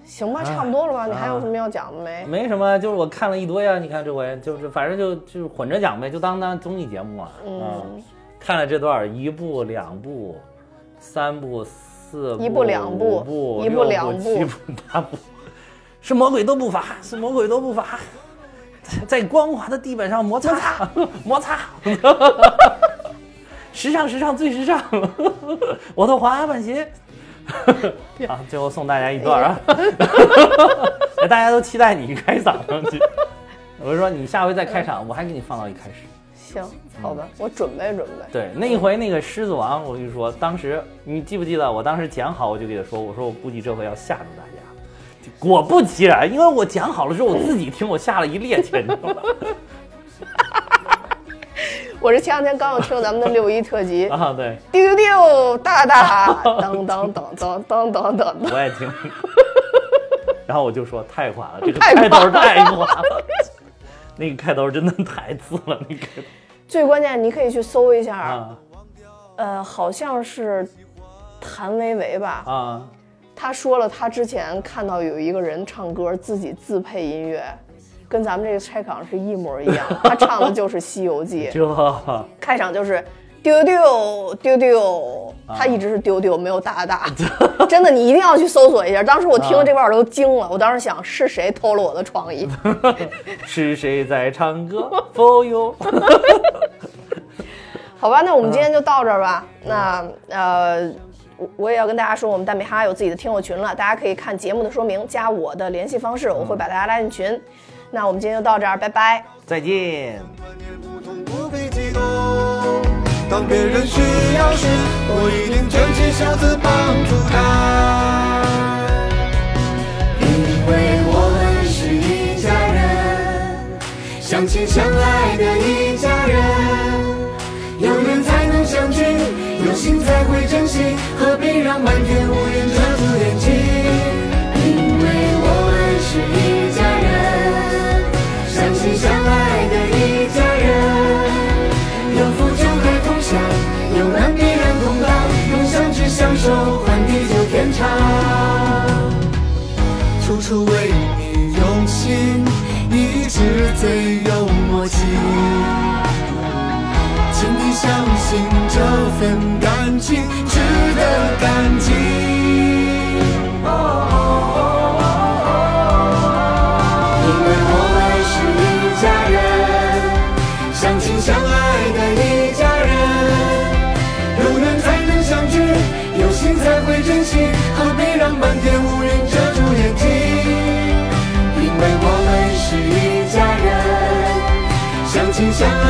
Speaker 2: 行吧，差不多了吧？你还有什么要讲的没？
Speaker 3: 没什么，就是我看了一堆啊。你看这回就是反正就就是混着讲呗，就当当综艺节目啊。嗯，看了这段儿一部、两部、三部、四部、
Speaker 2: 一部两部
Speaker 3: 五部、
Speaker 2: 一部
Speaker 3: 六
Speaker 2: 两
Speaker 3: 部、
Speaker 2: 部
Speaker 3: 七部、八部， 是魔鬼都不乏，是魔鬼都不乏， 在光滑的地板上 摩擦摩擦， 时尚时尚最时尚， 我的滑板鞋。 啊，最后送大家一段儿啊！ 哎大家都期待你开嗓上去。我就说你下回再开场，我还给你放到一开始。
Speaker 2: 行，好吧，我准备准备。
Speaker 3: 对，那一回那个狮子王，我就说，当时你记不记得？我当时讲好，我就给他说，我说我估计这回要吓住大家。果不其然，因为我讲好了之后，我自己听我吓了一趔趄，你知道吧？
Speaker 2: 我是前两天刚有听咱们的六一特辑，
Speaker 3: 啊，对，
Speaker 2: 丢丢丢，大大，当当当当当当当当，
Speaker 3: 我也听。 然后我就说太垮了，这个
Speaker 2: 太
Speaker 3: 开
Speaker 2: 垮
Speaker 3: 头
Speaker 2: 了
Speaker 3: 太垮了，那个开头真的太次了，那个
Speaker 2: 最关键你可以去搜一下，
Speaker 3: 啊
Speaker 2: 呃，好像是谭维维吧，
Speaker 3: 啊
Speaker 2: 他说了他之前看到有一个人唱歌自己自配音乐。跟咱们这个开场是一模一样，他唱的就是《西游记》，
Speaker 3: 这。
Speaker 2: 开场就是丢丢丢丢，他一直是丢丢，没有大大。真的，你一定要去搜索一下。当时我听了这块儿都惊了，我当时想是谁偷了我的创意？
Speaker 3: 是谁在唱歌？For you，
Speaker 2: 好吧，那我们今天就到这儿吧。那呃。我我也要跟大家说，我们蛋米哈有自己的听友群了，大家可以看节目的说明，加我的联系方式，我会把大家拉进群。那我们今天就到这儿，拜拜。
Speaker 3: 再见。
Speaker 4: 观念不同，不必激动。当别人需要时，我一定卷起袖子帮助他，因为我们是一家人，相亲相爱的一家人。有缘才能相聚，有心才会珍惜，何必让满天乌云遮住眼睛？因为我们是一家人，相亲相爱的一家人。有福就该同享，有难必然同当，用相知相守，换地久天长。处处为你用心，一直最有默契。请你相信这份感情值得感激。因为我们是一家人，相亲相爱的一家人。有缘才能相聚，有心才会珍惜，何必让满天乌云遮住眼睛？因为我们是一家人，相亲相爱